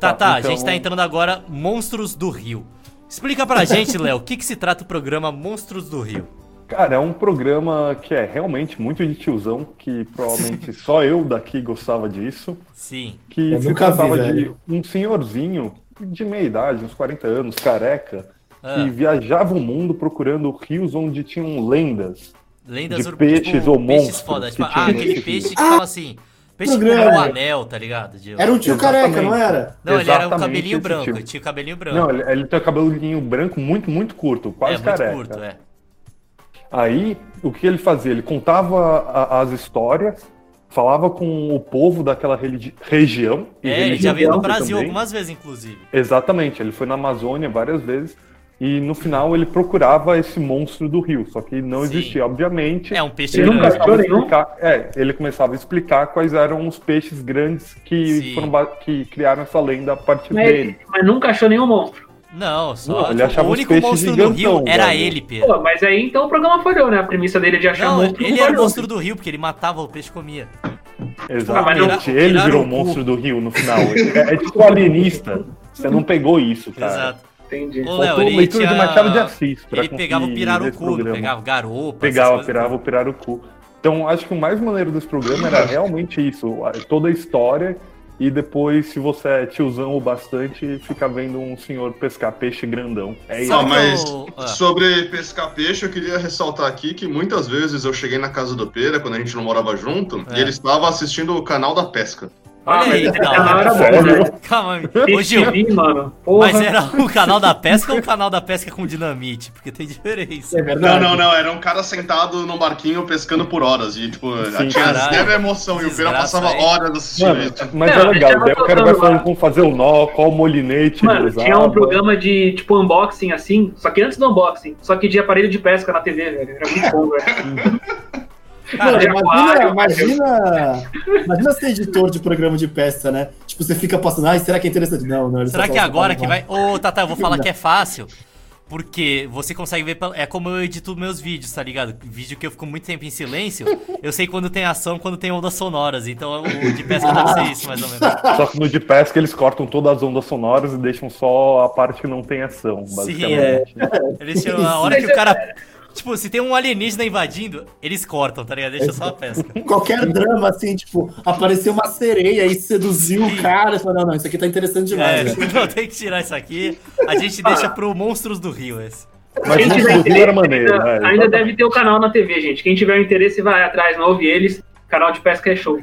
[SPEAKER 1] Tá, tá,
[SPEAKER 3] Tá,
[SPEAKER 1] a
[SPEAKER 3] então-
[SPEAKER 1] gente tá entrando agora Monstros do Rio. Explica pra gente, Léo, o que, que se trata o programa Monstros do Rio?
[SPEAKER 3] Cara, é um programa que é realmente muito de tiozão, que provavelmente só eu daqui gostava disso.
[SPEAKER 1] Sim.
[SPEAKER 3] Que
[SPEAKER 2] Eu
[SPEAKER 3] se
[SPEAKER 2] nunca vi,
[SPEAKER 3] tratava de
[SPEAKER 2] velho.
[SPEAKER 3] um senhorzinho de meia idade, uns 40 anos, careca,
[SPEAKER 1] Ah,
[SPEAKER 3] que viajava o mundo procurando rios onde tinham lendas.
[SPEAKER 1] lendas
[SPEAKER 3] de
[SPEAKER 1] ur-
[SPEAKER 3] peixes ou monstros
[SPEAKER 1] foda.
[SPEAKER 3] que
[SPEAKER 1] Tipo,
[SPEAKER 3] tinham
[SPEAKER 1] ah, aquele
[SPEAKER 3] nesse
[SPEAKER 1] peixe que fala assim: Peixe com
[SPEAKER 2] programa.
[SPEAKER 1] o anel, tá ligado? De-
[SPEAKER 2] Era um tio careca,
[SPEAKER 3] Exatamente.
[SPEAKER 2] não era?
[SPEAKER 1] Não, ele era um
[SPEAKER 3] Exatamente
[SPEAKER 1] cabelinho
[SPEAKER 3] esse
[SPEAKER 1] branco,
[SPEAKER 3] tipo.
[SPEAKER 1] tinha o cabelinho branco.
[SPEAKER 3] Não, ele, ele tem o cabelinho branco muito, muito curto, quase
[SPEAKER 1] é, muito
[SPEAKER 3] careca.
[SPEAKER 1] curto, é.
[SPEAKER 3] Aí, o que ele fazia? Ele contava a- as histórias, falava com o povo daquela religi- região. e
[SPEAKER 1] É, ele
[SPEAKER 3] religião
[SPEAKER 1] já veio no
[SPEAKER 3] também.
[SPEAKER 1] Brasil é? algumas vezes, inclusive.
[SPEAKER 3] Exatamente, ele foi na Amazônia várias vezes. E no final ele procurava esse monstro do rio, só que não
[SPEAKER 1] Sim.
[SPEAKER 3] existia, obviamente.
[SPEAKER 1] É um peixe
[SPEAKER 3] Ele
[SPEAKER 4] Ele nunca
[SPEAKER 1] grande.
[SPEAKER 3] começava, a
[SPEAKER 4] achou nenhum?
[SPEAKER 3] explicar, é, ele começava a explicar quais eram os peixes grandes que,
[SPEAKER 1] Sim.
[SPEAKER 3] foram ba- que criaram essa lenda a partir
[SPEAKER 4] Mas,
[SPEAKER 3] dele.
[SPEAKER 4] mas nunca achou nenhum monstro.
[SPEAKER 1] Não, só
[SPEAKER 3] Não, ele
[SPEAKER 1] tipo,
[SPEAKER 3] achava
[SPEAKER 1] o
[SPEAKER 3] os
[SPEAKER 1] único
[SPEAKER 3] peixes
[SPEAKER 1] monstro do
[SPEAKER 3] gigantão,
[SPEAKER 1] rio era
[SPEAKER 3] velho.
[SPEAKER 1] ele, Pedro.
[SPEAKER 4] Pô, mas aí então o programa falhou, né? A premissa dele de
[SPEAKER 1] É.
[SPEAKER 4] achar
[SPEAKER 1] Não,
[SPEAKER 4] monstro
[SPEAKER 1] ele
[SPEAKER 4] não
[SPEAKER 1] era o
[SPEAKER 4] falhou.
[SPEAKER 1] monstro do rio, porque ele matava o peixe e comia.
[SPEAKER 3] Exatamente,
[SPEAKER 1] Irá-
[SPEAKER 3] ele
[SPEAKER 1] Irá
[SPEAKER 3] virou o
[SPEAKER 1] no
[SPEAKER 3] monstro do rio no final. É, é tipo alienista. Você não pegou isso, cara.
[SPEAKER 1] Exato.
[SPEAKER 4] Entendi.
[SPEAKER 1] Ô,
[SPEAKER 3] Faltou
[SPEAKER 1] Léo, ele
[SPEAKER 3] leitura
[SPEAKER 1] tinha...
[SPEAKER 3] de Machado de Assis pra
[SPEAKER 1] Ele pegava o
[SPEAKER 3] conseguir esse
[SPEAKER 1] pirarucu, não
[SPEAKER 3] programa.
[SPEAKER 1] pegava garopa.
[SPEAKER 3] Pegava,
[SPEAKER 1] essas coisas.
[SPEAKER 3] pirava, pirava o cu. Então, acho que o mais maneiro desse programa era realmente isso, a- toda a história. E depois, se você é tiozão o bastante, fica vendo um senhor pescar peixe grandão. É isso.
[SPEAKER 5] Não,
[SPEAKER 1] que
[SPEAKER 5] mas
[SPEAKER 1] eu- ah.
[SPEAKER 5] sobre pescar peixe, eu queria ressaltar aqui que muitas vezes eu cheguei na casa do Pera, quando a gente não morava junto,
[SPEAKER 1] É.
[SPEAKER 5] e ele estava assistindo o canal da pesca.
[SPEAKER 3] Ah,
[SPEAKER 1] Olha aí, que da
[SPEAKER 4] canal
[SPEAKER 1] hora.
[SPEAKER 4] era bom, né?
[SPEAKER 1] Calma, ô
[SPEAKER 4] Peixe
[SPEAKER 1] Gil,
[SPEAKER 4] vi, mano. Porra.
[SPEAKER 1] mas é. era o canal da pesca ou o canal da pesca com dinamite? Porque tem diferença.
[SPEAKER 2] É
[SPEAKER 5] Não,
[SPEAKER 2] verdade.
[SPEAKER 5] não, não. Era um cara sentado no barquinho pescando por horas. E, tipo,
[SPEAKER 3] Sim,
[SPEAKER 5] tinha
[SPEAKER 1] caralho.
[SPEAKER 5] zero emoção. E o Pera
[SPEAKER 1] Desgraça,
[SPEAKER 5] passava
[SPEAKER 1] hein?
[SPEAKER 5] horas assistindo
[SPEAKER 3] Mano,
[SPEAKER 5] isso.
[SPEAKER 3] mas
[SPEAKER 4] Não,
[SPEAKER 3] é legal,
[SPEAKER 4] deixa
[SPEAKER 3] daí
[SPEAKER 4] eu
[SPEAKER 3] o cara vai
[SPEAKER 4] voltando
[SPEAKER 3] falando
[SPEAKER 4] lá.
[SPEAKER 3] como fazer o nó, qual molinete
[SPEAKER 4] Mano,
[SPEAKER 3] ele
[SPEAKER 4] tinha um
[SPEAKER 3] usava.
[SPEAKER 4] programa de tipo unboxing assim, só que antes do unboxing, só que de aparelho de pesca na TV, velho. Era muito bom, velho.
[SPEAKER 2] Mano,
[SPEAKER 4] Era
[SPEAKER 2] imagina,
[SPEAKER 4] aquário,
[SPEAKER 2] imagina, imagina ser editor de programa de peça, né? Tipo, você fica passando, ai, será que é interessante? Não, não. ele
[SPEAKER 1] Será
[SPEAKER 2] só
[SPEAKER 1] que é
[SPEAKER 2] fala, tá,
[SPEAKER 1] agora que
[SPEAKER 2] tá,
[SPEAKER 1] vai. Ô, Tata, eu vou falar que é fácil. Porque você consegue ver. pela- É como eu edito meus vídeos, tá ligado? Vídeo que eu fico muito tempo em silêncio. Eu sei quando tem ação, quando tem ondas sonoras. Então o de pesca deve ser isso, mais ou menos.
[SPEAKER 3] Só que no de pesca eles cortam todas as ondas sonoras e deixam só a parte que não tem ação, basicamente.
[SPEAKER 1] Eles tiram a hora que o cara. Tipo, se tem um alienígena invadindo, eles cortam, tá ligado? Deixa só a pesca.
[SPEAKER 2] Qualquer drama, assim, tipo, apareceu uma sereia e seduziu o cara. Você fala, não, não, isso aqui tá interessante demais,
[SPEAKER 1] É,
[SPEAKER 2] né?
[SPEAKER 1] não tem que tirar isso aqui. A gente deixa pro Monstros do Rio esse.
[SPEAKER 3] Mas
[SPEAKER 4] Gente,
[SPEAKER 3] o do
[SPEAKER 4] ainda-
[SPEAKER 3] Rio era maneiro, né?
[SPEAKER 4] ainda
[SPEAKER 3] Exatamente.
[SPEAKER 4] deve ter o canal na TV, gente. Quem tiver interesse vai atrás, não ouve eles. Canal de pesca é show.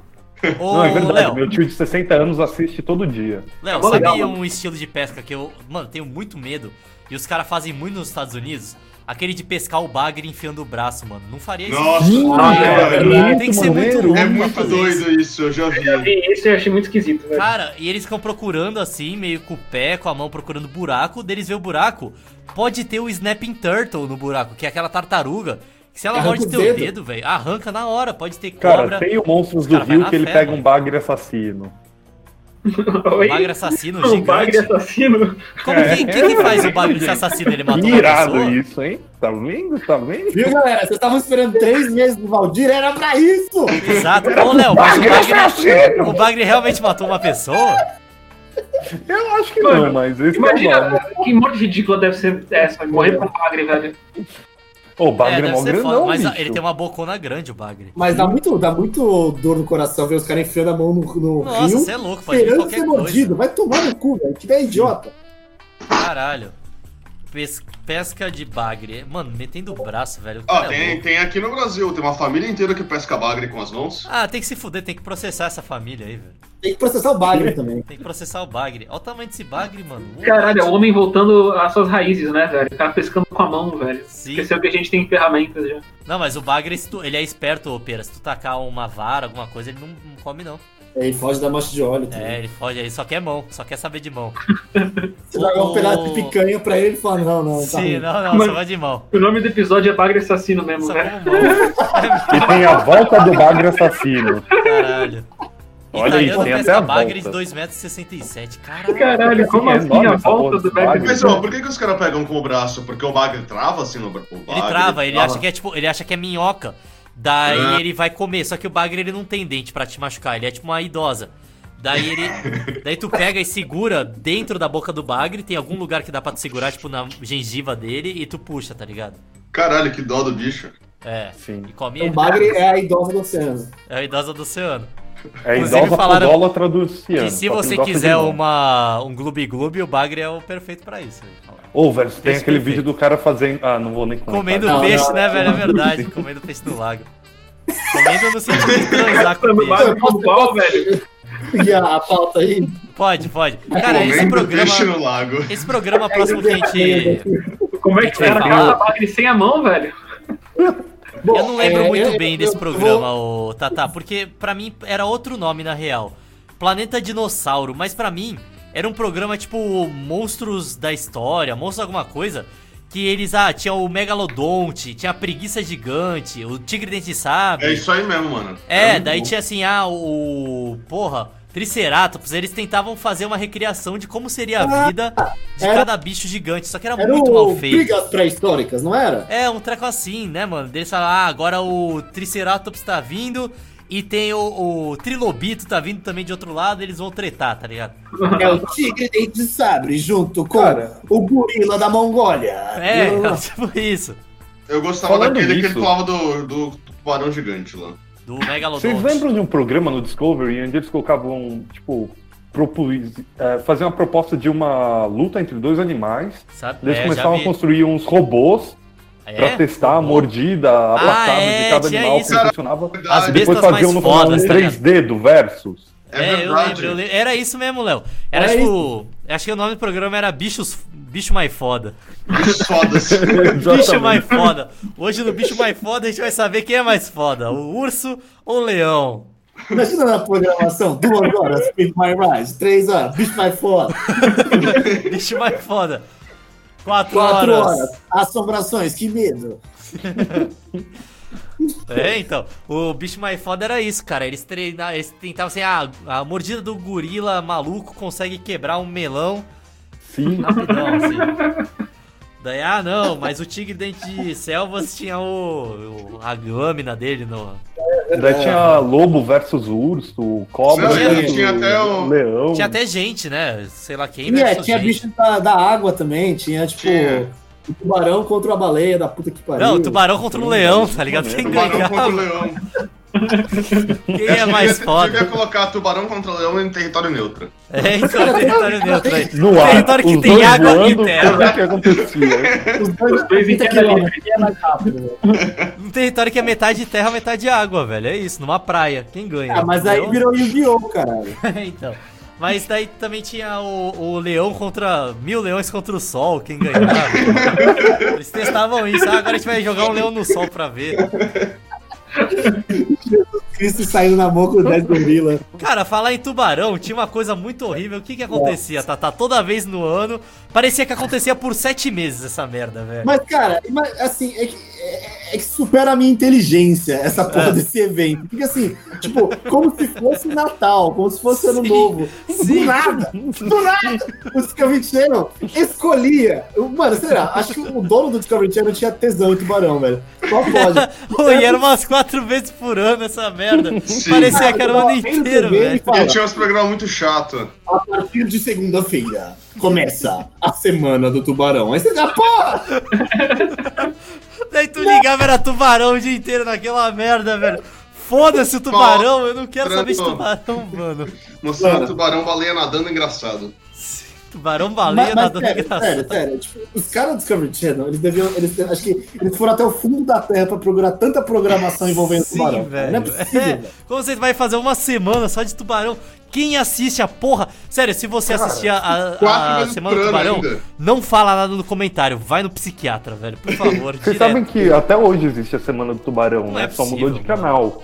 [SPEAKER 1] Ô,
[SPEAKER 3] Não, é verdade,
[SPEAKER 1] Léo,
[SPEAKER 3] meu tio de 60 anos assiste todo dia.
[SPEAKER 1] Léo,
[SPEAKER 4] Tá
[SPEAKER 1] sabe
[SPEAKER 4] legal,
[SPEAKER 1] um estilo de pesca que eu, mano, tenho muito medo e os caras fazem muito nos Estados Unidos? Aquele de pescar o bagre enfiando o braço, mano. Não faria isso.
[SPEAKER 5] Nossa,
[SPEAKER 2] é
[SPEAKER 5] velho.
[SPEAKER 2] verdade.
[SPEAKER 1] Tem que ser muito
[SPEAKER 3] maneiro.
[SPEAKER 1] louco
[SPEAKER 5] É
[SPEAKER 1] pra
[SPEAKER 5] muito
[SPEAKER 1] fazer isso.
[SPEAKER 5] doido isso, eu já
[SPEAKER 4] Eu
[SPEAKER 5] vi.
[SPEAKER 4] vi isso e achei muito esquisito, velho.
[SPEAKER 1] Cara, e eles ficam procurando assim, meio com o pé, com a mão, procurando buraco. Deles vê o buraco, pode ter o Snapping Turtle no buraco, que é aquela tartaruga. Que se ela
[SPEAKER 2] Arranca
[SPEAKER 1] morde
[SPEAKER 2] o
[SPEAKER 1] teu
[SPEAKER 2] dedo.
[SPEAKER 1] dedo, velho, arranca na hora. Pode ter
[SPEAKER 3] Cara,
[SPEAKER 1] cobra,
[SPEAKER 3] tem um- o Monstros do
[SPEAKER 1] Cara, vai
[SPEAKER 3] Rio
[SPEAKER 1] na
[SPEAKER 3] que ele
[SPEAKER 1] fé,
[SPEAKER 3] pega
[SPEAKER 1] mano.
[SPEAKER 3] um bagre assassino.
[SPEAKER 4] Oi?
[SPEAKER 1] bagre assassino
[SPEAKER 4] Um bagre
[SPEAKER 1] é gigante.
[SPEAKER 4] assassino.
[SPEAKER 1] Como que, que, que faz o bagre assassino? Ele matou uma
[SPEAKER 3] Irado
[SPEAKER 1] pessoa?
[SPEAKER 3] isso, hein? Tá vendo? Tá vendo?
[SPEAKER 2] Viu, galera? Vocês estavam esperando três meses do Valdir, era pra isso!
[SPEAKER 1] Exato. Ô, Léo, mas o Bagre,
[SPEAKER 3] é assassino!
[SPEAKER 1] o Bagre realmente matou uma pessoa?
[SPEAKER 3] Eu acho que não, mas esse é o
[SPEAKER 4] Imagina,
[SPEAKER 3] nome.
[SPEAKER 4] que morte ridícula deve ser essa, morrer com um bagre, velho.
[SPEAKER 3] Ô, o bagre é, mó grandão,
[SPEAKER 1] mas ah,
[SPEAKER 3] bicho.
[SPEAKER 1] ele tem uma bocona grande, o Bagre.
[SPEAKER 2] Mas dá muito, dá muito dor no coração ver os caras enfiando a mão no, no
[SPEAKER 1] Nossa,
[SPEAKER 2] rio,
[SPEAKER 1] você é louco, pode vir
[SPEAKER 2] esperando ser
[SPEAKER 1] qualquer coisa.
[SPEAKER 2] mordido. Vai tomar no cu, velho. Que ideia idiota.
[SPEAKER 1] Caralho. Pes- pesca de bagre. Mano, metendo o braço, velho. O
[SPEAKER 5] Ah,
[SPEAKER 1] cara é
[SPEAKER 5] tem,
[SPEAKER 1] louco.
[SPEAKER 5] tem aqui no Brasil, tem uma família inteira que pesca bagre com as mãos.
[SPEAKER 1] Ah, tem que se fuder, tem que processar essa família aí, velho.
[SPEAKER 2] Tem que processar o bagre também.
[SPEAKER 1] Tem que processar o bagre. Olha o tamanho desse bagre, mano. Um
[SPEAKER 4] Caralho, é o homem voltando às suas raízes, né, velho? O cara pescando com a mão, velho.
[SPEAKER 1] Sim.
[SPEAKER 4] Esqueceu que a gente tem ferramentas já.
[SPEAKER 1] Não, mas o bagre, se tu- ele é esperto, ô Pera. Se tu tacar uma vara, alguma coisa, ele não, não come, não.
[SPEAKER 2] É, Ele foge da mancha de óleo. tá? também.
[SPEAKER 1] É, ele foge, ele só quer mão, só quer saber de mão.
[SPEAKER 2] Você joga um pedaço de picanha pra ele e fala, não, não, tá
[SPEAKER 1] Sim,
[SPEAKER 2] ruim.
[SPEAKER 1] não, não, só vai de mão.
[SPEAKER 4] O nome do episódio é Bagre Assassino mesmo,
[SPEAKER 1] Só
[SPEAKER 4] né?
[SPEAKER 1] como mão.
[SPEAKER 3] E tem a volta do bagre assassino.
[SPEAKER 1] Caralho.
[SPEAKER 3] Olha aí,
[SPEAKER 1] Italiano
[SPEAKER 3] tem
[SPEAKER 1] pesca
[SPEAKER 3] até a
[SPEAKER 1] bagre de
[SPEAKER 3] volta.
[SPEAKER 1] 2,67m. Caralho.
[SPEAKER 4] Caralho, como
[SPEAKER 3] É
[SPEAKER 4] assim
[SPEAKER 3] enorme
[SPEAKER 4] a
[SPEAKER 3] essa
[SPEAKER 4] volta
[SPEAKER 3] porra
[SPEAKER 4] do
[SPEAKER 3] desse
[SPEAKER 1] É
[SPEAKER 4] Bagre?
[SPEAKER 5] Mas, ó, por que, que os caras pegam com o braço? Porque o bagre trava assim no bra- o bagre?
[SPEAKER 1] Ele trava, ele
[SPEAKER 3] ah.
[SPEAKER 1] acha que é tipo, ele acha que é minhoca. Daí ele vai comer, só que o bagre ele não tem dente pra te machucar, ele é tipo uma idosa. Daí ele, daí tu pega e segura dentro da boca do bagre, tem algum lugar que dá pra tu segurar, tipo na gengiva dele e tu puxa, tá ligado?
[SPEAKER 5] Caralho, que dó do bicho.
[SPEAKER 1] É.
[SPEAKER 3] Sim.
[SPEAKER 1] E come
[SPEAKER 2] O
[SPEAKER 1] ele.
[SPEAKER 2] bagre é a idosa do oceano.
[SPEAKER 1] É a idosa do oceano.
[SPEAKER 3] É
[SPEAKER 1] Inclusive,
[SPEAKER 3] idosa
[SPEAKER 1] falaram
[SPEAKER 3] podólatra do Ciano.
[SPEAKER 1] E se você quiser uma um gloob gloob, o bagre é o perfeito pra isso.
[SPEAKER 3] Ô, velho, tem
[SPEAKER 1] Esse
[SPEAKER 3] aquele
[SPEAKER 1] perfeito.
[SPEAKER 3] vídeo do cara fazendo... Ah, não vou nem comentar.
[SPEAKER 1] Comendo
[SPEAKER 2] Não,
[SPEAKER 1] peixe,
[SPEAKER 2] não,
[SPEAKER 1] né, velho? É verdade, comendo peixe no lago. Comida no sentido de transar com
[SPEAKER 4] Também
[SPEAKER 1] peixe.
[SPEAKER 4] bate com o pau, é velho.
[SPEAKER 2] E a, a pauta aí.
[SPEAKER 1] Pode, pode. Cara, É, esse
[SPEAKER 5] Comendo peixe
[SPEAKER 1] programa.
[SPEAKER 5] no lago.
[SPEAKER 1] Esse programa é próximo que a gente.
[SPEAKER 4] Como é que o cara
[SPEAKER 1] Fala.
[SPEAKER 4] gasta bagre sem a mão, velho?
[SPEAKER 2] Bom,
[SPEAKER 1] Eu não lembro
[SPEAKER 2] é,
[SPEAKER 1] muito
[SPEAKER 2] eu-
[SPEAKER 1] bem
[SPEAKER 2] eu-
[SPEAKER 1] desse
[SPEAKER 2] eu
[SPEAKER 1] programa, ô Tata, porque pra mim era outro nome na real. Planeta Dinossauro, mas pra mim era um programa tipo Monstros da História, Monstros alguma coisa, que eles, ah, tinha o Megalodonte, tinha a Preguiça Gigante, o Tigre Dente de Sabre.
[SPEAKER 5] É isso aí mesmo, mano.
[SPEAKER 1] É,
[SPEAKER 3] um
[SPEAKER 5] muito
[SPEAKER 1] daí
[SPEAKER 5] bom.
[SPEAKER 1] tinha assim, ah, o. Porra, Triceratops, eles tentavam fazer uma recriação de como seria a vida de
[SPEAKER 2] era-
[SPEAKER 1] cada bicho gigante, só que era,
[SPEAKER 2] Era
[SPEAKER 1] Tá muito
[SPEAKER 2] o
[SPEAKER 1] mal feito.
[SPEAKER 2] Brigas pré-históricas, não era?
[SPEAKER 1] É, um treco assim, né, mano? Deles falam, ah, agora o Triceratops tá vindo e tem o, o Trilobito tá vindo também de outro lado, eles vão tretar, tá ligado?
[SPEAKER 2] É o Tigre Dente de Sabre junto com
[SPEAKER 3] Cara.
[SPEAKER 2] o Gorila da Mongólia.
[SPEAKER 1] É,
[SPEAKER 2] Eu-
[SPEAKER 1] tipo isso.
[SPEAKER 5] Eu gostava
[SPEAKER 3] Falando
[SPEAKER 5] daquele que
[SPEAKER 3] nisso-
[SPEAKER 5] ele falava do, do tubarão gigante lá.
[SPEAKER 1] Do
[SPEAKER 3] Vocês
[SPEAKER 1] Megalodon.
[SPEAKER 3] lembram de um programa no Discovery onde eles colocavam, tipo, propus, é, fazer uma proposta de uma luta entre dois animais?
[SPEAKER 1] Sabe?
[SPEAKER 3] Eles
[SPEAKER 1] É,
[SPEAKER 3] começavam
[SPEAKER 1] já
[SPEAKER 3] a
[SPEAKER 1] vi.
[SPEAKER 3] construir uns robôs pra
[SPEAKER 1] É?
[SPEAKER 3] testar a mordida, a abraçada
[SPEAKER 1] é,
[SPEAKER 3] de cada
[SPEAKER 1] tinha
[SPEAKER 3] animal,
[SPEAKER 1] isso.
[SPEAKER 3] como funcionava.
[SPEAKER 5] As
[SPEAKER 3] E depois
[SPEAKER 1] bestas mais
[SPEAKER 3] faziam no final um
[SPEAKER 1] fodas, tá ligado?
[SPEAKER 3] 3D do Versus.
[SPEAKER 5] É,
[SPEAKER 1] É, eu
[SPEAKER 5] verdade.
[SPEAKER 1] lembro, eu lembro. Era isso mesmo, Léo. Era
[SPEAKER 2] Era
[SPEAKER 1] tipo. Acho que o nome do programa era Bichos. Bicho mais foda.
[SPEAKER 5] Bicho Foda-se.
[SPEAKER 1] Bicho mais foda. Hoje no bicho mais foda a gente vai saber quem é mais foda: o urso ou o leão.
[SPEAKER 2] Imagina na programação, duas horas, Speed My Rise, três horas, Bicho Mais Foda,
[SPEAKER 1] Bicho mais foda. Quatro,
[SPEAKER 2] quatro
[SPEAKER 1] horas.
[SPEAKER 2] horas, Assombrações, que medo.
[SPEAKER 1] É, então. O bicho mais foda era isso, cara. Eles treinavam, eles tentavam assim, ah, a mordida do gorila maluco consegue quebrar um melão
[SPEAKER 3] Sim.
[SPEAKER 1] rapidão, assim. Daí, ah, não, mas o tigre dente de selvas tinha o, o- a lâmina dele no.
[SPEAKER 3] Daí tinha lobo versus urso, cobra
[SPEAKER 5] Não,
[SPEAKER 1] tinha-
[SPEAKER 3] versus
[SPEAKER 5] É. tinha até um- o-
[SPEAKER 3] leão.
[SPEAKER 1] Tinha até gente, né? Sei lá quem,
[SPEAKER 2] Tinha,
[SPEAKER 1] versus
[SPEAKER 2] É, tinha
[SPEAKER 1] gente.
[SPEAKER 2] bicho da, da água também, tinha tipo
[SPEAKER 5] Tinha.
[SPEAKER 2] o tubarão contra a baleia da puta que pariu.
[SPEAKER 1] Não, o tubarão contra o leão, tá ligado? Quem
[SPEAKER 5] Tubarão contra o
[SPEAKER 1] ganhava?
[SPEAKER 5] leão.
[SPEAKER 1] Quem é mais
[SPEAKER 5] Eu ia
[SPEAKER 1] foda?
[SPEAKER 5] colocar tubarão contra leão em território neutro.
[SPEAKER 1] É, então, território neutro aí.
[SPEAKER 3] No ar.
[SPEAKER 1] Território que
[SPEAKER 3] os
[SPEAKER 1] tem
[SPEAKER 3] dois
[SPEAKER 1] água e
[SPEAKER 3] voando,
[SPEAKER 1] terra.
[SPEAKER 3] O que que acontecia?
[SPEAKER 2] Os dois,
[SPEAKER 4] Os dois em
[SPEAKER 2] 30
[SPEAKER 4] queda
[SPEAKER 2] quilômetros, quem é mais rápido. né?
[SPEAKER 1] Um território que é metade terra, metade água, velho. É isso, numa praia. Quem ganha?
[SPEAKER 2] Ah, mas aí
[SPEAKER 1] Entendeu?
[SPEAKER 2] virou Yu-Gi-Oh, caralho.
[SPEAKER 1] É, então. Mas daí também tinha o, o leão contra. Mil leões contra o sol, quem ganhava. Eles testavam isso. Ah, agora a gente vai jogar um leão no sol pra ver.
[SPEAKER 2] Cristo saindo na mão com o 10 gorila.
[SPEAKER 1] Cara, falar em tubarão tinha uma coisa muito horrível. O que que acontecia, Tata? Toda vez no ano. Parecia que acontecia por sete meses essa merda, velho.
[SPEAKER 2] Mas, cara, ima- assim, é que, é- é que supera a minha inteligência essa porra
[SPEAKER 1] É.
[SPEAKER 2] desse evento. Porque, assim, tipo, como se fosse Natal, como se fosse Ano
[SPEAKER 1] Sim,
[SPEAKER 2] Novo.
[SPEAKER 1] sim.
[SPEAKER 2] Do nada! Do nada! O Discovery Channel escolhia. Mano, será? Acho que o dono do Discovery Channel tinha tesão em tubarão, velho. Só pode.
[SPEAKER 1] Pô, e era umas quatro vezes por ano essa merda.
[SPEAKER 5] Sim.
[SPEAKER 1] Parecia que era o ano
[SPEAKER 2] Ele
[SPEAKER 1] inteiro,
[SPEAKER 2] também, ele
[SPEAKER 1] velho.
[SPEAKER 2] fala,
[SPEAKER 5] Porque tinha uns programas muito chato.
[SPEAKER 2] A partir de segunda-feira começa a semana do tubarão. Aí você dá, porra!
[SPEAKER 1] Daí tu ligava, era tubarão o dia inteiro naquela merda, velho. Foda-se o tubarão, eu não quero saber de tubarão, mano.
[SPEAKER 5] Mostrando
[SPEAKER 2] Mano.
[SPEAKER 5] tubarão, baleia nadando, engraçado.
[SPEAKER 1] Tubarão baleia nadando
[SPEAKER 2] sério,
[SPEAKER 1] é engraçado.
[SPEAKER 2] sério, sério, tipo, os caras do Discovery Channel, eles deviam. Eles, deviam- acho que eles foram até o fundo da Terra pra procurar tanta programação envolvendo
[SPEAKER 1] Sim,
[SPEAKER 2] tubarão.
[SPEAKER 1] velho.
[SPEAKER 2] Não é possível.
[SPEAKER 1] É,
[SPEAKER 2] velho.
[SPEAKER 1] como você vai fazer uma semana só de tubarão? Quem assiste a porra? Sério, se você assistir a, a-
[SPEAKER 5] quatro
[SPEAKER 1] a
[SPEAKER 5] vezes
[SPEAKER 1] Semana do
[SPEAKER 5] por ano
[SPEAKER 1] Tubarão,
[SPEAKER 5] ainda.
[SPEAKER 1] não fala nada no comentário. Vai no psiquiatra, velho, por favor.
[SPEAKER 3] Vocês
[SPEAKER 1] direto.
[SPEAKER 3] sabem que até hoje existe a Semana do Tubarão,
[SPEAKER 1] Não
[SPEAKER 3] né?
[SPEAKER 1] é
[SPEAKER 3] Só mudou
[SPEAKER 1] possível,
[SPEAKER 3] de canal.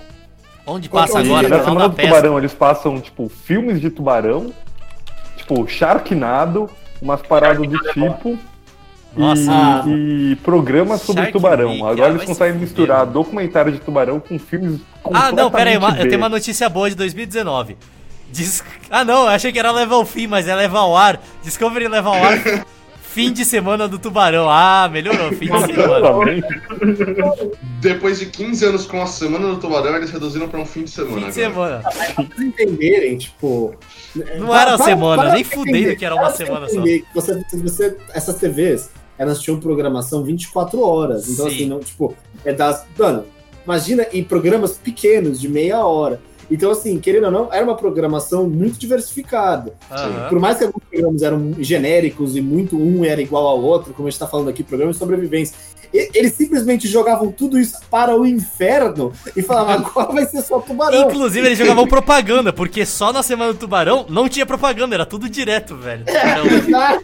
[SPEAKER 1] Onde passa
[SPEAKER 2] Qual que é o
[SPEAKER 1] agora?
[SPEAKER 2] dia?
[SPEAKER 3] Na
[SPEAKER 1] Canal
[SPEAKER 3] Semana
[SPEAKER 1] da
[SPEAKER 3] do
[SPEAKER 1] Pesca.
[SPEAKER 3] Tubarão eles passam, tipo, filmes de tubarão, tipo, Sharknado, umas paradas do
[SPEAKER 1] é
[SPEAKER 3] tipo. e-
[SPEAKER 1] Nossa.
[SPEAKER 2] Ah.
[SPEAKER 3] E, programas sobre
[SPEAKER 1] Shark
[SPEAKER 3] tubarão.
[SPEAKER 1] Week, ah,
[SPEAKER 3] Agora eles
[SPEAKER 1] vai
[SPEAKER 3] conseguem
[SPEAKER 1] se
[SPEAKER 3] misturar
[SPEAKER 1] fuder.
[SPEAKER 3] documentário de tubarão com filmes
[SPEAKER 1] Ah, não, pera aí, uma-
[SPEAKER 3] completamente
[SPEAKER 1] eu tenho uma
[SPEAKER 3] B.
[SPEAKER 1] notícia boa de 2019. Diz... Ah, não, eu achei que era leva ao fim, mas é leva ao ar. Discovery leva ao ar. fim de semana do Tubarão. Ah, melhorou, fim de semana.
[SPEAKER 3] Exatamente.
[SPEAKER 5] Depois de 15 anos com a semana do tubarão, eles reduziram pra um fim de semana.
[SPEAKER 1] Fim de
[SPEAKER 5] agora.
[SPEAKER 1] semana.
[SPEAKER 2] Pra vocês entenderem, tipo.
[SPEAKER 1] Não
[SPEAKER 2] para-
[SPEAKER 1] era
[SPEAKER 2] para-
[SPEAKER 1] semana,
[SPEAKER 2] para
[SPEAKER 1] nem
[SPEAKER 2] pra
[SPEAKER 1] fudendo
[SPEAKER 2] entender,
[SPEAKER 1] que era uma
[SPEAKER 2] para pra
[SPEAKER 1] semana só.
[SPEAKER 2] entender que Você, você, essas TVs, elas tinham programação 24 horas. Então,
[SPEAKER 1] Sim.
[SPEAKER 2] assim, não, tipo, é das. Mano, imagina em programas pequenos, de meia hora. Então, assim, querendo ou não, era uma programação muito diversificada.
[SPEAKER 1] Aham.
[SPEAKER 2] Por mais que alguns programas eram genéricos e muito um era igual ao outro, como a gente tá falando aqui, programas de sobrevivência, E- Eles simplesmente jogavam tudo isso para o inferno e falavam, agora vai ser só tubarão.
[SPEAKER 1] Inclusive, eles jogavam propaganda, porque só na semana do tubarão não tinha propaganda, era tudo direto, velho. Então,
[SPEAKER 2] Tá?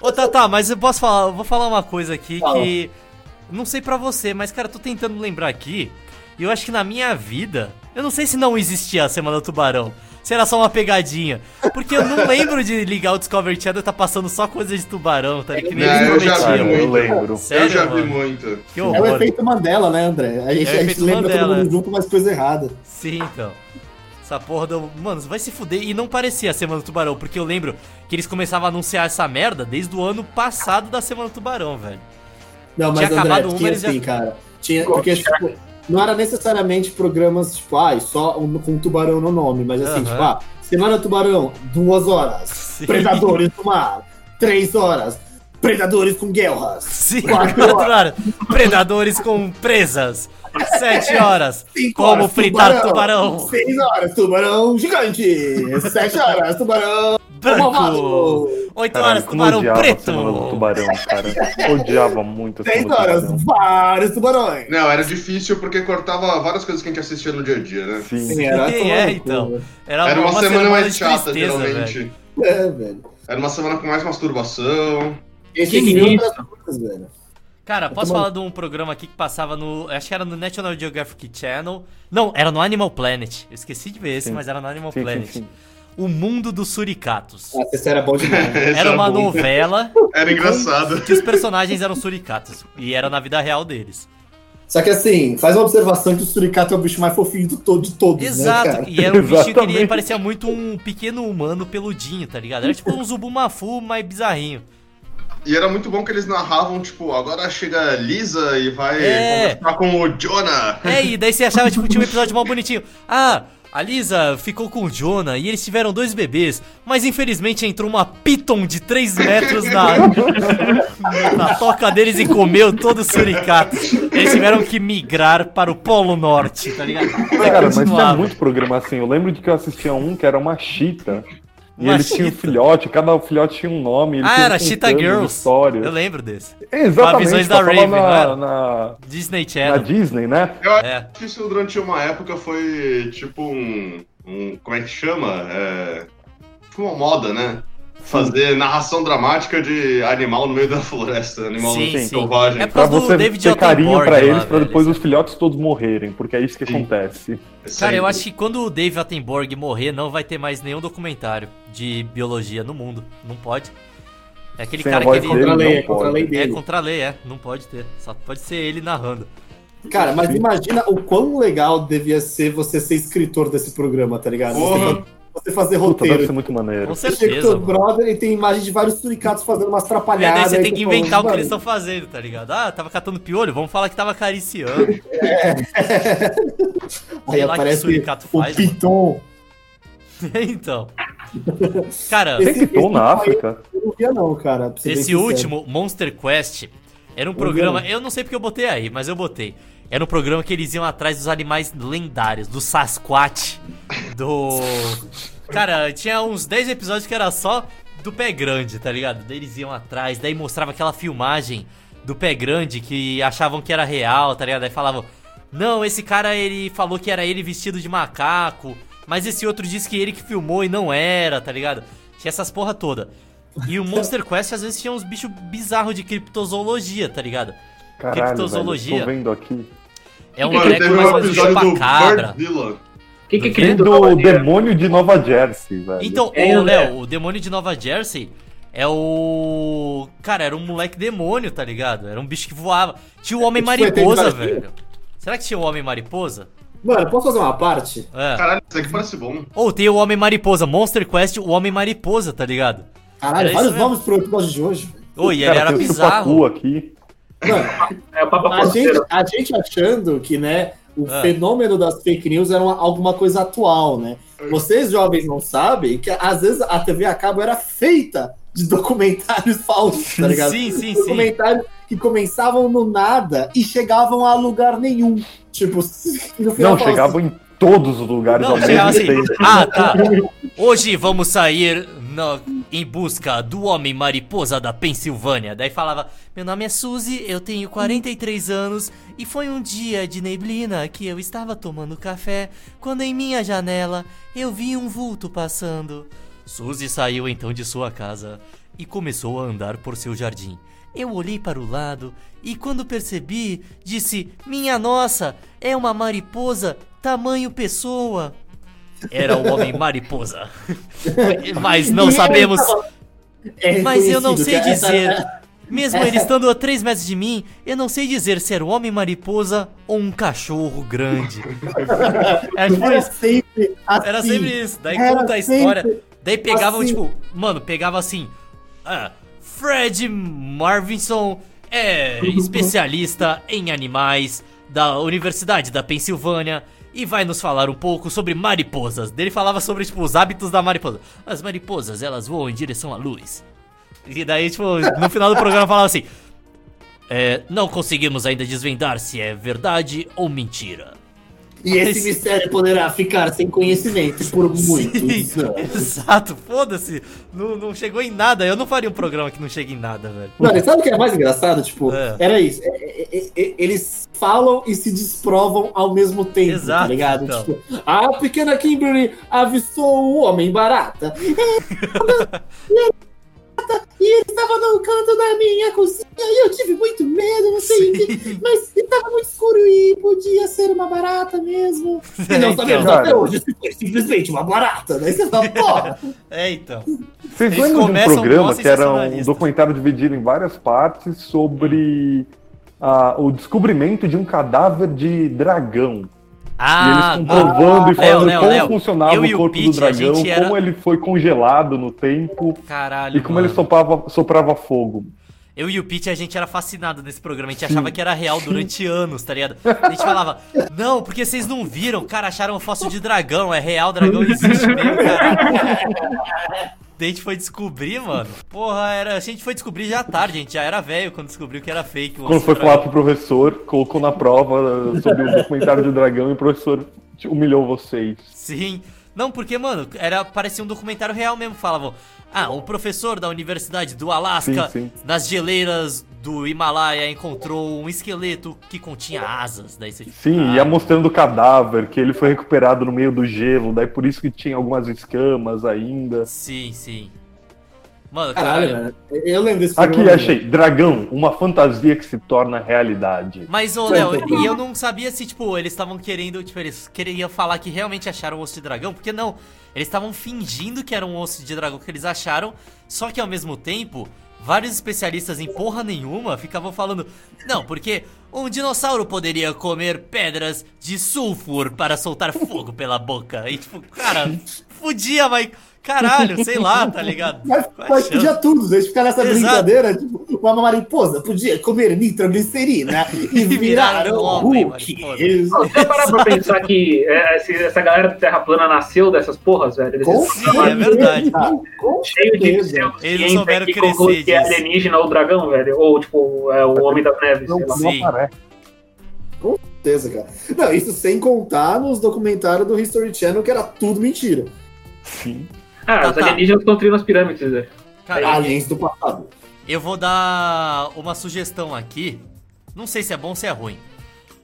[SPEAKER 1] Ô, Tata, mas eu posso falar, eu vou falar uma coisa aqui que. Não sei pra você, mas, cara, eu tô tentando lembrar aqui. E eu acho que na minha vida. Eu não sei se não existia a Semana do Tubarão. Se era só uma pegadinha. Porque eu não lembro de ligar o Discovery Channel e tá passando só coisa de tubarão, tá? ligado? Que nem
[SPEAKER 5] Não,
[SPEAKER 1] eles
[SPEAKER 5] É, eu já vi
[SPEAKER 3] Cara,
[SPEAKER 1] prometiam.
[SPEAKER 5] muito.
[SPEAKER 3] eu lembro.
[SPEAKER 1] Sério,
[SPEAKER 5] eu já vi
[SPEAKER 1] mano?
[SPEAKER 5] muito.
[SPEAKER 1] Que
[SPEAKER 2] É o
[SPEAKER 1] horror.
[SPEAKER 2] efeito Mandela, né, André? A gente,
[SPEAKER 1] É o
[SPEAKER 2] a gente
[SPEAKER 1] efeito
[SPEAKER 2] lembra
[SPEAKER 1] Mandela.
[SPEAKER 2] todo mundo junto, mas coisa errada.
[SPEAKER 1] Sim, então. Essa porra do. Mano, vai se fuder. E não parecia a Semana do Tubarão, porque eu lembro que eles começavam a anunciar essa merda desde o ano passado da Semana do Tubarão, velho.
[SPEAKER 2] Não, mas
[SPEAKER 1] Tinha
[SPEAKER 2] André,
[SPEAKER 1] acabado uma,
[SPEAKER 2] tinha
[SPEAKER 1] eles já-
[SPEAKER 2] assim, cara. Tinha, porque, tipo, não era necessariamente programas, tipo, ai, só um- com tubarão no nome, mas assim,
[SPEAKER 1] Aham.
[SPEAKER 2] tipo, ah, Semana Tubarão, duas horas.
[SPEAKER 1] Sim.
[SPEAKER 2] Predadores do Mar, três horas. Predadores com guerras.
[SPEAKER 1] Sim,
[SPEAKER 2] Quatro
[SPEAKER 1] quatro horas. Predadores com presas. Sete horas.
[SPEAKER 2] Cinco
[SPEAKER 1] Como
[SPEAKER 2] horas,
[SPEAKER 1] fritar tubarão.
[SPEAKER 2] Seis horas, tubarão gigante. Sete horas, tubarão
[SPEAKER 1] Branco.
[SPEAKER 2] malvado.
[SPEAKER 1] Oito
[SPEAKER 3] Caralho,
[SPEAKER 1] horas,
[SPEAKER 3] como eu
[SPEAKER 1] tubarão
[SPEAKER 3] odiava a
[SPEAKER 1] preto.
[SPEAKER 3] Semana do Tubarão, cara. Odiava muito a
[SPEAKER 2] Dez
[SPEAKER 3] Semana do
[SPEAKER 2] horas,
[SPEAKER 3] Tubarão.
[SPEAKER 2] vários tubarões.
[SPEAKER 5] Não, era difícil porque cortava várias coisas que a gente assistia no dia a dia, né?
[SPEAKER 3] Sim.
[SPEAKER 2] era
[SPEAKER 1] Quem
[SPEAKER 2] tomar
[SPEAKER 1] é,
[SPEAKER 2] no cu,
[SPEAKER 1] então?
[SPEAKER 2] velho.
[SPEAKER 1] Era,
[SPEAKER 5] Era uma, semana mais
[SPEAKER 1] de
[SPEAKER 5] chata,
[SPEAKER 1] tristeza,
[SPEAKER 5] geralmente.
[SPEAKER 1] velho.
[SPEAKER 2] É, velho.
[SPEAKER 5] Era uma semana com mais masturbação.
[SPEAKER 2] Esse
[SPEAKER 4] Que
[SPEAKER 2] tem
[SPEAKER 4] isso?
[SPEAKER 2] outras coisas, velho.
[SPEAKER 1] Cara, posso
[SPEAKER 2] tomando-
[SPEAKER 1] falar de um programa aqui que passava no. Acho que era no National Geographic Channel. Não, era no Animal Planet. Eu esqueci de ver esse,
[SPEAKER 3] Sim.
[SPEAKER 1] mas era no Animal
[SPEAKER 3] Sim, sim,
[SPEAKER 1] Planet.
[SPEAKER 3] sim.
[SPEAKER 1] O Mundo dos Suricatos.
[SPEAKER 2] Nossa, Ah, esse era bom demais.
[SPEAKER 5] Esse
[SPEAKER 1] Era uma
[SPEAKER 5] É, tá bom.
[SPEAKER 1] novela
[SPEAKER 5] Era engraçado.
[SPEAKER 1] que os personagens eram suricatos. E era na vida real deles.
[SPEAKER 2] Só que assim, faz uma observação que o suricato é o bicho mais fofinho do todo, de todos, né,
[SPEAKER 1] Exato,
[SPEAKER 2] cara?
[SPEAKER 1] e era um bichinho que ele- ele
[SPEAKER 3] Exatamente.
[SPEAKER 1] parecia muito um pequeno humano peludinho, tá ligado? Era tipo um zubumafu, mas bizarrinho.
[SPEAKER 5] E era muito bom que eles narravam, tipo, agora chega Lisa e vai
[SPEAKER 1] É.
[SPEAKER 5] conversar com o Jonah.
[SPEAKER 1] É, e daí você achava, tipo, tinha um episódio mal bonitinho. Ah, a Lisa ficou com o Jonah e eles tiveram dois bebês, mas infelizmente entrou uma piton de 3 metros na, na toca deles e comeu todo o suricato. Eles tiveram que migrar para o Polo Norte, tá ligado? Daí
[SPEAKER 3] Cara, mas tinha
[SPEAKER 1] continuava.
[SPEAKER 3] muito programa assim. Eu lembro de que eu assistia um que era uma chita. E
[SPEAKER 1] Uma
[SPEAKER 3] eles tinham um
[SPEAKER 1] chita.
[SPEAKER 3] filhote, cada filhote tinha um nome. eles
[SPEAKER 1] Ah,
[SPEAKER 3] iam
[SPEAKER 1] era Cheetah
[SPEAKER 3] contando
[SPEAKER 1] Girls.
[SPEAKER 3] Histórias. É,
[SPEAKER 1] Eu lembro desse. Visões
[SPEAKER 3] Exatamente,
[SPEAKER 1] da
[SPEAKER 3] passava
[SPEAKER 1] Raven, né?
[SPEAKER 3] na, na,
[SPEAKER 1] Disney
[SPEAKER 3] na
[SPEAKER 1] Channel.
[SPEAKER 3] Disney, né?
[SPEAKER 5] Eu acho
[SPEAKER 1] É.
[SPEAKER 5] que isso durante uma época foi tipo um. um- como é que chama? É, tipo uma moda, né? Fazer narração dramática de animal no meio da floresta, animal
[SPEAKER 1] Sim, sim.
[SPEAKER 5] selvagem.
[SPEAKER 1] É por
[SPEAKER 3] Pra
[SPEAKER 1] causa do
[SPEAKER 3] você
[SPEAKER 1] David
[SPEAKER 3] ter carinho
[SPEAKER 1] Attenborough
[SPEAKER 3] pra
[SPEAKER 1] lá, né?
[SPEAKER 3] eles, pra
[SPEAKER 1] velho.
[SPEAKER 3] depois os filhotes todos morrerem, porque é isso que acontece.
[SPEAKER 1] Cara,
[SPEAKER 5] Sempre.
[SPEAKER 1] eu acho que quando o Dave Attenborg morrer, não vai ter mais nenhum documentário de biologia no mundo. Não pode. É aquele
[SPEAKER 3] Sem a
[SPEAKER 1] cara que
[SPEAKER 3] voz
[SPEAKER 1] ele.
[SPEAKER 2] Contra a
[SPEAKER 3] Ele
[SPEAKER 2] lei,
[SPEAKER 3] não
[SPEAKER 2] é contra a
[SPEAKER 3] pode.
[SPEAKER 2] lei
[SPEAKER 1] É
[SPEAKER 2] dele.
[SPEAKER 1] contra a lei, é. Não pode ter. Só pode ser ele narrando.
[SPEAKER 2] Cara, mas imagina o quão legal devia ser você ser escritor desse programa, tá ligado? Você
[SPEAKER 5] Porra.
[SPEAKER 2] fa- Você fazer
[SPEAKER 3] Puta, Então deve
[SPEAKER 2] roteiro.
[SPEAKER 3] ser muito maneiro.
[SPEAKER 1] Com
[SPEAKER 2] Você chega com
[SPEAKER 1] certeza.
[SPEAKER 2] seu
[SPEAKER 1] Mano.
[SPEAKER 2] brother e tem imagem de vários suricatos fazendo umas
[SPEAKER 1] É, daí
[SPEAKER 2] atrapalhadas.
[SPEAKER 1] você
[SPEAKER 2] aí
[SPEAKER 1] tem
[SPEAKER 2] você
[SPEAKER 1] que inventar o
[SPEAKER 2] fala,
[SPEAKER 1] que eles
[SPEAKER 2] "Mano,
[SPEAKER 1] estão fazendo, tá ligado? Ah, tava catando piolho, vamos falar que tava acariciando.
[SPEAKER 2] É. Aí
[SPEAKER 1] Sei lá que
[SPEAKER 2] aparece
[SPEAKER 1] suricato
[SPEAKER 2] o
[SPEAKER 1] faz,
[SPEAKER 2] Piton.
[SPEAKER 1] então. Cara,
[SPEAKER 3] Tem que tom na África.
[SPEAKER 2] Eu não via, não, cara. pra ser bem
[SPEAKER 1] Esse
[SPEAKER 2] sincero.
[SPEAKER 1] último, Monster Quest, era um programa. Eu não sei porque eu botei aí, mas eu botei. Era um programa que eles iam atrás dos animais lendários, do Sasquatch, do. Cara, tinha uns 10 episódios que era só do pé grande, tá ligado? Daí eles iam atrás, daí mostrava aquela filmagem do pé grande que achavam que era real, tá ligado? Aí falavam: Não, esse cara ele falou que era ele vestido de macaco, mas esse outro disse que ele que filmou e não era, tá ligado? Tinha essas porra toda. E o Monster Quest às vezes tinha uns bichos bizarros de criptozoologia, tá ligado?
[SPEAKER 3] Caralho, velho,
[SPEAKER 1] Criptozoologia.
[SPEAKER 3] tô vendo aqui.
[SPEAKER 1] É um
[SPEAKER 5] Mano,
[SPEAKER 1] treco
[SPEAKER 5] teve
[SPEAKER 1] mais
[SPEAKER 5] um
[SPEAKER 1] ou menos de
[SPEAKER 5] episódio do
[SPEAKER 1] chupacabra.
[SPEAKER 5] Birdzilla.
[SPEAKER 4] O que, que é
[SPEAKER 3] Vem
[SPEAKER 4] querido?
[SPEAKER 3] do demônio de Nova Jersey, velho.
[SPEAKER 1] Então,
[SPEAKER 4] É,
[SPEAKER 1] o
[SPEAKER 4] André.
[SPEAKER 1] Léo, o demônio de Nova Jersey é o. Cara, era um moleque demônio, tá ligado? Era um bicho que voava. Tinha o Homem
[SPEAKER 2] Tipo, tem
[SPEAKER 1] Mariposa,
[SPEAKER 2] vários
[SPEAKER 1] velho. Será que tinha o Homem Mariposa?
[SPEAKER 2] Mano, posso fazer uma parte?
[SPEAKER 1] É.
[SPEAKER 5] Caralho, isso aqui parece bom.
[SPEAKER 1] Ou tem o Homem Mariposa, Monster Quest, o Homem Mariposa, tá ligado? Era
[SPEAKER 2] Caralho,
[SPEAKER 1] isso
[SPEAKER 2] vários
[SPEAKER 1] mesmo.
[SPEAKER 2] nomes pro episódio de hoje.
[SPEAKER 1] Oi, ele
[SPEAKER 3] Cara,
[SPEAKER 1] era
[SPEAKER 3] tem um o
[SPEAKER 1] bizarro.
[SPEAKER 3] Chupacu aqui.
[SPEAKER 2] Mano,
[SPEAKER 4] É o Papa
[SPEAKER 2] A gente,
[SPEAKER 4] Forceiro.
[SPEAKER 2] a gente achando que, né, o
[SPEAKER 1] Ah.
[SPEAKER 2] fenômeno das fake news era uma- alguma coisa atual, né? Vocês jovens não sabem que às vezes a TV a cabo era feita de documentários falsos, tá ligado?
[SPEAKER 1] Sim, sim, sim.
[SPEAKER 2] documentários que começavam no nada e chegavam a lugar nenhum. Tipo, no
[SPEAKER 3] Não,
[SPEAKER 2] falava
[SPEAKER 3] chegavam em todos os lugares
[SPEAKER 1] Não,
[SPEAKER 3] ao mesmo
[SPEAKER 1] chegava assim.
[SPEAKER 3] tempo.
[SPEAKER 1] Ah, tá. Hoje vamos sair. Não, em busca do homem mariposa da Pensilvânia. Daí falava: Meu nome é Suzy, eu tenho 43 anos e foi um dia de neblina que eu estava tomando café quando em minha janela eu vi um vulto passando. Suzy saiu então de sua casa e começou a andar por seu jardim. Eu olhei para o lado e, quando percebi, disse: Minha nossa, é uma mariposa tamanho pessoa. Era o homem mariposa. Mas não sabemos.
[SPEAKER 2] assim, É
[SPEAKER 1] Mas eu não sei
[SPEAKER 2] reconhecido, cara.
[SPEAKER 1] dizer. Mesmo ele estando a 3 metros de mim, eu não sei dizer se era o homem mariposa ou um cachorro grande. É, tipo
[SPEAKER 2] Era
[SPEAKER 1] isso.
[SPEAKER 2] sempre assim.
[SPEAKER 1] Era sempre isso. Daí
[SPEAKER 2] Era
[SPEAKER 1] conta a história.
[SPEAKER 2] sempre
[SPEAKER 1] Daí pegavam,
[SPEAKER 2] assim.
[SPEAKER 1] tipo, mano, pegava assim. ah, Fred Marvinson
[SPEAKER 2] Uhum.
[SPEAKER 1] é especialista em animais da Universidade da Pensilvânia e vai nos falar um pouco sobre mariposas. Dele falava sobre, tipo, os hábitos da mariposa. As mariposas, elas voam em direção à luz. E daí, tipo, no final do programa falava assim. "É, não conseguimos ainda desvendar se é verdade ou mentira.
[SPEAKER 2] E esse mistério poderá ficar sem conhecimento por muitos
[SPEAKER 1] Sim,
[SPEAKER 2] anos.
[SPEAKER 1] exato, foda-se. Não, não chegou em nada. Eu não faria um programa que não chega em nada, velho.
[SPEAKER 2] Mano, e sabe o que é mais engraçado? Tipo,
[SPEAKER 1] É.
[SPEAKER 2] era isso. é, é, é, é, eles falam e se desprovam ao mesmo tempo,
[SPEAKER 1] Exato,
[SPEAKER 2] tá ligado?
[SPEAKER 1] então.
[SPEAKER 2] Tipo, a pequena Kimberly avistou o homem barata. É, e ele- E ele estava no canto da minha cozinha e eu tive muito medo, não sei o que. Mas estava muito escuro e podia ser uma barata mesmo. E não
[SPEAKER 1] Então,
[SPEAKER 2] sabemos até
[SPEAKER 3] cara.
[SPEAKER 2] hoje se foi simplesmente uma barata. Daí você fala, porra,
[SPEAKER 1] É, então.
[SPEAKER 3] Vocês
[SPEAKER 1] Eles
[SPEAKER 3] lembram de um
[SPEAKER 1] começam
[SPEAKER 3] programa
[SPEAKER 1] nós
[SPEAKER 3] que era um
[SPEAKER 1] sensacionalistas.
[SPEAKER 3] documentário dividido em várias partes sobre ah, o descobrimento de um cadáver de dragão?
[SPEAKER 1] Ah,
[SPEAKER 3] e eles comprovando
[SPEAKER 1] Léo,
[SPEAKER 3] e falando
[SPEAKER 1] Léo,
[SPEAKER 3] como
[SPEAKER 1] Léo.
[SPEAKER 3] funcionava
[SPEAKER 1] Eu e
[SPEAKER 3] o
[SPEAKER 1] o
[SPEAKER 3] corpo do
[SPEAKER 1] Pete, a
[SPEAKER 3] dragão,
[SPEAKER 1] gente era-
[SPEAKER 3] como ele foi congelado no tempo
[SPEAKER 1] caralho.
[SPEAKER 3] e como
[SPEAKER 1] mano.
[SPEAKER 3] ele sopava- soprava fogo.
[SPEAKER 1] Eu e o Pete, a gente era fascinado nesse programa. A gente achava que era real durante anos, tá ligado? A gente falava, não, porque vocês não viram. Cara, acharam um fóssil de dragão. É real, dragão existe mesmo, cara. Daí a gente foi descobrir, mano. Porra, era... a gente foi descobrir já tarde, a gente já era velho quando descobriu que era fake. o
[SPEAKER 3] Quando foi
[SPEAKER 1] dragão.
[SPEAKER 3] falar pro professor, colocou na prova eh, sobre o documentário de dragão e o professor te- humilhou vocês.
[SPEAKER 1] Sim. Não, porque, mano, era, parecia um documentário real mesmo. Falavam, ah, um professor da Universidade do Alasca,
[SPEAKER 3] Sim, sim.
[SPEAKER 1] nas geleiras do Himalaia, encontrou um esqueleto que continha asas. Daí você,
[SPEAKER 3] Sim,
[SPEAKER 1] ah,
[SPEAKER 3] ia mostrando o cadáver, que ele foi recuperado no meio do gelo, daí por isso que tinha algumas escamas ainda.
[SPEAKER 1] Sim, sim. Mano,
[SPEAKER 2] Caralho,
[SPEAKER 1] caralho.
[SPEAKER 2] velho. Eu lembro desse
[SPEAKER 3] Aqui,
[SPEAKER 2] programa,
[SPEAKER 3] achei. Dragão, uma fantasia que se torna realidade.
[SPEAKER 1] Mas, ô, Léo, e eu não sabia se, tipo, eles estavam querendo, tipo, eles queriam falar que realmente acharam o osso de dragão, porque não. Eles estavam fingindo que era um osso de dragão que eles acharam, só que ao mesmo tempo, vários especialistas em porra nenhuma ficavam falando, não, porque um dinossauro poderia comer pedras de sulfur para soltar fogo pela boca. E, tipo, cara, fudia, mas. Caralho, sei lá, tá ligado?
[SPEAKER 2] Mas,
[SPEAKER 1] Qual a
[SPEAKER 2] mas
[SPEAKER 1] chance?
[SPEAKER 2] podia tudo, né? eles ficaram nessa
[SPEAKER 1] Exato.
[SPEAKER 2] brincadeira, tipo, uma mariposa podia comer nitroglicerina e virar
[SPEAKER 1] virar um
[SPEAKER 2] um
[SPEAKER 1] homem,
[SPEAKER 2] Hulk.
[SPEAKER 1] mariposa.
[SPEAKER 2] Eles-
[SPEAKER 4] Você parar pra pensar que é, esse- essa galera do Terra Plana nasceu dessas porras, velho? Eles
[SPEAKER 2] Com
[SPEAKER 1] Sim, é verdade.
[SPEAKER 2] certeza, com
[SPEAKER 4] cheio de
[SPEAKER 2] certeza.
[SPEAKER 1] Eles
[SPEAKER 4] pseudociência
[SPEAKER 1] não souberam
[SPEAKER 4] que
[SPEAKER 1] crescer
[SPEAKER 4] conclui que é
[SPEAKER 1] disso.
[SPEAKER 4] alienígena ou dragão, velho. Ou, tipo, é o Homem da Neve, sei lá.
[SPEAKER 3] Não
[SPEAKER 1] Sim.
[SPEAKER 3] aparece.
[SPEAKER 2] certeza, cara. Não, isso sem contar nos documentários do History Channel que era tudo mentira.
[SPEAKER 3] Sim.
[SPEAKER 4] Ah,
[SPEAKER 1] Tá,
[SPEAKER 4] os
[SPEAKER 1] tá.
[SPEAKER 4] alienígenas construíram as pirâmides, velho.
[SPEAKER 1] Cara,
[SPEAKER 2] Aliens do passado.
[SPEAKER 1] Eu vou dar uma sugestão aqui. Não sei se é bom ou se é ruim.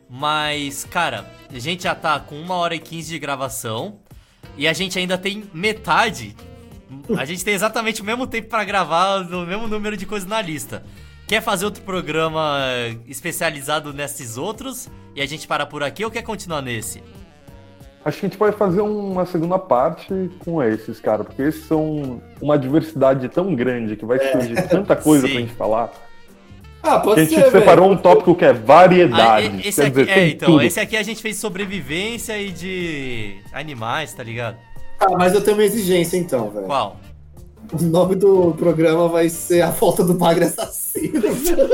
[SPEAKER 1] Mas, cara, a gente já tá com 1 hora e 15 de gravação. E a gente ainda tem metade. A gente tem exatamente o mesmo tempo pra gravar, o mesmo número de coisas na lista. Quer fazer outro programa eh, especializado nesses outros? E a gente para por aqui ou quer continuar nesse?
[SPEAKER 3] Acho que a gente pode fazer uma segunda parte com esses, cara, porque esses são uma diversidade tão grande que vai surgir tanta coisa
[SPEAKER 1] É. Sim.
[SPEAKER 3] pra gente falar.
[SPEAKER 2] Ah, pode
[SPEAKER 3] Que a gente
[SPEAKER 2] ser,
[SPEAKER 3] separou
[SPEAKER 2] velho.
[SPEAKER 3] um tópico que é
[SPEAKER 1] Ah,
[SPEAKER 3] variedade.
[SPEAKER 1] e- esse
[SPEAKER 3] Quer
[SPEAKER 1] aqui,
[SPEAKER 3] dizer,
[SPEAKER 1] é,
[SPEAKER 3] tem
[SPEAKER 1] então,
[SPEAKER 3] tudo.
[SPEAKER 1] esse aqui a gente fez sobrevivência e de animais, tá ligado?
[SPEAKER 2] Ah, mas eu tenho uma exigência então, velho.
[SPEAKER 1] Qual?
[SPEAKER 2] O nome do programa vai ser A Volta do Magro Assassino.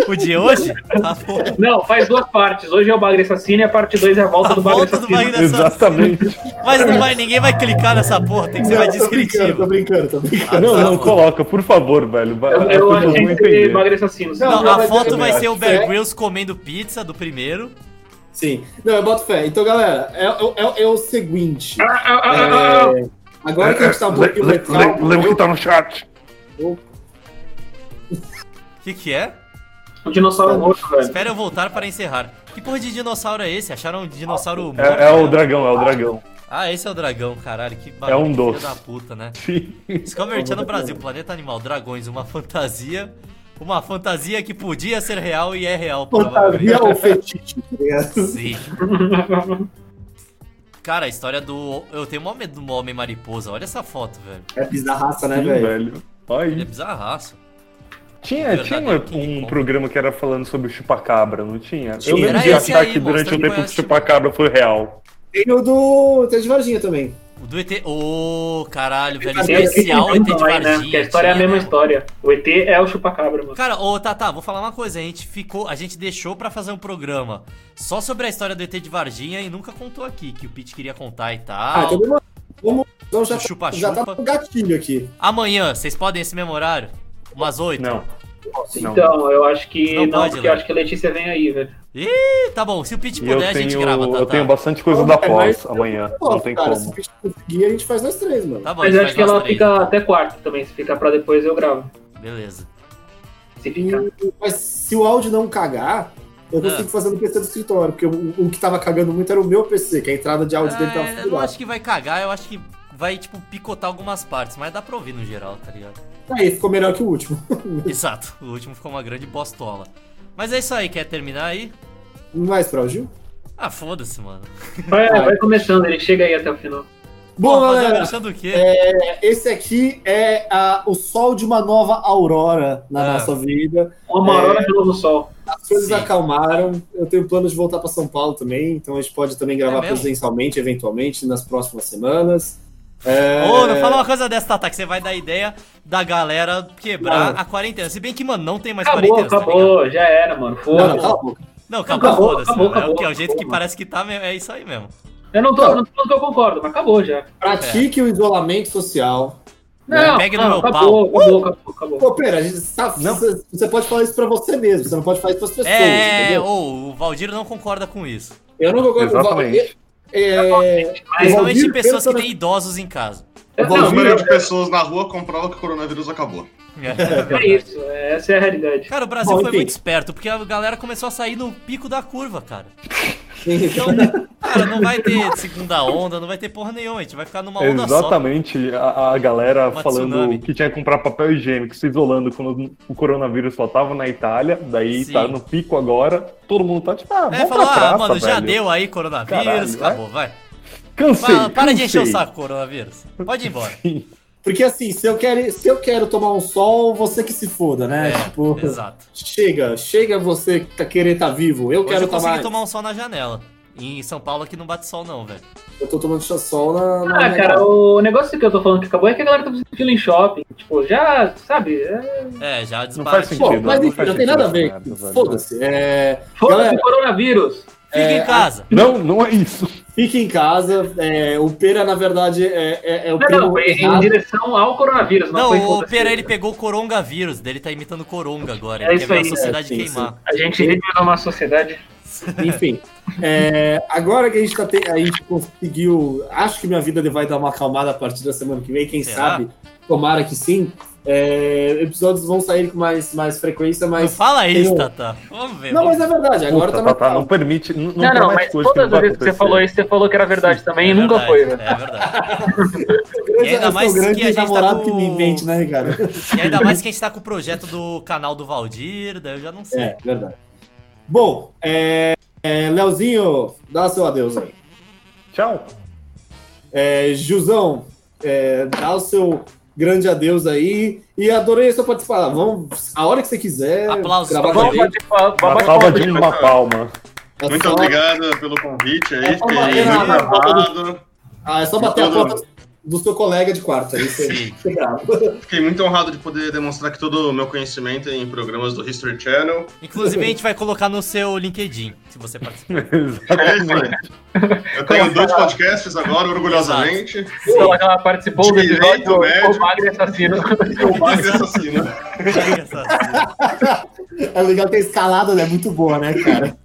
[SPEAKER 1] O de hoje? Tá bom.
[SPEAKER 4] Não, faz duas partes. Hoje é o Bagre Assassino e a parte 2 é a volta
[SPEAKER 1] A
[SPEAKER 4] do Bagre
[SPEAKER 1] volta do
[SPEAKER 4] Assassino.
[SPEAKER 1] Magno Assassino.
[SPEAKER 3] Exatamente.
[SPEAKER 1] Mas não vai, ninguém vai clicar nessa porra, tem que ser mais
[SPEAKER 2] Não, tô brincando, tô
[SPEAKER 1] descritivo.
[SPEAKER 2] brincando, tô brincando.
[SPEAKER 1] Ah,
[SPEAKER 3] Não,
[SPEAKER 1] tá
[SPEAKER 3] não,
[SPEAKER 1] bom.
[SPEAKER 3] coloca, por favor, velho. Vai- é
[SPEAKER 4] Eu, eu
[SPEAKER 3] as pessoas
[SPEAKER 4] acho que
[SPEAKER 3] vão
[SPEAKER 4] tem que ser
[SPEAKER 3] entender.
[SPEAKER 4] Bagre Assassino. ah, sim.
[SPEAKER 2] Não, é
[SPEAKER 1] Não, a foto
[SPEAKER 2] eu
[SPEAKER 1] vai ser o Bear
[SPEAKER 2] acho.
[SPEAKER 1] Grylls comendo pizza do primeiro.
[SPEAKER 2] Sim. Não, eu boto fé. Então, galera, é, é- é o seguinte.
[SPEAKER 4] Ah, ah, ah, ah, ah.
[SPEAKER 2] tá um É, Agora que a gente tá um pouquinho mais calmo,
[SPEAKER 3] Lembra que
[SPEAKER 2] eu,
[SPEAKER 3] tá no chat.
[SPEAKER 2] Ou-
[SPEAKER 1] O que, que é?
[SPEAKER 4] Um dinossauro morto, velho.
[SPEAKER 1] Espera eu voltar para encerrar. Que porra de dinossauro é esse? Acharam um dinossauro morto?
[SPEAKER 3] É, é o dragão, é o dragão.
[SPEAKER 1] Ah, esse é o dragão, caralho. Que
[SPEAKER 3] É um
[SPEAKER 1] filho
[SPEAKER 3] doce.
[SPEAKER 1] da puta, né?
[SPEAKER 3] Sim.
[SPEAKER 1] Discovery Channel Brasil, Planeta Animal, Dragões, uma fantasia. Uma fantasia que podia ser real e é real, provavelmente.
[SPEAKER 2] Fantasia ou fetiche, tá ligado?
[SPEAKER 1] Sim. Cara, a história do. Eu tenho maior medo do Homem Mariposa. Olha essa foto, velho.
[SPEAKER 2] É bizarraça, né,
[SPEAKER 3] Sim,
[SPEAKER 2] velho?
[SPEAKER 3] velho. Olha
[SPEAKER 1] Ele é
[SPEAKER 3] Aí.
[SPEAKER 1] bizarraço.
[SPEAKER 3] Tinha, tinha
[SPEAKER 1] Verdadeiro King
[SPEAKER 3] um
[SPEAKER 1] Kong.
[SPEAKER 3] programa que era falando sobre o chupacabra, não tinha? Eu
[SPEAKER 2] Tinha.
[SPEAKER 3] lembro
[SPEAKER 1] Era
[SPEAKER 3] de
[SPEAKER 1] esse
[SPEAKER 3] achar
[SPEAKER 1] aí,
[SPEAKER 3] que durante
[SPEAKER 1] mostrando
[SPEAKER 3] um tempo
[SPEAKER 1] qual é
[SPEAKER 3] o
[SPEAKER 1] a-
[SPEAKER 3] chupacabra foi real.
[SPEAKER 2] Tem o do. Tem o de Varginha também.
[SPEAKER 1] O do ET. Ô, caralho, velho.
[SPEAKER 2] Tem
[SPEAKER 4] Tem
[SPEAKER 1] Especial
[SPEAKER 4] esse
[SPEAKER 1] ET de
[SPEAKER 4] filme também,
[SPEAKER 1] Varginha.
[SPEAKER 4] né? Que a história é a
[SPEAKER 1] tinha,
[SPEAKER 4] mesma
[SPEAKER 1] né?
[SPEAKER 4] história. O ET é o chupacabra, mano.
[SPEAKER 1] Cara, ô Tata, vou falar uma coisa, a gente ficou, a gente deixou pra fazer um programa só sobre a história do ET de Varginha e nunca contou aqui que o Pete queria contar e
[SPEAKER 2] Ah,
[SPEAKER 1] tal.
[SPEAKER 2] então demorou. Vamos. Então já,
[SPEAKER 1] O chupa-chupa.
[SPEAKER 2] já tá com gatilho aqui.
[SPEAKER 1] Amanhã, vocês podem esse mesmo horário? Umas 8?
[SPEAKER 3] Não. Não.
[SPEAKER 4] Então, eu acho que.
[SPEAKER 1] Não
[SPEAKER 4] Não,
[SPEAKER 1] pode,
[SPEAKER 4] porque
[SPEAKER 1] né?
[SPEAKER 4] eu acho que a Letícia vem aí, velho.
[SPEAKER 1] Ih, tá bom, se o Pete
[SPEAKER 3] E eu
[SPEAKER 1] puder, a gente
[SPEAKER 3] tenho,
[SPEAKER 1] grava, tá, Tata.
[SPEAKER 3] eu tenho bastante coisa
[SPEAKER 2] Não,
[SPEAKER 3] da
[SPEAKER 2] mas-
[SPEAKER 3] pós amanhã. Não
[SPEAKER 2] Pô,
[SPEAKER 3] tem
[SPEAKER 2] cara, se
[SPEAKER 3] como.
[SPEAKER 2] o bicho conseguir, a gente faz nós três, mano.
[SPEAKER 1] Tá bom,
[SPEAKER 4] Mas
[SPEAKER 1] a
[SPEAKER 4] eu
[SPEAKER 1] gente
[SPEAKER 4] acho que
[SPEAKER 1] faz
[SPEAKER 4] ela
[SPEAKER 1] nós três.
[SPEAKER 4] fica até quarta também. Se ficar pra depois, eu gravo.
[SPEAKER 1] Beleza.
[SPEAKER 4] Se ficar.
[SPEAKER 2] E- mas se o áudio não cagar, eu consigo
[SPEAKER 1] Ah.
[SPEAKER 2] fazer no PC do escritório, porque o, o que tava cagando muito era o meu PC, que a entrada de áudio dele tava
[SPEAKER 1] É, eu não
[SPEAKER 2] furada.
[SPEAKER 1] acho que vai cagar, eu acho que vai, tipo, picotar algumas partes, mas dá pra ouvir no geral, tá ligado?
[SPEAKER 2] Aí ficou melhor que o último.
[SPEAKER 1] Exato, o último ficou uma grande bostola. Mas é isso aí, quer terminar aí?
[SPEAKER 2] Mais é pra Gil?
[SPEAKER 1] Ah, foda-se, mano.
[SPEAKER 4] Vai, vai começando, ele chega aí até o final.
[SPEAKER 2] Bom,
[SPEAKER 1] Pô, fazer
[SPEAKER 2] galera,
[SPEAKER 1] merchan do quê?
[SPEAKER 2] esse aqui é a- o sol de uma nova aurora na
[SPEAKER 1] Ah.
[SPEAKER 2] nossa vida.
[SPEAKER 4] Uma
[SPEAKER 2] É.
[SPEAKER 4] aurora pelo sol.
[SPEAKER 2] As coisas
[SPEAKER 1] Sim.
[SPEAKER 2] acalmaram. Eu tenho plano de voltar para São Paulo também, então a gente pode também gravar
[SPEAKER 1] É mesmo?
[SPEAKER 2] presencialmente, eventualmente, nas próximas semanas. É,
[SPEAKER 1] Ô, não fala uma coisa dessa, Tata, que você vai dar ideia da galera quebrar
[SPEAKER 2] Não.
[SPEAKER 1] a quarentena. Se bem que, mano, não tem mais
[SPEAKER 4] Acabou,
[SPEAKER 1] quarentena, tá ligado?
[SPEAKER 4] acabou, já era, mano.
[SPEAKER 2] Não, não,
[SPEAKER 4] Foda.
[SPEAKER 2] cala a boca.
[SPEAKER 1] Não, acabou,
[SPEAKER 4] Acabou,
[SPEAKER 1] foda-se,
[SPEAKER 4] acabou,
[SPEAKER 1] mano. É o que- é o
[SPEAKER 4] acabou,
[SPEAKER 1] jeito que
[SPEAKER 4] acabou,
[SPEAKER 1] parece que tá mesmo, é isso aí mesmo.
[SPEAKER 4] Eu não tô,
[SPEAKER 2] Não.
[SPEAKER 4] não tô falando que eu concordo, mas acabou já.
[SPEAKER 1] É.
[SPEAKER 2] Pratique o isolamento social.
[SPEAKER 4] Não,
[SPEAKER 1] Pegue no
[SPEAKER 4] não,
[SPEAKER 1] meu Uh!
[SPEAKER 4] acabou, acabou, acabou, acabou.
[SPEAKER 2] Pô, pera, a gente tá- você, você pode falar isso pra você mesmo, você não pode falar isso pras pessoas,
[SPEAKER 1] É, é,
[SPEAKER 2] entendeu?
[SPEAKER 1] ou o Valdir não concorda com isso.
[SPEAKER 2] Eu não concordo com o Val-
[SPEAKER 3] Exatamente.
[SPEAKER 2] É,
[SPEAKER 4] Mas-
[SPEAKER 2] Valdir
[SPEAKER 1] Principalmente pessoas
[SPEAKER 2] pensa
[SPEAKER 1] que
[SPEAKER 2] na-
[SPEAKER 1] têm idosos em casa.
[SPEAKER 4] Não,
[SPEAKER 5] O
[SPEAKER 2] Valdir-
[SPEAKER 4] mas
[SPEAKER 5] número de pessoas na rua comprova que o coronavírus acabou.
[SPEAKER 4] é isso, é- essa é a realidade.
[SPEAKER 1] Cara, o Brasil
[SPEAKER 2] Bom,
[SPEAKER 1] foi
[SPEAKER 2] enfim.
[SPEAKER 1] muito esperto, porque a galera começou a sair no pico da curva, cara.
[SPEAKER 2] então,
[SPEAKER 1] Cara, não vai ter segunda onda, não vai ter porra nenhuma, a gente vai ficar numa onda só.
[SPEAKER 3] Exatamente. A, a galera
[SPEAKER 1] Uma
[SPEAKER 3] falando
[SPEAKER 1] tsunami.
[SPEAKER 3] que tinha que comprar papel higiênico, se isolando quando o coronavírus só tava na Itália, daí
[SPEAKER 1] Sim.
[SPEAKER 3] tá no pico agora, todo mundo tá tipo, ah,
[SPEAKER 1] É,
[SPEAKER 3] vamos
[SPEAKER 1] falou,
[SPEAKER 3] pra praça,
[SPEAKER 1] ah, mano, já
[SPEAKER 3] velho.
[SPEAKER 1] deu aí coronavírus,
[SPEAKER 3] Caralho,
[SPEAKER 1] acabou, vai.
[SPEAKER 3] Cansei,
[SPEAKER 1] Fala, para de encher o
[SPEAKER 3] cansei.
[SPEAKER 1] saco, coronavírus. Pode ir embora.
[SPEAKER 2] porque assim, se eu, quero, se eu quero tomar um sol, você que se foda, né?
[SPEAKER 1] É,
[SPEAKER 2] tipo,
[SPEAKER 1] Exato.
[SPEAKER 2] chega, chega você tá querer estar tá vivo. Eu
[SPEAKER 1] Hoje
[SPEAKER 2] quero
[SPEAKER 1] eu consegui
[SPEAKER 2] tomar.
[SPEAKER 1] tomar um sol na janela. E em São Paulo aqui não bate sol, não, velho.
[SPEAKER 2] Eu tô tomando sol na. na
[SPEAKER 4] Ah,
[SPEAKER 2] na-
[SPEAKER 4] cara, o negócio que eu tô falando que acabou é que a galera tá fazendo fila em shopping. Tipo, já, sabe? é-
[SPEAKER 1] É, já
[SPEAKER 3] Não
[SPEAKER 1] desbaratinho.
[SPEAKER 3] faz sentido.
[SPEAKER 2] Pô,
[SPEAKER 3] não,
[SPEAKER 2] mas
[SPEAKER 3] não
[SPEAKER 2] enfim,
[SPEAKER 3] faz
[SPEAKER 2] não tem
[SPEAKER 3] sentido
[SPEAKER 2] nada a
[SPEAKER 3] essa
[SPEAKER 2] ver.
[SPEAKER 3] merda, velho.
[SPEAKER 2] Foda-se. É,
[SPEAKER 4] Foda-se
[SPEAKER 2] Galera.
[SPEAKER 4] coronavírus.
[SPEAKER 1] Fica em casa.
[SPEAKER 3] Não, não é isso.
[SPEAKER 2] fique em casa. é, o Pera, na verdade, é, é, é o
[SPEAKER 4] Não,
[SPEAKER 2] primo
[SPEAKER 4] não, em, em
[SPEAKER 2] errado.
[SPEAKER 4] direção ao coronavírus, não, foi
[SPEAKER 1] Não, o
[SPEAKER 4] foda-se.
[SPEAKER 1] Pera, ele pegou o coronavírus, dele tá imitando coronga agora.
[SPEAKER 4] É
[SPEAKER 1] Ele quer
[SPEAKER 4] isso
[SPEAKER 1] ver a
[SPEAKER 4] aí,
[SPEAKER 1] sociedade
[SPEAKER 2] é, sim,
[SPEAKER 1] queimar.
[SPEAKER 4] A gente vive numa sociedade.
[SPEAKER 2] Enfim. é, agora que a gente, tá te- a gente conseguiu. Acho que minha vida vai dar uma acalmada a partir da semana que vem, quem
[SPEAKER 1] Será?
[SPEAKER 2] sabe? Tomara que sim. É, episódios vão sair com mais, mais frequência,
[SPEAKER 1] Não né,
[SPEAKER 2] mas.
[SPEAKER 1] fala isso,
[SPEAKER 2] Eu-
[SPEAKER 1] Tata. Vamos ver.
[SPEAKER 2] Não,
[SPEAKER 1] vamos
[SPEAKER 2] mas é verdade, agora
[SPEAKER 3] Puta,
[SPEAKER 2] tá
[SPEAKER 3] Tatá,
[SPEAKER 2] na
[SPEAKER 3] não permite. Não,
[SPEAKER 4] Não,
[SPEAKER 3] tem
[SPEAKER 4] não,
[SPEAKER 3] mais
[SPEAKER 4] mas
[SPEAKER 3] coisa que
[SPEAKER 4] todas
[SPEAKER 3] não
[SPEAKER 4] as
[SPEAKER 3] vai
[SPEAKER 4] vezes que você
[SPEAKER 3] acontecer.
[SPEAKER 4] falou isso, você falou que era verdade também
[SPEAKER 1] ver.
[SPEAKER 4] e nunca
[SPEAKER 1] Verdade,
[SPEAKER 4] foi,
[SPEAKER 2] né?
[SPEAKER 4] né?
[SPEAKER 1] É
[SPEAKER 4] velho.
[SPEAKER 1] verdade.
[SPEAKER 2] grande,
[SPEAKER 1] E ainda
[SPEAKER 2] eu sou
[SPEAKER 1] mais que
[SPEAKER 2] é grande
[SPEAKER 1] a gente tá
[SPEAKER 2] namorado
[SPEAKER 1] com-
[SPEAKER 2] que me invente, né, cara?
[SPEAKER 1] E ainda mais que a gente tá com o projeto do canal do Valdir, daí eu já não sei.
[SPEAKER 2] É, verdade. Bom, é, é, Leozinho, dá seu adeus aí.
[SPEAKER 3] Tchau.
[SPEAKER 2] É, Jusão, é, dá o seu grande adeus aí. E adorei a sua participação. Vamos, a hora que você quiser.
[SPEAKER 1] Aplausos
[SPEAKER 2] gravar
[SPEAKER 1] pra
[SPEAKER 2] com a
[SPEAKER 4] Vamos
[SPEAKER 1] Valdir.
[SPEAKER 2] gente.
[SPEAKER 4] bater palma,
[SPEAKER 3] Uma
[SPEAKER 4] bater
[SPEAKER 3] salva
[SPEAKER 4] palma
[SPEAKER 3] de
[SPEAKER 4] de
[SPEAKER 3] uma palma.
[SPEAKER 2] É
[SPEAKER 5] Muito
[SPEAKER 2] só-
[SPEAKER 5] obrigado pelo convite aí,
[SPEAKER 2] É só
[SPEAKER 5] fiquei
[SPEAKER 2] bater
[SPEAKER 5] muito
[SPEAKER 2] na-
[SPEAKER 5] honrado.
[SPEAKER 2] Ah, é só bater a porta do seu colega de quarto. Aí você,
[SPEAKER 1] Sim.
[SPEAKER 2] você grava.
[SPEAKER 5] Fiquei muito honrado de poder demonstrar que todo o meu conhecimento é em programas do History Channel.
[SPEAKER 1] Inclusive, a gente vai colocar no seu LinkedIn, se você participar.
[SPEAKER 5] Exatamente. Eu tenho dois podcasts agora, orgulhosamente.
[SPEAKER 4] Ela ela participou do
[SPEAKER 5] Direito
[SPEAKER 4] episódio do
[SPEAKER 5] médico.
[SPEAKER 4] O Magre Assassino.
[SPEAKER 5] O Padre Assassino.
[SPEAKER 1] Pega essa-
[SPEAKER 2] É legal que a escalada né, é muito boa, né, cara?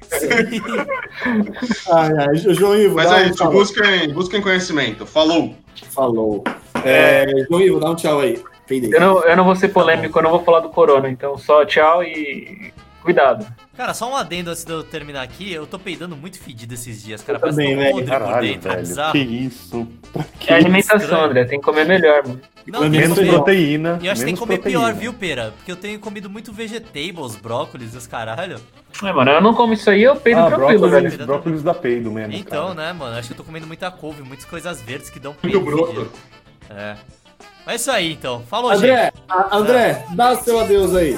[SPEAKER 2] ai, ai, Jo- João Ivo,
[SPEAKER 5] Mas
[SPEAKER 2] dá
[SPEAKER 5] é
[SPEAKER 2] um
[SPEAKER 5] isso,
[SPEAKER 2] tchau.
[SPEAKER 5] busquem, busquem conhecimento. Falou!
[SPEAKER 2] Falou. É, João É, Ivo, dá um tchau aí. Peidei.
[SPEAKER 4] Eu não, eu não vou ser polêmico, eu não vou falar do corona, então só tchau e cuidado.
[SPEAKER 1] Cara, só um adendo antes de eu terminar aqui. Eu tô peidando muito fedido esses dias, cara.
[SPEAKER 2] Eu
[SPEAKER 1] Parece que
[SPEAKER 3] um
[SPEAKER 2] também, velho.
[SPEAKER 1] eu podre por
[SPEAKER 3] né? Caralho,
[SPEAKER 1] dentro, tá
[SPEAKER 3] velho.
[SPEAKER 1] bizarro.
[SPEAKER 3] Que isso?
[SPEAKER 4] é alimentação,
[SPEAKER 1] estranho.
[SPEAKER 4] André, tem que comer melhor, mano.
[SPEAKER 1] Não, tem que
[SPEAKER 3] Menos
[SPEAKER 1] comer-
[SPEAKER 3] proteína.
[SPEAKER 1] E eu acho que tem
[SPEAKER 3] menos
[SPEAKER 1] que comer pior,
[SPEAKER 3] proteína.
[SPEAKER 1] viu, Pera? Porque eu tenho comido muito vegetables, brócolis, os caralho.
[SPEAKER 4] É, mano, eu não como isso aí, eu peido
[SPEAKER 3] Ah,
[SPEAKER 4] tranquilo,
[SPEAKER 3] brócolis,
[SPEAKER 4] velho.
[SPEAKER 1] velho.
[SPEAKER 3] brócolis da peido mesmo.
[SPEAKER 1] Então,
[SPEAKER 3] cara.
[SPEAKER 1] né, mano? Acho que eu tô comendo muita couve, muitas coisas verdes que dão
[SPEAKER 5] Muito
[SPEAKER 1] peso,
[SPEAKER 5] broto.
[SPEAKER 1] É. Mas é isso aí, então. Falou, gente.
[SPEAKER 2] André, a- André, dá seu adeus aí.